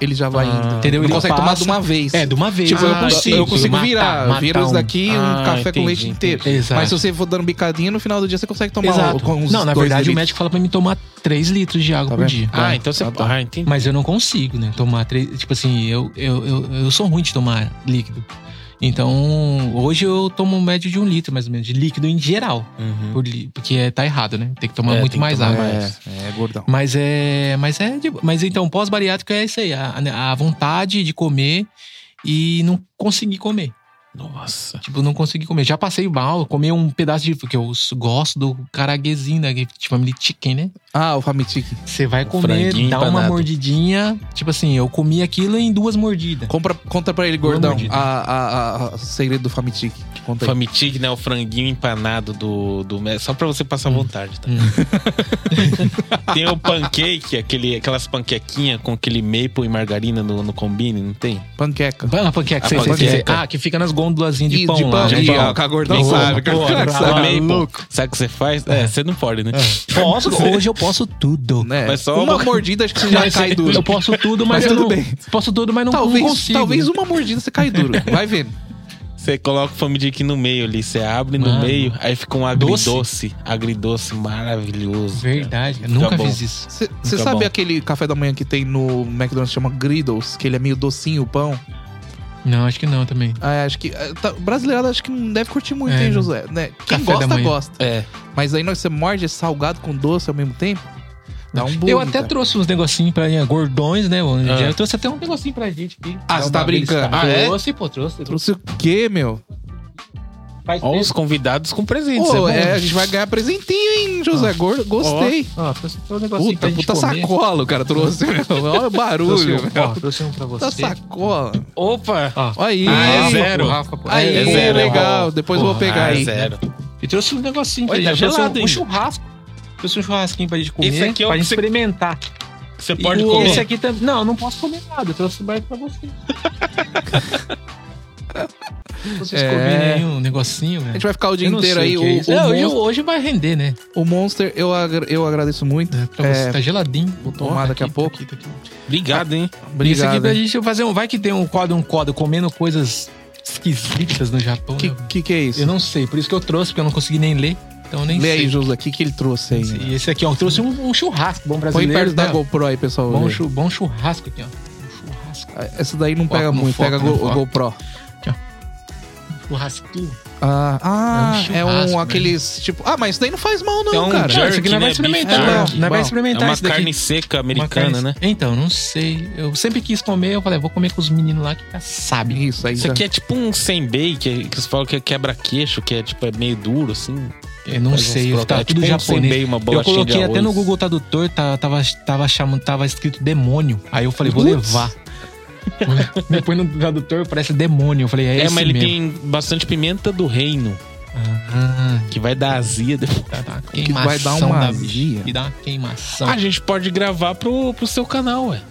B: Ele já vai
A: Ah.
B: indo.
C: Entendeu?
B: Não
C: Ele
B: consegue tomar
C: passa-
B: de uma vez.
C: É, de uma vez.
B: Tipo,
A: Ah,
B: eu consigo, eu
A: entendi.
B: consigo
C: Matar,
B: virar.
C: matar
B: vira isso
C: um.
B: daqui,
A: Ah,
B: um café com
A: entendi,
B: leite
A: entendi.
B: inteiro.
C: Exato.
B: Mas se você for dando bicadinha, no final do dia você consegue tomar
C: Exato.
B: o- com uns
C: não, na
B: dois
C: verdade o
B: litros.
C: médico fala pra mim tomar 3 litros de água
B: Tá
C: por
B: vendo?
C: dia.
A: Ah, então você. Ah,
B: Ah, tá.
A: entendi.
C: Mas eu não consigo, né? Tomar três. Tipo assim, eu, eu, eu, eu sou ruim de tomar líquido. Então, hoje eu tomo um médio de um litro, mais ou menos, de líquido em geral.
A: Uhum.
C: por li- porque é, tá errado, né? Tem que tomar
A: É,
C: muito
A: tem que
C: mais
A: tomar
C: água.
A: mais.
B: É, é, gordão.
C: Mas é. Mas é. de- mas então, pós-bariátrico é isso aí. A, a vontade de comer e não conseguir comer.
A: Nossa.
C: Tipo, não consegui comer. Já passei mal, comi um pedaço de. Porque eu gosto do caraguezinho, né? que é Tipo, family chicken, né?
B: Ah, o Famitico.
C: Você vai comer,
A: franguinho
C: dá uma
A: empanado.
C: mordidinha. Tipo assim, eu comi aquilo em duas mordidas.
B: Compra, conta pra ele, gordão,
C: mordida.
B: a, a, a- a- o segredo do Famitic. Conta aí.
A: Famitig, né? O franguinho empanado do, do Messi. Só pra você passar
C: Hum.
A: vontade, tá? tem o pancake, aquele, aquelas panquequinhas com aquele maple e margarina no, no combine, não tem?
B: Panqueca.
C: Vai na panqueca,
A: A
C: sei, sei, sei.
A: panqueca.
C: Ah, que fica nas gondolazinhas de
B: Ih,
C: pão
B: de
C: lá.
B: pão,
C: né?
A: de
B: Ih,
A: pão.
B: ó, que a gordão
A: Nossa,
B: sabe.
A: pô,
B: cara que
A: tá
B: sabe.
A: maple.
B: Louco.
A: Sabe o que você faz? É, você não pode, né?
C: Posso? É. Hoje eu posso tudo.
B: Né?
A: Mas só
B: uma
A: uma-
B: mordida acho que você já
C: Mas
B: cai
C: eu-
B: duro.
C: Eu posso tudo,
B: Mas
C: mas, eu
B: tudo
C: não,
B: bem.
C: Posso tudo, mas não não
B: Talvez,
C: consigo.
B: talvez uma mordida você cai duro. Vai vendo.
A: Você coloca o Famidig no meio ali. Você abre no
C: Mano.
A: meio, aí fica um agridoce. Agridoce maravilhoso. cara.
C: Verdade,
B: Tá
C: eu
A: Fica
C: nunca
A: bom.
C: fiz isso.
B: Você você
A: Tá
B: sabe
A: bom.
B: aquele café da manhã que tem no McDonald's que chama Griddles, que ele é meio docinho o pão?
C: Não, acho que não também.
B: Ah, acho que. é, Tá, brasileirado acho que não deve curtir muito,
C: É.
B: hein, José? Né? Quem
C: Café da
B: gosta,
C: manhã.
B: gosta.
A: É.
B: Mas aí não, você morde esse salgado com doce ao mesmo tempo, dá um bug.
C: eu até
B: cara.
C: trouxe uns negocinhos pra gordões, né? mano?
A: Ah.
C: Eu trouxe até um negocinho pra gente aqui.
B: Ah,
C: Dá
B: você
C: uma
B: tá brincando?
C: beliscada.
A: Ah, é?
C: Trouxe, pô, trouxe. trouxe.
B: Trouxe o quê, meu?
C: Faz
A: Ó,
C: tempo.
A: os convidados com presentes.
B: Pô,
A: é bom.
B: é, a gente vai ganhar presentinho, hein, José? Gordo, gostei.
C: Ó, trouxe até um negocinho
B: Puta,
C: pra gente
B: puta
C: comer.
B: sacola o cara trouxe, meu. Olha o
C: Trouxe
B: barulho,
C: um, ó,
B: meu.
C: trouxe um pra
B: Puta
C: você.
B: sacola.
A: Opa!
C: Ó,
B: Olha aí.
A: Ah, é
C: Rafa,
A: zero.
C: pô, Rafa, pô.
B: Aí,
A: É zero,
B: legal.
C: ó.
B: Depois eu vou
C: Porra, é
B: pegar
A: Ah,
B: aí.
A: zero.
C: E trouxe um negocinho pra
A: Olha, tá
C: gente. trouxe
A: gelado
C: um, um
A: ainda.
C: churrasco. Trouxe um churrasquinho pra gente comer.
A: Esse aqui é o
C: pra
A: que
C: gente
A: você-
C: experimentar.
A: Você pode
C: e
A: comer.
C: Esse aqui também. Não, eu não posso comer nada. Eu trouxe mais pra você. Vocês
B: É.
C: comerem aí um negocinho,
B: A
C: velho.
B: gente vai ficar o dia
C: Eu não
B: inteiro
C: sei
B: aí.
C: o
B: O,
C: que é isso.
B: o
C: É, hoje,
B: Monster,
C: hoje vai render, né?
B: o Monster, eu, agra- eu agradeço muito.
C: Pra você,
B: É,
C: tá geladinho.
B: vou tomar
C: Ó,
B: daqui a
C: aqui,
B: pouco.
C: Tá aqui, tá aqui.
A: Obrigado, hein?
C: Isso aqui
B: Obrigado.
C: pra
B: hein.
C: gente fazer um. Vai que tem um quadro, um quadro comendo coisas esquisitas no Japão. né?
B: Que, que que é isso?
C: Eu não sei, por isso que eu trouxe, porque eu não consegui nem ler. Então eu nem
B: Lê aí,
C: sei.
B: José, o que, que ele trouxe aí?
C: E esse aqui, ó, eu trouxe um, um churrasco, bom
B: Põe
C: brasileiro.
B: perto da
C: né?
B: GoPro aí, pessoal.
C: Bom,
B: ver.
C: chu- bom churrasco aqui, ó. Um churrasco.
B: Essa daí não
C: Foca
B: pega
C: no
B: muito,
C: foco,
B: pega
C: no
B: go-
C: foco.
B: GoPro.
C: um Churrasquinho.
B: Ah, ah, é
C: É um
B: um,
C: churrasco,
B: aqueles, tipo... Ah, mas isso daí não faz mal não,
A: É um
B: cara.
A: jerk,
C: Não, isso aqui nós
A: né?
C: vai
A: Beef
C: experimentar.
B: jerky.
C: Não, nós
B: Bom,
C: vai
A: É
C: experimentar
A: uma
C: isso daqui.
A: carne seca
C: Uma
A: americana,
C: carne-
A: né?
C: Então, não sei. Eu sempre quis comer, eu falei, "Ah, vou comer com os meninos lá que tá já sabem.
B: Isso aí.
A: Isso
B: já-
A: aqui é tipo um senbei, que, que você fala que é quebra-queixo, que é tipo é meio duro, assim.
C: Eu não
A: Faz uns
C: sei,
A: croquetes.
C: tá
A: É
C: tudo
A: tipo um
C: japonês.
A: senbei, uma
C: eu
A: bolachinha de
C: coloquei até
A: arroz.
C: no Google Tradutor, tá- tava, tava, chamando, tava escrito demônio. Aí eu falei, vou
B: Putz.
C: levar. Depois no tradutor parece demônio. Eu falei, é,
A: É,
C: esse
A: mas ele
C: mesmo.
A: tem bastante pimenta do reino,
C: Ah,
A: que vai dar azia. Então, depois.
C: tá, tá.
B: que vai dar
C: Queimação
B: uma
C: da-
B: azia.
C: E dá uma queimação.
A: A gente pode gravar pro, pro seu canal, ué. Né?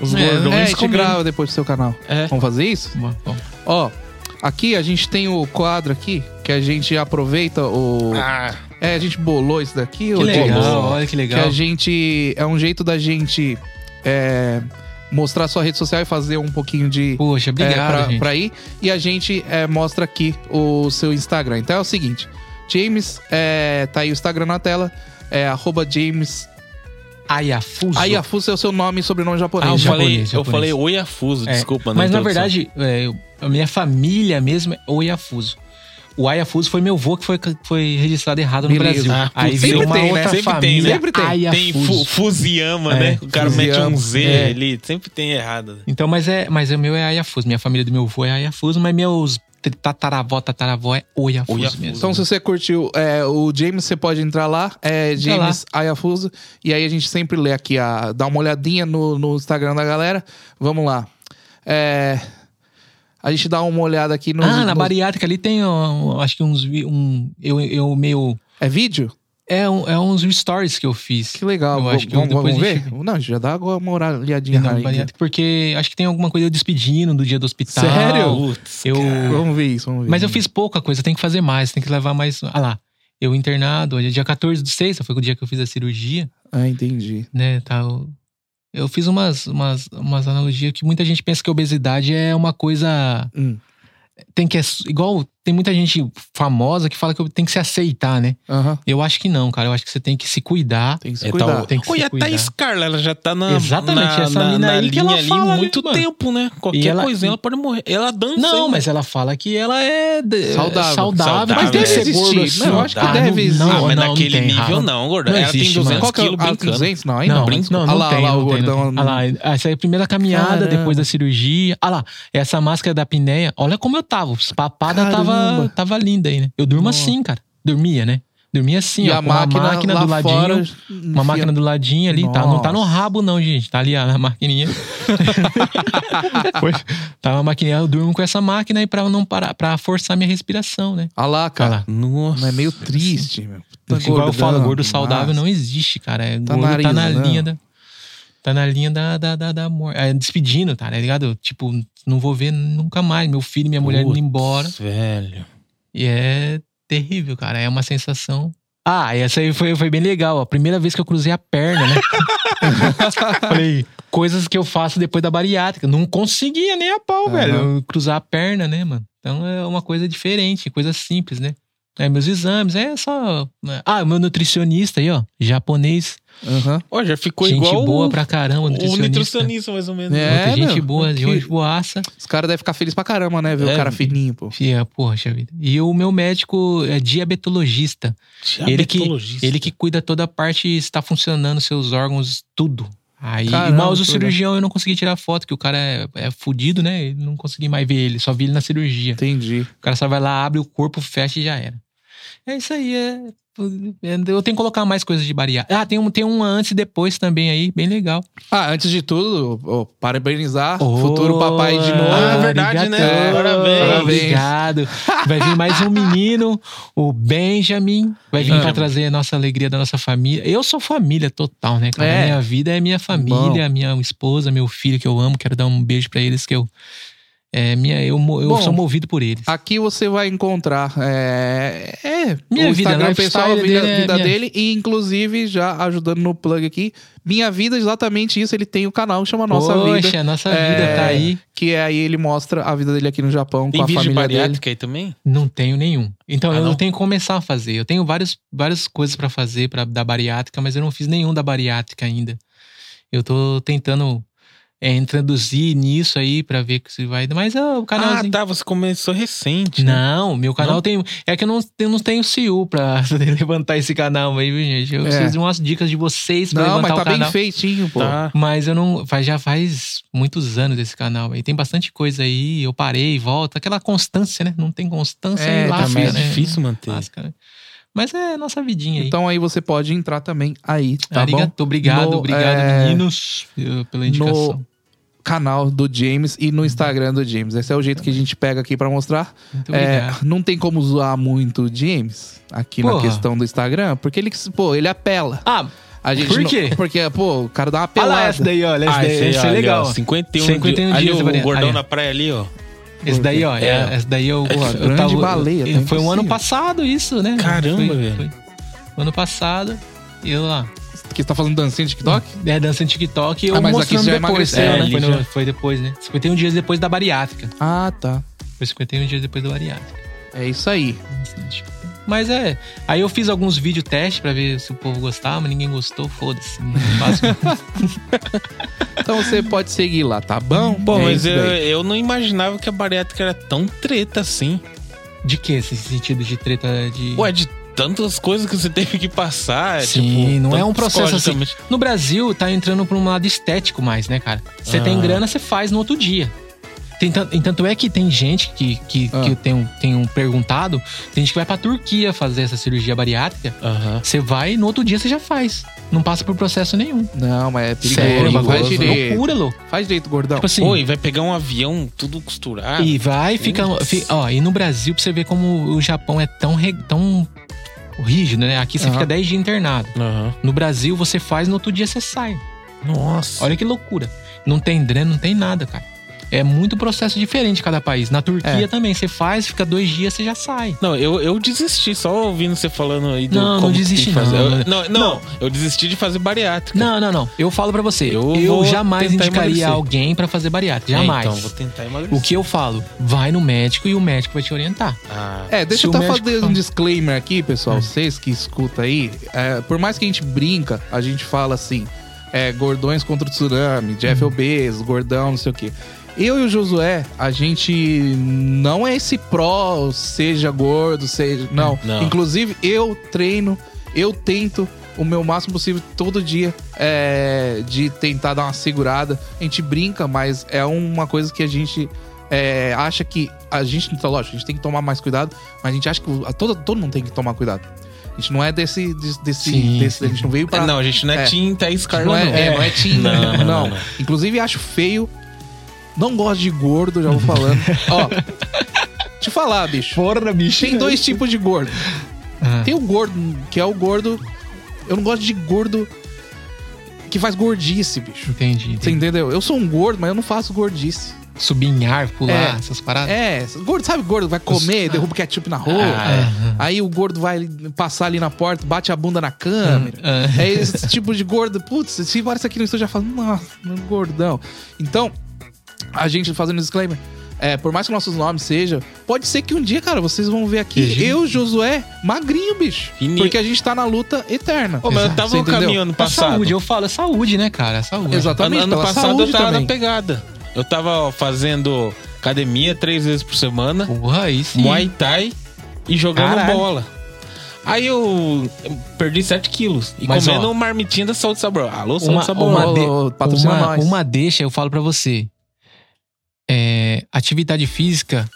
A: Os
C: É,
A: gordões
B: É, a gente
A: comendo.
B: grava depois do seu canal.
A: É.
B: Vamos fazer isso?
C: Bom, bom.
B: Ó, aqui a gente tem o quadro aqui, que a gente aproveita o...
A: Ah,
B: É, a gente bolou isso daqui.
C: Que
B: o
C: legal,
B: bolou.
C: olha que
B: Que
C: legal.
B: a gente... É um jeito da gente é, mostrar sua rede social e fazer um pouquinho de...
C: Poxa,
B: é,
C: obrigado,
B: pra,
C: gente.
B: pra ir. E a gente é, mostra aqui o seu Instagram. Então é o seguinte: James, é, tá aí o Instagram na tela. É arroba James.
C: Ayafuso.
B: Ayafuso é o seu nome e sobrenome
A: Ah, eu,
B: japonês.
C: Ah,
A: falei,
C: japonês,
A: eu
C: japonês.
A: falei oiafuso,
C: É,
A: desculpa. né,
C: Mas na
A: introdução.
C: verdade, é, eu- a minha família mesmo é o Iafuso. O Ayafuso foi meu avô que foi, foi registrado errado no
B: Beleza.
C: Brasil.
A: Ah,
C: Aí
A: putz,
C: veio
B: sempre
C: uma
B: tem, né?
C: outra
A: Sempre tem,
C: família,
A: né?
B: Sempre tem.
A: Tem
C: Ayafuso.
A: fu Fuziyama,
C: É,
A: né? O cara mete
B: Fuziyama,
A: um Z
B: é.
A: ali, sempre tem errado. né?
C: Então, mas, é, mas o meu é Ayafuso. Minha família do meu avô é Ayafuso, mas meus tri- tataravó, tataravó é o Iafuso
A: Oiafuso.
C: mesmo.
B: Então, se você curtiu é, o James, você pode entrar lá, é
C: Entra
B: James Ayafuso. E aí a gente sempre lê aqui, a, dá uma olhadinha no, no Instagram da galera. Vamos lá. É, a gente dá uma olhada aqui no.
C: ah, na bariátrica ali tem, ó, um- acho que uns. vi- Um, eu, eu meio.
B: É vídeo?
C: É, um- é uns stories que eu fiz.
B: Que legal.
C: Eu
B: Vamos
C: acho que eu-
B: vamos-
C: depois
B: vamos
C: a
B: ver?
C: gente-
B: Não, já dá agora uma olhadinha
C: Na
B: na
C: bariátrica, porque acho que tem alguma coisa eu despedindo do dia do hospital.
B: Sério?
A: Putz,
C: Eu,
B: Vamos ver isso, vamos ver.
C: Mas eu fiz pouca coisa, tem que fazer mais, tem que levar mais. Ah lá, eu internado, hoje é dia 14 de 6, foi o dia que eu fiz a cirurgia,
B: Ah, entendi.
C: né, tal. Eu fiz umas, umas, umas analogias que muita gente pensa que obesidade é uma coisa.
B: Hum.
C: Tem que. é s- Igual tem muita gente famosa que fala que eu tenho que se aceitar, né?
B: Aham.
C: Eu acho que não, cara. Eu acho que você tem que se cuidar.
B: Tem que se
A: É
B: cuidar.
A: tal-
C: Tem que se
A: Olha, a
C: cuidar.
A: Thaís Carla, ela já tá na,
C: Exatamente,
A: na,
C: essa
A: na,
C: mina
A: na
C: aí
A: linha
C: que ela
A: ali
C: fala, né,
A: muito
C: mano?
A: tempo, né? Qualquer
C: ela-
A: coisinha ela pode morrer. Ela dança.
C: Não,
A: hein?
C: mas ela fala que ela é de-
B: Saudável.
C: saudável,
A: né? Saudável,
C: mas deve
A: é.
C: ser gordo assim.
B: Não, eu acho que
C: Ah,
B: deve existir.
A: Ah, mas
C: não, não
A: naquele
C: tem,
A: nível
C: Rafa.
A: não, gordo.
C: Não
A: Ela
C: existe,
A: tem 200
C: mano.
B: Qual que é o
A: quilos
B: ah,
A: brincando.
B: 200? Não, ainda
C: não,
A: brinco.
C: não, não
B: Ah lá,
C: tem,
B: ah lá, o
C: não tem, não
B: gordão.
C: tem. Ah lá, essa é a primeira caminhada
B: Caramba.
C: depois da cirurgia. Ah lá, essa máscara da pinéia. Olha como eu tava. Papada
B: Caramba.
C: tava, tava linda aí, né? Eu durmo
B: Nossa.
C: assim, cara. Dormia, né? Dormia assim,
B: E
C: ó.
B: a
C: com uma
B: máquina, lá
C: do ladinho.
B: fora.
C: Uma máquina do ladinho ali, tá? Não tá no
B: Nossa.
C: rabo, não, gente. Tá ali a, a maquininha. Foi. tá uma maquininha, eu durmo com essa máquina aí pra não parar, pra forçar minha respiração, né?
B: Ah lá,
C: Olha
B: cara.
C: lá.
A: Nossa.
B: Mas é meio triste, meu. Puta,
C: Igual eu falo,
B: Tá gordão,
C: gordo saudável
B: massa.
C: não existe, cara. É,
B: Tá
C: gordo tá na
B: narizão.
C: linha da. Tá na linha da, da, da, da mor- é, despedindo, tá, né, ligado? Tipo, não vou ver nunca mais. Meu filho, minha mulher indo
A: Putz,
C: embora.
A: Velho.
C: E é terrível, cara. É uma sensação. Ah, e essa aí foi, foi bem legal. A primeira vez que eu cruzei a perna, né? Falei, coisas que eu faço depois da bariátrica. Não conseguia nem a pau,
B: Aham.
C: velho. eu Cruzar a perna, né, mano? Então é uma coisa diferente, coisa simples, né? É, meus exames, é só. Ah, o meu nutricionista aí, ó, japonês.
B: Aham.
A: Ó, já ficou
C: gente
A: igual
C: boa
A: o,
C: pra caramba,
A: o
C: nutricionista.
A: nutricionista, mais ou menos.
B: É.
C: Puta, gente
B: meu,
C: boa,
B: que-
C: gente boaça.
B: Os caras devem ficar felizes pra caramba, né? Ver
A: É,
B: o cara fininho, pô.
C: Fia, poxa vida. E o meu médico é diabetologista. Ele que-
A: Diabetologista.
C: Ele que cuida toda a parte, está funcionando seus órgãos, tudo. Aí,
B: Caramba,
C: mas o
B: que
C: cirurgião eu não consegui tirar foto, que o cara é, é fudido, né? Eu não consegui mais ver ele, só vi ele na cirurgia.
B: Entendi.
C: O cara só vai lá, abre o corpo, fecha e já era. É isso aí, é. é- Eu tenho que colocar mais coisas de bariátrica. Ah, tem, um, tem uma antes e depois também aí, bem legal.
B: Ah, antes de tudo, ó, parabenizar
C: Oh,
B: o futuro papai de novo.
A: Ah, verdade,
C: arigatô.
A: né? Parabéns.
C: Obrigado. Vai vir mais um menino, o Benjamin. Vai vir pra
A: Benjamin.
C: trazer a nossa alegria da nossa família. Eu sou família total, né, cara?
B: É.
C: Minha vida é minha família, minha esposa, meu filho que eu amo. Quero dar um beijo pra eles que eu. É, minha, eu, mo- eu
B: Bom,
C: sou movido por eles.
B: Aqui você vai encontrar é, é,
C: Minha
B: o
C: vida,
B: Instagram
C: lifestyle
B: pessoal, a vida,
C: dele é
B: vida
C: minha-
B: dele, e inclusive, já ajudando no plug aqui, Minha Vida, é exatamente isso, ele tem o canal que chama Nossa
C: Poxa,
B: Vida,
C: nossa
B: É.
C: vida tá aí.
B: que é aí ele mostra a vida dele aqui no Japão
A: Tem
B: com a
A: vídeo de
B: família dele.
A: bariátrica aí também?
C: Não tenho nenhum. Então
A: Ah,
C: eu não
A: não?
C: tenho que começar a fazer. Eu tenho vários, várias coisas pra fazer pra, da bariátrica, mas eu não fiz nenhum da bariátrica ainda. Eu tô tentando é, introduzir nisso aí pra ver se vai. Mas ah, o
A: Ah,
C: canalzinho.
A: tá. Você começou recente. né?
C: Não, meu canal tem. É que eu não, eu não tenho CEO pra levantar esse canal aí, viu, gente? Eu
B: É.
C: preciso de umas dicas de vocês pra
B: Não,
C: levantar
B: mas
C: o
B: tá
C: canal.
B: bem né? feitinho, pô.
A: Tá.
C: Mas eu não. Faz, já faz muitos anos esse canal aí. Tem bastante coisa aí. Eu parei, volto. Aquela constância, né? Não tem constância
B: É,
C: aí
B: tá
C: lasca,
A: mais
C: né?
A: difícil manter.
C: Lasca, né? Mas é nossa vidinha aí.
B: Então aí você pode entrar também aí, tá bom?
C: Arigato, obrigado,
B: No,
C: obrigado,
B: é,
C: meninos, eh, pela indicação.
B: Canal do James e no Instagram do James. Esse é o jeito que a gente pega aqui pra mostrar.
C: Muito
B: É,
C: obrigado.
B: não tem como zoar muito o James aqui na
C: Porra.
B: questão do Instagram, porque ele, pô, ele apela.
C: Ah,
B: A gente
C: Por
B: não-
C: quê?
B: porque, pô, o cara dá uma
C: olha
B: apelada.
C: lá essa daí, olha. Essa
A: Ah,
C: daí,
A: aí,
C: essa é
A: olha,
C: legal.
A: ó, 51,
C: 51
A: dias.
C: dias
A: Ali
C: de
A: o
C: variedade.
A: gordão
C: Aí, ó.
A: na praia ali, ó.
C: Esse daí, ó.
A: É.
C: É. Essa daí eu.
B: Porra,
C: eu
B: grande baleia, tá
C: Foi um ano
B: impossível.
C: passado isso, né?
A: Caramba,
C: Foi-
A: velho.
C: foi. Hum. Ano passado, eu lá.
B: Que você tá fazendo dancinha de TikTok?
C: É, dança em TikTok e eu
B: Ah, mas aqui
C: mostrando
B: você já
C: depois.
B: emagreceu,
C: é,
A: né?
C: foi,
A: Ali
C: no-
A: já.
C: foi depois, né? 51 dias depois da bariátrica.
B: Ah, tá.
C: Foi 51 dias depois da bariátrica.
B: É isso aí.
C: Mas é. Aí eu fiz alguns vídeo teste pra ver se o povo gostava, mas ninguém gostou, foda-se. não faço.
B: Então você pode seguir lá, tá bom?
A: Pô,
B: É
A: mas
B: isso
A: eu,
B: daí.
A: eu não imaginava que a bariátrica era tão treta assim.
C: De que esse sentido de treta de.
A: Ué, de tantas coisas que você teve que passar. é
C: Sim,
A: tipo,
C: não é
A: tanto
C: um processo assim.
A: psicologicamente.
C: No Brasil, tá entrando pra um lado estético mais, né, cara? Você
A: Ah.
C: tem grana, você faz no outro dia. Tem tan- e tanto é que tem gente que, que,
B: Ah.
C: que eu tenho, tenho perguntado, tem gente que vai pra Turquia fazer essa cirurgia bariátrica.
A: Aham.
C: Você vai e no outro dia você já faz. Não passa por processo nenhum.
B: Não, mas é perigoso.
C: Sério,
A: perigoso,
B: Faz
A: né?
B: direito.
C: loucura, louco.
B: Faz direito, gordão.
C: Tipo assim,
A: Pô, e vai pegar um avião tudo costurado.
C: e vai, fica, um, fi- Ó, e no Brasil, pra você ver como o Japão é tão, re- tão rígido, né? Aqui você
B: Aham.
C: fica 10 dias internado.
A: Aham.
C: No Brasil, você faz, no outro dia você sai.
A: Nossa.
C: Olha que loucura. Não tem dreno, não tem nada, cara. É muito processo diferente em cada país. Na Turquia
B: É.
C: também, você faz, fica dois dias, você já sai.
A: Não, eu, eu desisti, só ouvindo você falando aí do
C: Não, não
A: como que
C: desiste
A: tem que fazer.
C: não.
A: Eu- não, não, eu desisti de fazer bariátrica.
C: Não, não, não. Eu falo pra você,
A: Eu
C: eu,
A: vou
C: jamais
A: tentar
C: indicaria
A: emagrecer.
C: alguém pra fazer bariátrica,
A: É,
C: jamais.
A: então, vou tentar emagrecer.
C: O que eu falo? Vai no médico e o médico vai te orientar.
A: Ah,
B: É, deixa
C: Se
B: eu
C: o
B: tá
C: médico
B: fazendo
C: fala-
B: um disclaimer aqui, pessoal. Vocês que escutam aí, é, por mais que a gente brinca, a gente fala assim: é, gordões contra o tsunami, Jeff é obeso, gordão, não sei o quê. Eu e o Josué, a gente não é esse pró, seja gordo, seja. Não.
A: Não.
B: Inclusive, eu treino, eu tento o meu máximo possível todo dia é, de tentar dar uma segurada. A gente brinca, mas é uma coisa que a gente é, acha que. A gente, então, lógico, a gente tem que tomar mais cuidado, mas a gente acha que o- a- todo, todo mundo tem que tomar cuidado. A gente não é desse. desse, desse,
C: Sim,
B: desse-
C: sim.
B: A gente não veio pra.
A: Não, a gente não é,
B: É.
A: tinta, é escarla,
B: Não
A: não.
B: é, é, não é Tim,
A: Não,
B: não,
A: não, não, não.
B: Inclusive, acho feio. Não gosto de gordo, já vou falando. Ó, te falar, bicho.
C: Porra, bicho.
B: Tem dois tipos de gordo.
C: Ah.
B: Tem o gordo, que é o gordo. Eu não gosto de gordo que faz gordice, bicho.
C: Entendi.
B: Você
C: entendi.
B: entendeu? Eu sou um gordo, mas eu não faço gordice.
C: Subir em árvore, pular,
B: É.
C: essas paradas.
B: É, gordo, sabe gordo? Vai comer, derruba o ketchup na rua.
A: Ah, é.
B: Aí o gordo vai passar ali na porta, bate a bunda na
A: Uhum.
B: câmera.
C: Ah.
B: É esse tipo de gordo. Putz, se embora isso aqui no estúdio, já fala, nossa, meu gordão. Então, a gente fazendo disclaimer. É, por mais que nossos nomes sejam, pode ser que um dia, cara, vocês vão ver aqui
C: Sim.
B: eu, Josué, magrinho, bicho.
A: Fininho.
B: Porque a gente tá na luta eterna.
A: Ô, mas eu tava
B: Você
A: no
B: entendeu?
A: caminho ano
C: É
A: passado.
C: saúde, eu falo, é saúde, né, cara? É saúde.
B: Exatamente.
A: ano ano
B: pela
A: passado
B: saúde
A: eu tava
B: também.
A: na pegada. Eu tava fazendo academia três vezes por semana,
C: Porra, aí sim.
A: Muay Thai e jogando
C: Caralho.
A: bola. Aí eu perdi 7 quilos e
C: Mas,
A: comendo
C: ó,
A: uma marmitinha da Saúde Sabor. Alô, Saúde
C: uma,
A: Sabor.
C: uma,
B: Ô,
C: de-
B: ô, patrocina
C: uma-
B: nós.
C: uma deixa, eu falo pra você. É, atividade física,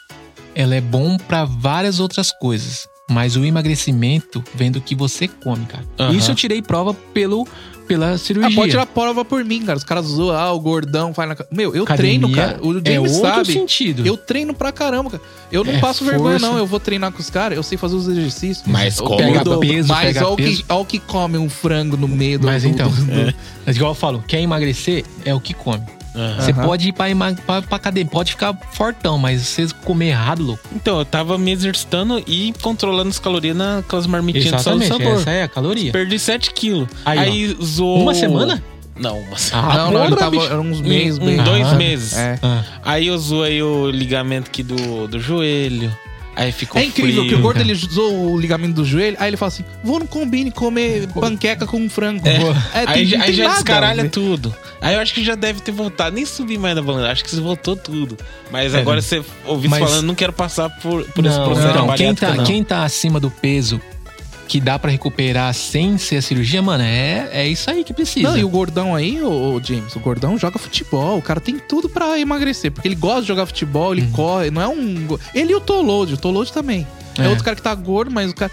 C: ela é bom pra várias outras coisas. Mas o emagrecimento vem do que você come, cara.
A: Aham.
C: Isso eu tirei prova pelo, pela
B: Ah,
C: cirurgia.
B: pode tirar prova por mim, cara. Os caras zoam, ah, o gordão faz na. ca- Meu, eu
C: Academia
B: treino, cara. O
C: é
B: James
C: outro
B: sabe.
C: sentido.
B: Eu treino pra caramba, cara. Eu não
C: É
B: passo
C: força.
B: vergonha, não. Eu vou treinar com os caras, eu sei fazer os exercícios.
A: Mas
B: Eu
A: como
B: pego
A: pega
B: o dobro.
C: peso,
B: Mas
C: pega
B: olha o que,
C: peso.
B: olha o que come um frango no meio do.
C: Mas
B: do-
C: então,
B: do- do-
C: mas igual eu falo, quer emagrecer é o que come.
A: Aham.
C: Você
B: Aham.
C: pode ir pra, ema- pra, pra academia, pode ficar fortão, mas se você comer errado, louco.
A: Então, eu tava me exercitando e controlando as calorias naquelas marmitinhas de Saúde
C: Exatamente,
A: Sabor.
C: essa é a caloria.
A: Perdi 7 quilos. Aí,
C: Aí,
A: zoou.
C: Uma semana?
A: Não, uma semana.
B: Não,
C: Ah,
B: não, tá ele
C: porra,
B: tava
C: bicho.
B: era uns
A: Um-
B: meses
A: um,
B: bem.
A: dois
C: Ah.
A: meses.
B: É.
C: Ah.
A: Aí eu zoei o ligamento aqui do, do joelho. Aí ficou
B: É incrível
A: frio.
B: que o gordo
C: cara.
B: ele usou o ligamento do joelho, aí ele fala assim: vou no combine comer panqueca com um frango.
A: É.
B: É,
A: aí, já- aí já
B: nada a
A: descaralha
B: ver.
A: tudo. Aí eu acho que já deve ter voltado. Nem subi mais na balança. Acho que você voltou tudo. Mas
C: É.
A: agora você ouviu
C: Mas-
A: falando, não quero passar por, por esse
C: Não,
A: processo
C: não,
A: de
C: quem
A: bariátrica,
C: tá,
A: não.
C: quem tá acima do peso que dá pra recuperar sem ser a cirurgia, mano, é, é isso aí que precisa.
B: Não, e o gordão aí, ô, ô, James, o gordão joga futebol. O cara tem tudo pra emagrecer. Porque ele gosta de jogar futebol,
C: Hum.
B: ele corre. Não é um. go- Ele e o Tolode, o Tolode também. É.
C: É.
B: outro cara que tá gordo, mas o cara.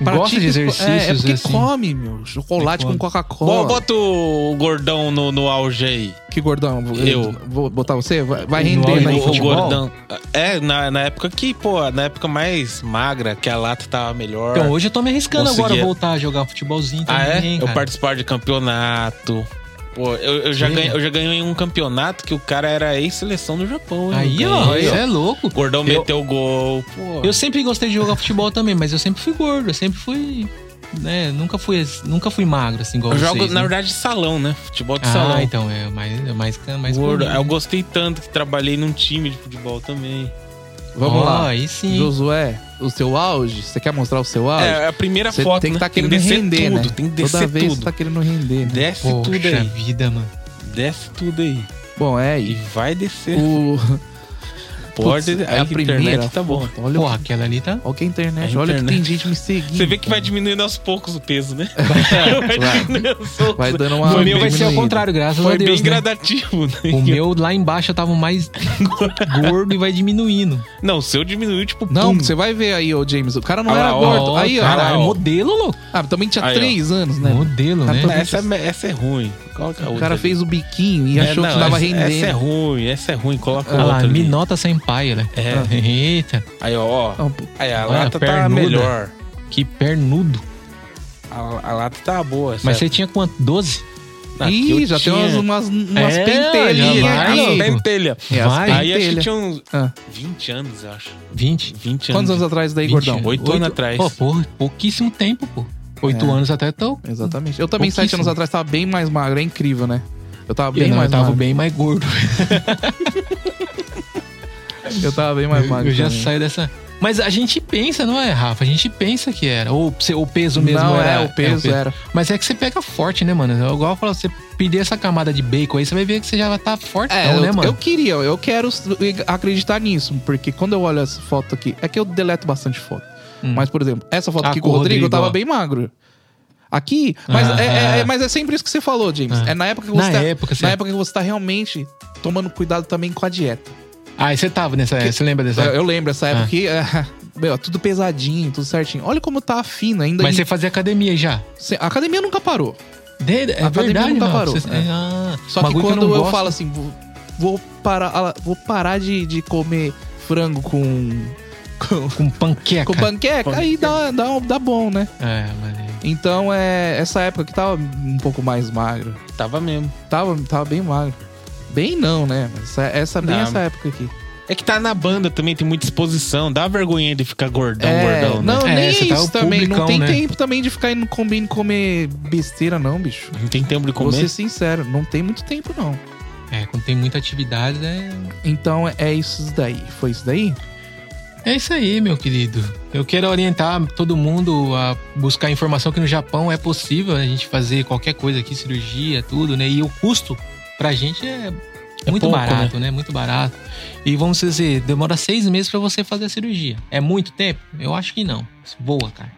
C: Gosta
B: pratica
C: de
B: espo- É, é
C: exercícios,
B: porque
C: assim.
B: come, meu. Chocolate
C: Ele
B: com
C: come.
A: Bo-
B: Coca-Cola.
A: Bota o gordão no, no auge aí.
B: Que gordão? Vou-
A: Eu.
B: Vou botar você? Vai, vai
C: No
B: render
C: auge
B: na
C: do
A: O- o
B: futebol.
A: gordão. É, na, na época que, pô, na época mais magra, que a lata tava melhor.
C: Então hoje eu tô me arriscando
A: Consegui.
C: agora voltar a jogar um futebolzinho
A: ah, é?
C: também,
A: Eu
C: cara.
A: participar de campeonato. Pô, eu, eu já
C: Sim.
A: ganhei, eu já ganhei um campeonato que o cara era ex-seleção do Japão. hein?
C: Aí,
A: Eu
C: ó,
A: ganhei,
C: isso é louco.
A: O gordão
C: Eu-
A: meteu o gol. Pô.
C: Eu sempre gostei de jogar futebol também, mas eu sempre fui gordo, eu sempre fui, né, nunca fui, nunca fui magro assim igual
A: Eu jogo,
C: vocês,
A: na
C: né?
A: verdade, de salão, né? Futebol de
C: ah,
A: salão.
C: então é mais é mais é mais
A: Gordo.
C: comum.
A: Eu gostei tanto que trabalhei num time de futebol também.
B: Vamos
C: Ó,
B: lá.
C: Aí sim.
B: Josué, o seu auge? Você quer mostrar o seu auge?
A: É, a primeira
B: Ah, Você
A: foto,
B: tem que
A: né?
B: tá querendo
A: descer
B: render,
A: tudo,
B: né?
A: tem que
B: Toda
A: descer
B: vez você
A: tudo.
B: tá querendo render. né?
A: Desce tudo
C: Poxa
A: aí.
C: vida, mano.
A: Desce tudo aí.
B: Bom, é.
A: E
B: E
A: vai descer.
B: o,
A: Pode,
B: Putz,
A: aí a, internet tá bom.
B: Olha,
C: Porra, aquela ali tá.
B: olha que a internet,
A: É A
B: olha que tem
A: internet.
B: gente me seguindo.
A: Você vê que vai
B: cara.
A: diminuindo aos poucos o peso, né? Vai,
B: vai.
A: diminuindo aos poucos.
B: Vai dando uma.
A: O
C: O
A: meu
C: meu vai ser ao
B: diminuída.
C: contrário, graças
A: Foi
C: a Deus.
A: bem
C: né?
A: gradativo, né?
C: O meu lá embaixo eu tava mais gordo e vai diminuindo.
A: Não, o seu diminuiu, tipo,
B: Não,
A: pum.
B: você vai ver aí, ô James. O cara não
A: Olha
B: era
A: lá, ó,
B: gordo.
A: ó,
B: aí, é ó.
A: cara.
C: Caralho,
A: ó.
C: modelo, louco.
B: Ah, também tinha
A: Aí, ó.
B: três anos, né?
C: Modelo,
B: Tá
C: né?
A: Não, essa, é- essa é ruim. Coloca a
B: O
A: outra
B: cara
A: ali.
B: fez o biquinho e
A: É,
B: achou
A: não,
B: que tava
A: essa- Essa é
B: rendendo.
A: ruim, essa é ruim. Coloca
C: Olha
A: outra
C: lá,
A: ali.
C: me nota sem pai, né?
A: É.
C: Eita,
A: Aí, ó, ó.
B: Não, pô,
A: Aí, a
C: Olha,
A: lata tá
C: pernuda.
A: melhor.
C: que pernudo.
A: A, a lata tá boa.
C: Mas
A: certo?
C: você tinha quanto? 12?
A: Aqui eu
B: Ih, já
A: tinha-
B: tem umas, umas, umas
C: É,
B: pentelhinhas
C: já vai,
B: aqui.
C: amigo.
A: Pentelha.
B: É, as
C: Vai.
A: Aí acho que
B: pentelhas.
A: tinha uns
B: Ah.
A: 20 anos, eu acho.
C: 20?
A: 20
B: Quantos
A: anos.
B: anos atrás daí,
C: 20
B: gordão?
A: Oito anos atrás.
C: Pô, por, pouquíssimo tempo, pô. Oito
B: É.
C: anos até tô.
B: Exatamente. Eu também, sete
C: Pouquíssimo.
B: anos atrás, tava bem mais magro. É incrível, né? Eu tava bem
C: eu, não, eu
B: mais
C: tava
B: magro.
C: bem mais gordo.
B: Eu tava bem mais magro.
C: eu já
B: também.
C: saio dessa. Mas a gente pensa, não é, Rafa? A gente pensa que era. Ou se- o peso mesmo
B: Não,
C: era.
B: é, o peso era.
C: Mas é que você pega forte, né, mano? É igual eu falo, você pedir essa camada de bacon aí, você vai ver que você já tá forte,
B: É, eu,
C: né, mano?
B: eu queria, eu quero s- acreditar nisso, porque quando eu olho essa foto aqui, é que eu deleto bastante foto.
C: Hum.
B: Mas, por exemplo, essa foto
C: Ah,
B: aqui com o
C: com o
B: Rodrigo, eu
C: Rodrigo,
B: tava
C: ó.
B: bem magro. Aqui, mas,
C: Ah.
B: é, é- é- mas é sempre isso que você falou, James.
C: Ah.
B: É na época que
C: Na
B: você, tá,
C: época, você. é-
B: na época que você tá realmente tomando cuidado também com a dieta.
C: Ah, e você tava nessa. Você lembra dessa?
B: Eu, eu lembro essa época
C: Ah.
B: que é, meu, tudo pesadinho, tudo certinho. Olha como tá fino ainda.
C: Mas
B: e-
C: você fazia academia já.
B: cê- a academia nunca parou.
C: De, é
B: A academia
C: verdade,
B: nunca
C: não.
B: parou,
C: Você-
B: é.
C: ah,
B: Só que
C: bagulho
B: quando
C: não
B: eu,
C: gosto-
B: falo assim, vou, vou parar, ah, vou parar de, de comer frango com com,
C: Com panqueca.
B: com panqueca, aí dá, dá, um- dá bom, né?
C: É, mano.
B: Então é essa época que tava um pouco mais magro.
A: Tava mesmo.
B: Tava, tava bem magro. Bem não, né? Essa, essa bem
A: Não.
B: essa época aqui.
A: É que tá na banda também, tem muita exposição. Dá vergonha de ficar gordão,
B: é,
A: gordão, né?
B: não,
C: É,
B: nem é
C: você tá
B: isso
C: o
B: também. não
C: publicão,
B: tem
C: né?
B: tempo também de ficar indo no combine comer besteira, não, bicho.
A: Não tem tempo de
B: Vou ser
A: comer.
B: sincero, não tem muito tempo, não.
C: É, quando tem muita atividade, né?
B: Então é isso daí. Foi isso daí?
C: É isso aí, meu querido. Eu quero orientar todo mundo a buscar informação que no Japão é possível a gente fazer qualquer coisa aqui, cirurgia, tudo, né? E o custo pra gente é,
A: É
C: muito
A: pouco,
C: barato, né? Muito barato. E vamos dizer, assim, demora seis meses pra você fazer a cirurgia. É muito tempo? Eu acho que não. Voa, cara.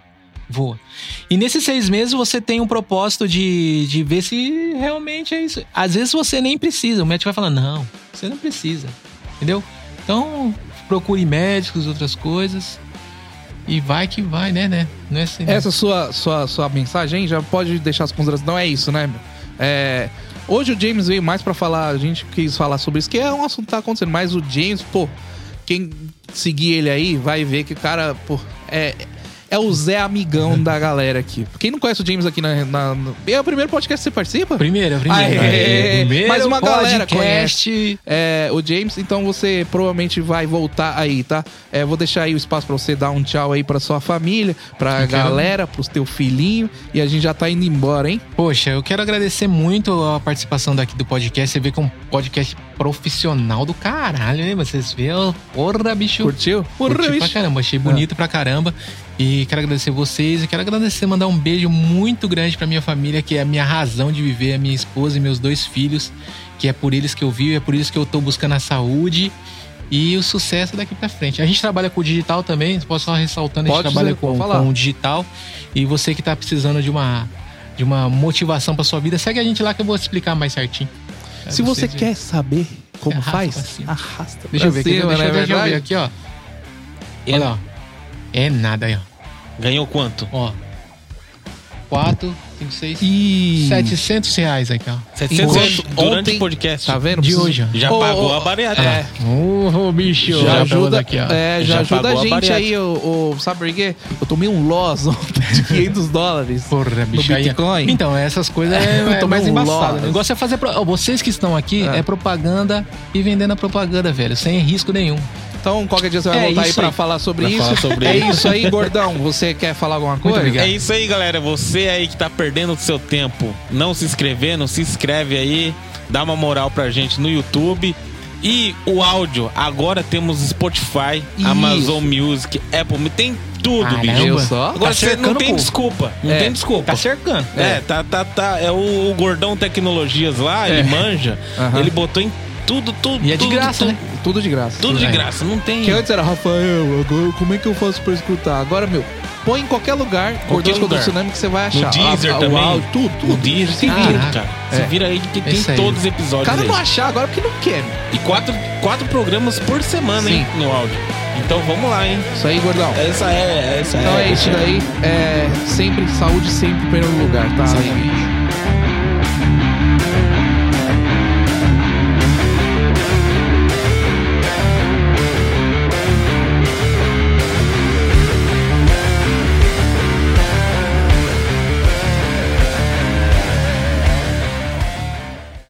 C: Voa. E nesses seis meses você tem um propósito de, de ver se realmente é isso. Às vezes você nem precisa. O médico vai falar, não, você não precisa. Entendeu? Então, procure médicos, outras coisas. E vai que vai, né, né? Não é assim, né?
B: Essa sua, sua, sua mensagem já pode deixar as considerações. Não é isso, né? meu? É, hoje o James veio mais pra falar, a gente quis falar sobre isso, que é um assunto que tá acontecendo, mas o James, pô, quem seguir ele aí vai ver que o cara, pô, é, é o Zé Amigão da galera aqui. Quem não conhece o James aqui na. na- no- é o primeiro podcast que você participa?
C: Primeira, primeira.
B: Aê!
C: Aê! Primeiro
B: Mais uma galera
C: podcast.
B: É, o James, então você provavelmente vai voltar aí, tá? É, vou deixar aí o espaço pra você dar um tchau aí pra sua família, pra
C: Eu quero-
B: galera, pros teu filhinho, e a gente já tá indo embora, hein?
C: Poxa, eu quero agradecer muito a participação daqui do podcast. Você vê que é um podcast profissional do caralho, hein? Vocês vê, ó, porra, bicho.
B: Curtiu?
C: Curti pra caramba, achei bonito pra caramba. E quero agradecer vocês e quero agradecer, mandar um beijo muito grande pra minha família, que é a minha razão de viver, a minha esposa e meus dois filhos, que é por eles que eu vivo, é por isso que eu tô buscando a saúde e o sucesso daqui pra frente. A gente trabalha com o digital também, posso só ressaltando, a gente
B: Pode
C: trabalha
B: dizer, pode
C: com,
B: falar.
C: com o digital. E você que tá precisando de uma, de uma motivação pra sua vida, segue a gente lá que eu vou explicar mais certinho.
B: Se você quer saber como
C: Arrasta pra
B: faz,
C: cima.
B: arrasta.
C: Deixa eu ver, aqui,
B: pra cima,
C: deixa,
B: não
C: eu-
B: é
C: deixa eu ver
B: verdade?
C: aqui, ó. Olha lá, ó. É nada aí, ó.
A: Ganhou quanto?
C: Ó. 4, 5, 6,
B: E...
C: 700 reais aqui, ó.
A: 700
B: Ontem-
A: reais durante
B: ontem-
A: o podcast.
B: Tá vendo?
C: De hoje, ó.
A: Já
B: Ô,
A: pagou
B: ô,
A: a bariátrica.
B: É.
C: Ô, bicho.
B: Já ajuda,
C: aqui, ó.
B: é, já
A: Já
B: ajuda a
A: pagou a
B: gente
A: bariátrica.
B: aí, o, sabe por quê? Eu tomei um loss ontem de 500 dólares.
C: Porra, bicho. aí-
B: Bitcoin?
C: Então, essas coisas é,
B: Eu tô
C: é
B: mais
C: meio
B: embaçado,
C: lógico.
B: né?
C: O negócio é fazer. pro- ó, Vocês que estão aqui,
B: Ah.
C: é propaganda e vendendo a propaganda, velho. Sem risco nenhum.
B: Então, qualquer dia você vai
C: É
B: voltar aí
C: isso
B: pra
C: aí.
B: falar sobre
A: Pra
B: isso.
A: falar sobre
B: é
A: isso.
B: isso aí, gordão. Você quer falar alguma coisa?
C: obrigado.
A: É isso aí, galera. Você aí que tá perdendo o seu tempo não se inscrevendo, se inscreve aí, dá uma moral pra gente no YouTube. E o áudio, agora temos Spotify,
B: Isso.
A: Amazon Music, Apple, Music, tem tudo,
C: Caramba.
A: bicho.
B: Viu só?
A: Agora
C: Tá
A: você não
C: cercando o
A: tem
C: povo.
A: desculpa, não
B: É.
A: tem desculpa.
C: Tá cercando.
A: É, tá, tá, tá. É o, o Gordão Tecnologias lá, ele manja,
B: Aham.
A: ele botou em tudo, tudo,
C: E é de
A: tudo,
C: graça,
A: tudo,
C: né?
B: Tá Tudo de graça.
A: Tudo de
C: É.
A: graça, não tem.
B: Que antes era, Rafael, agora como é que eu faço pra escutar? Agora, meu, põe em qualquer lugar, Gordões contra o
A: lugar.
B: Tsunami, que você vai
A: No
B: achar.
A: Deezer
B: Ah, o
A: também.
B: áudio, tudo,
A: O
B: tudo.
A: Deezer, se
C: Caraca.
A: vira, cara. Se
B: É.
A: vira aí que tem
C: Isso aí.
A: todos os
B: O
A: episódios
B: cara
A: aí.
B: não achar agora porque não quer, meu.
A: E quatro, quatro programas por semana, hein, no áudio. Então vamos lá, hein?
B: Isso aí, gordão.
A: Essa é. Essa
B: Então é
A: é
B: isso daí. É, sempre, saúde sempre em primeiro lugar, tá?
A: Isso aí.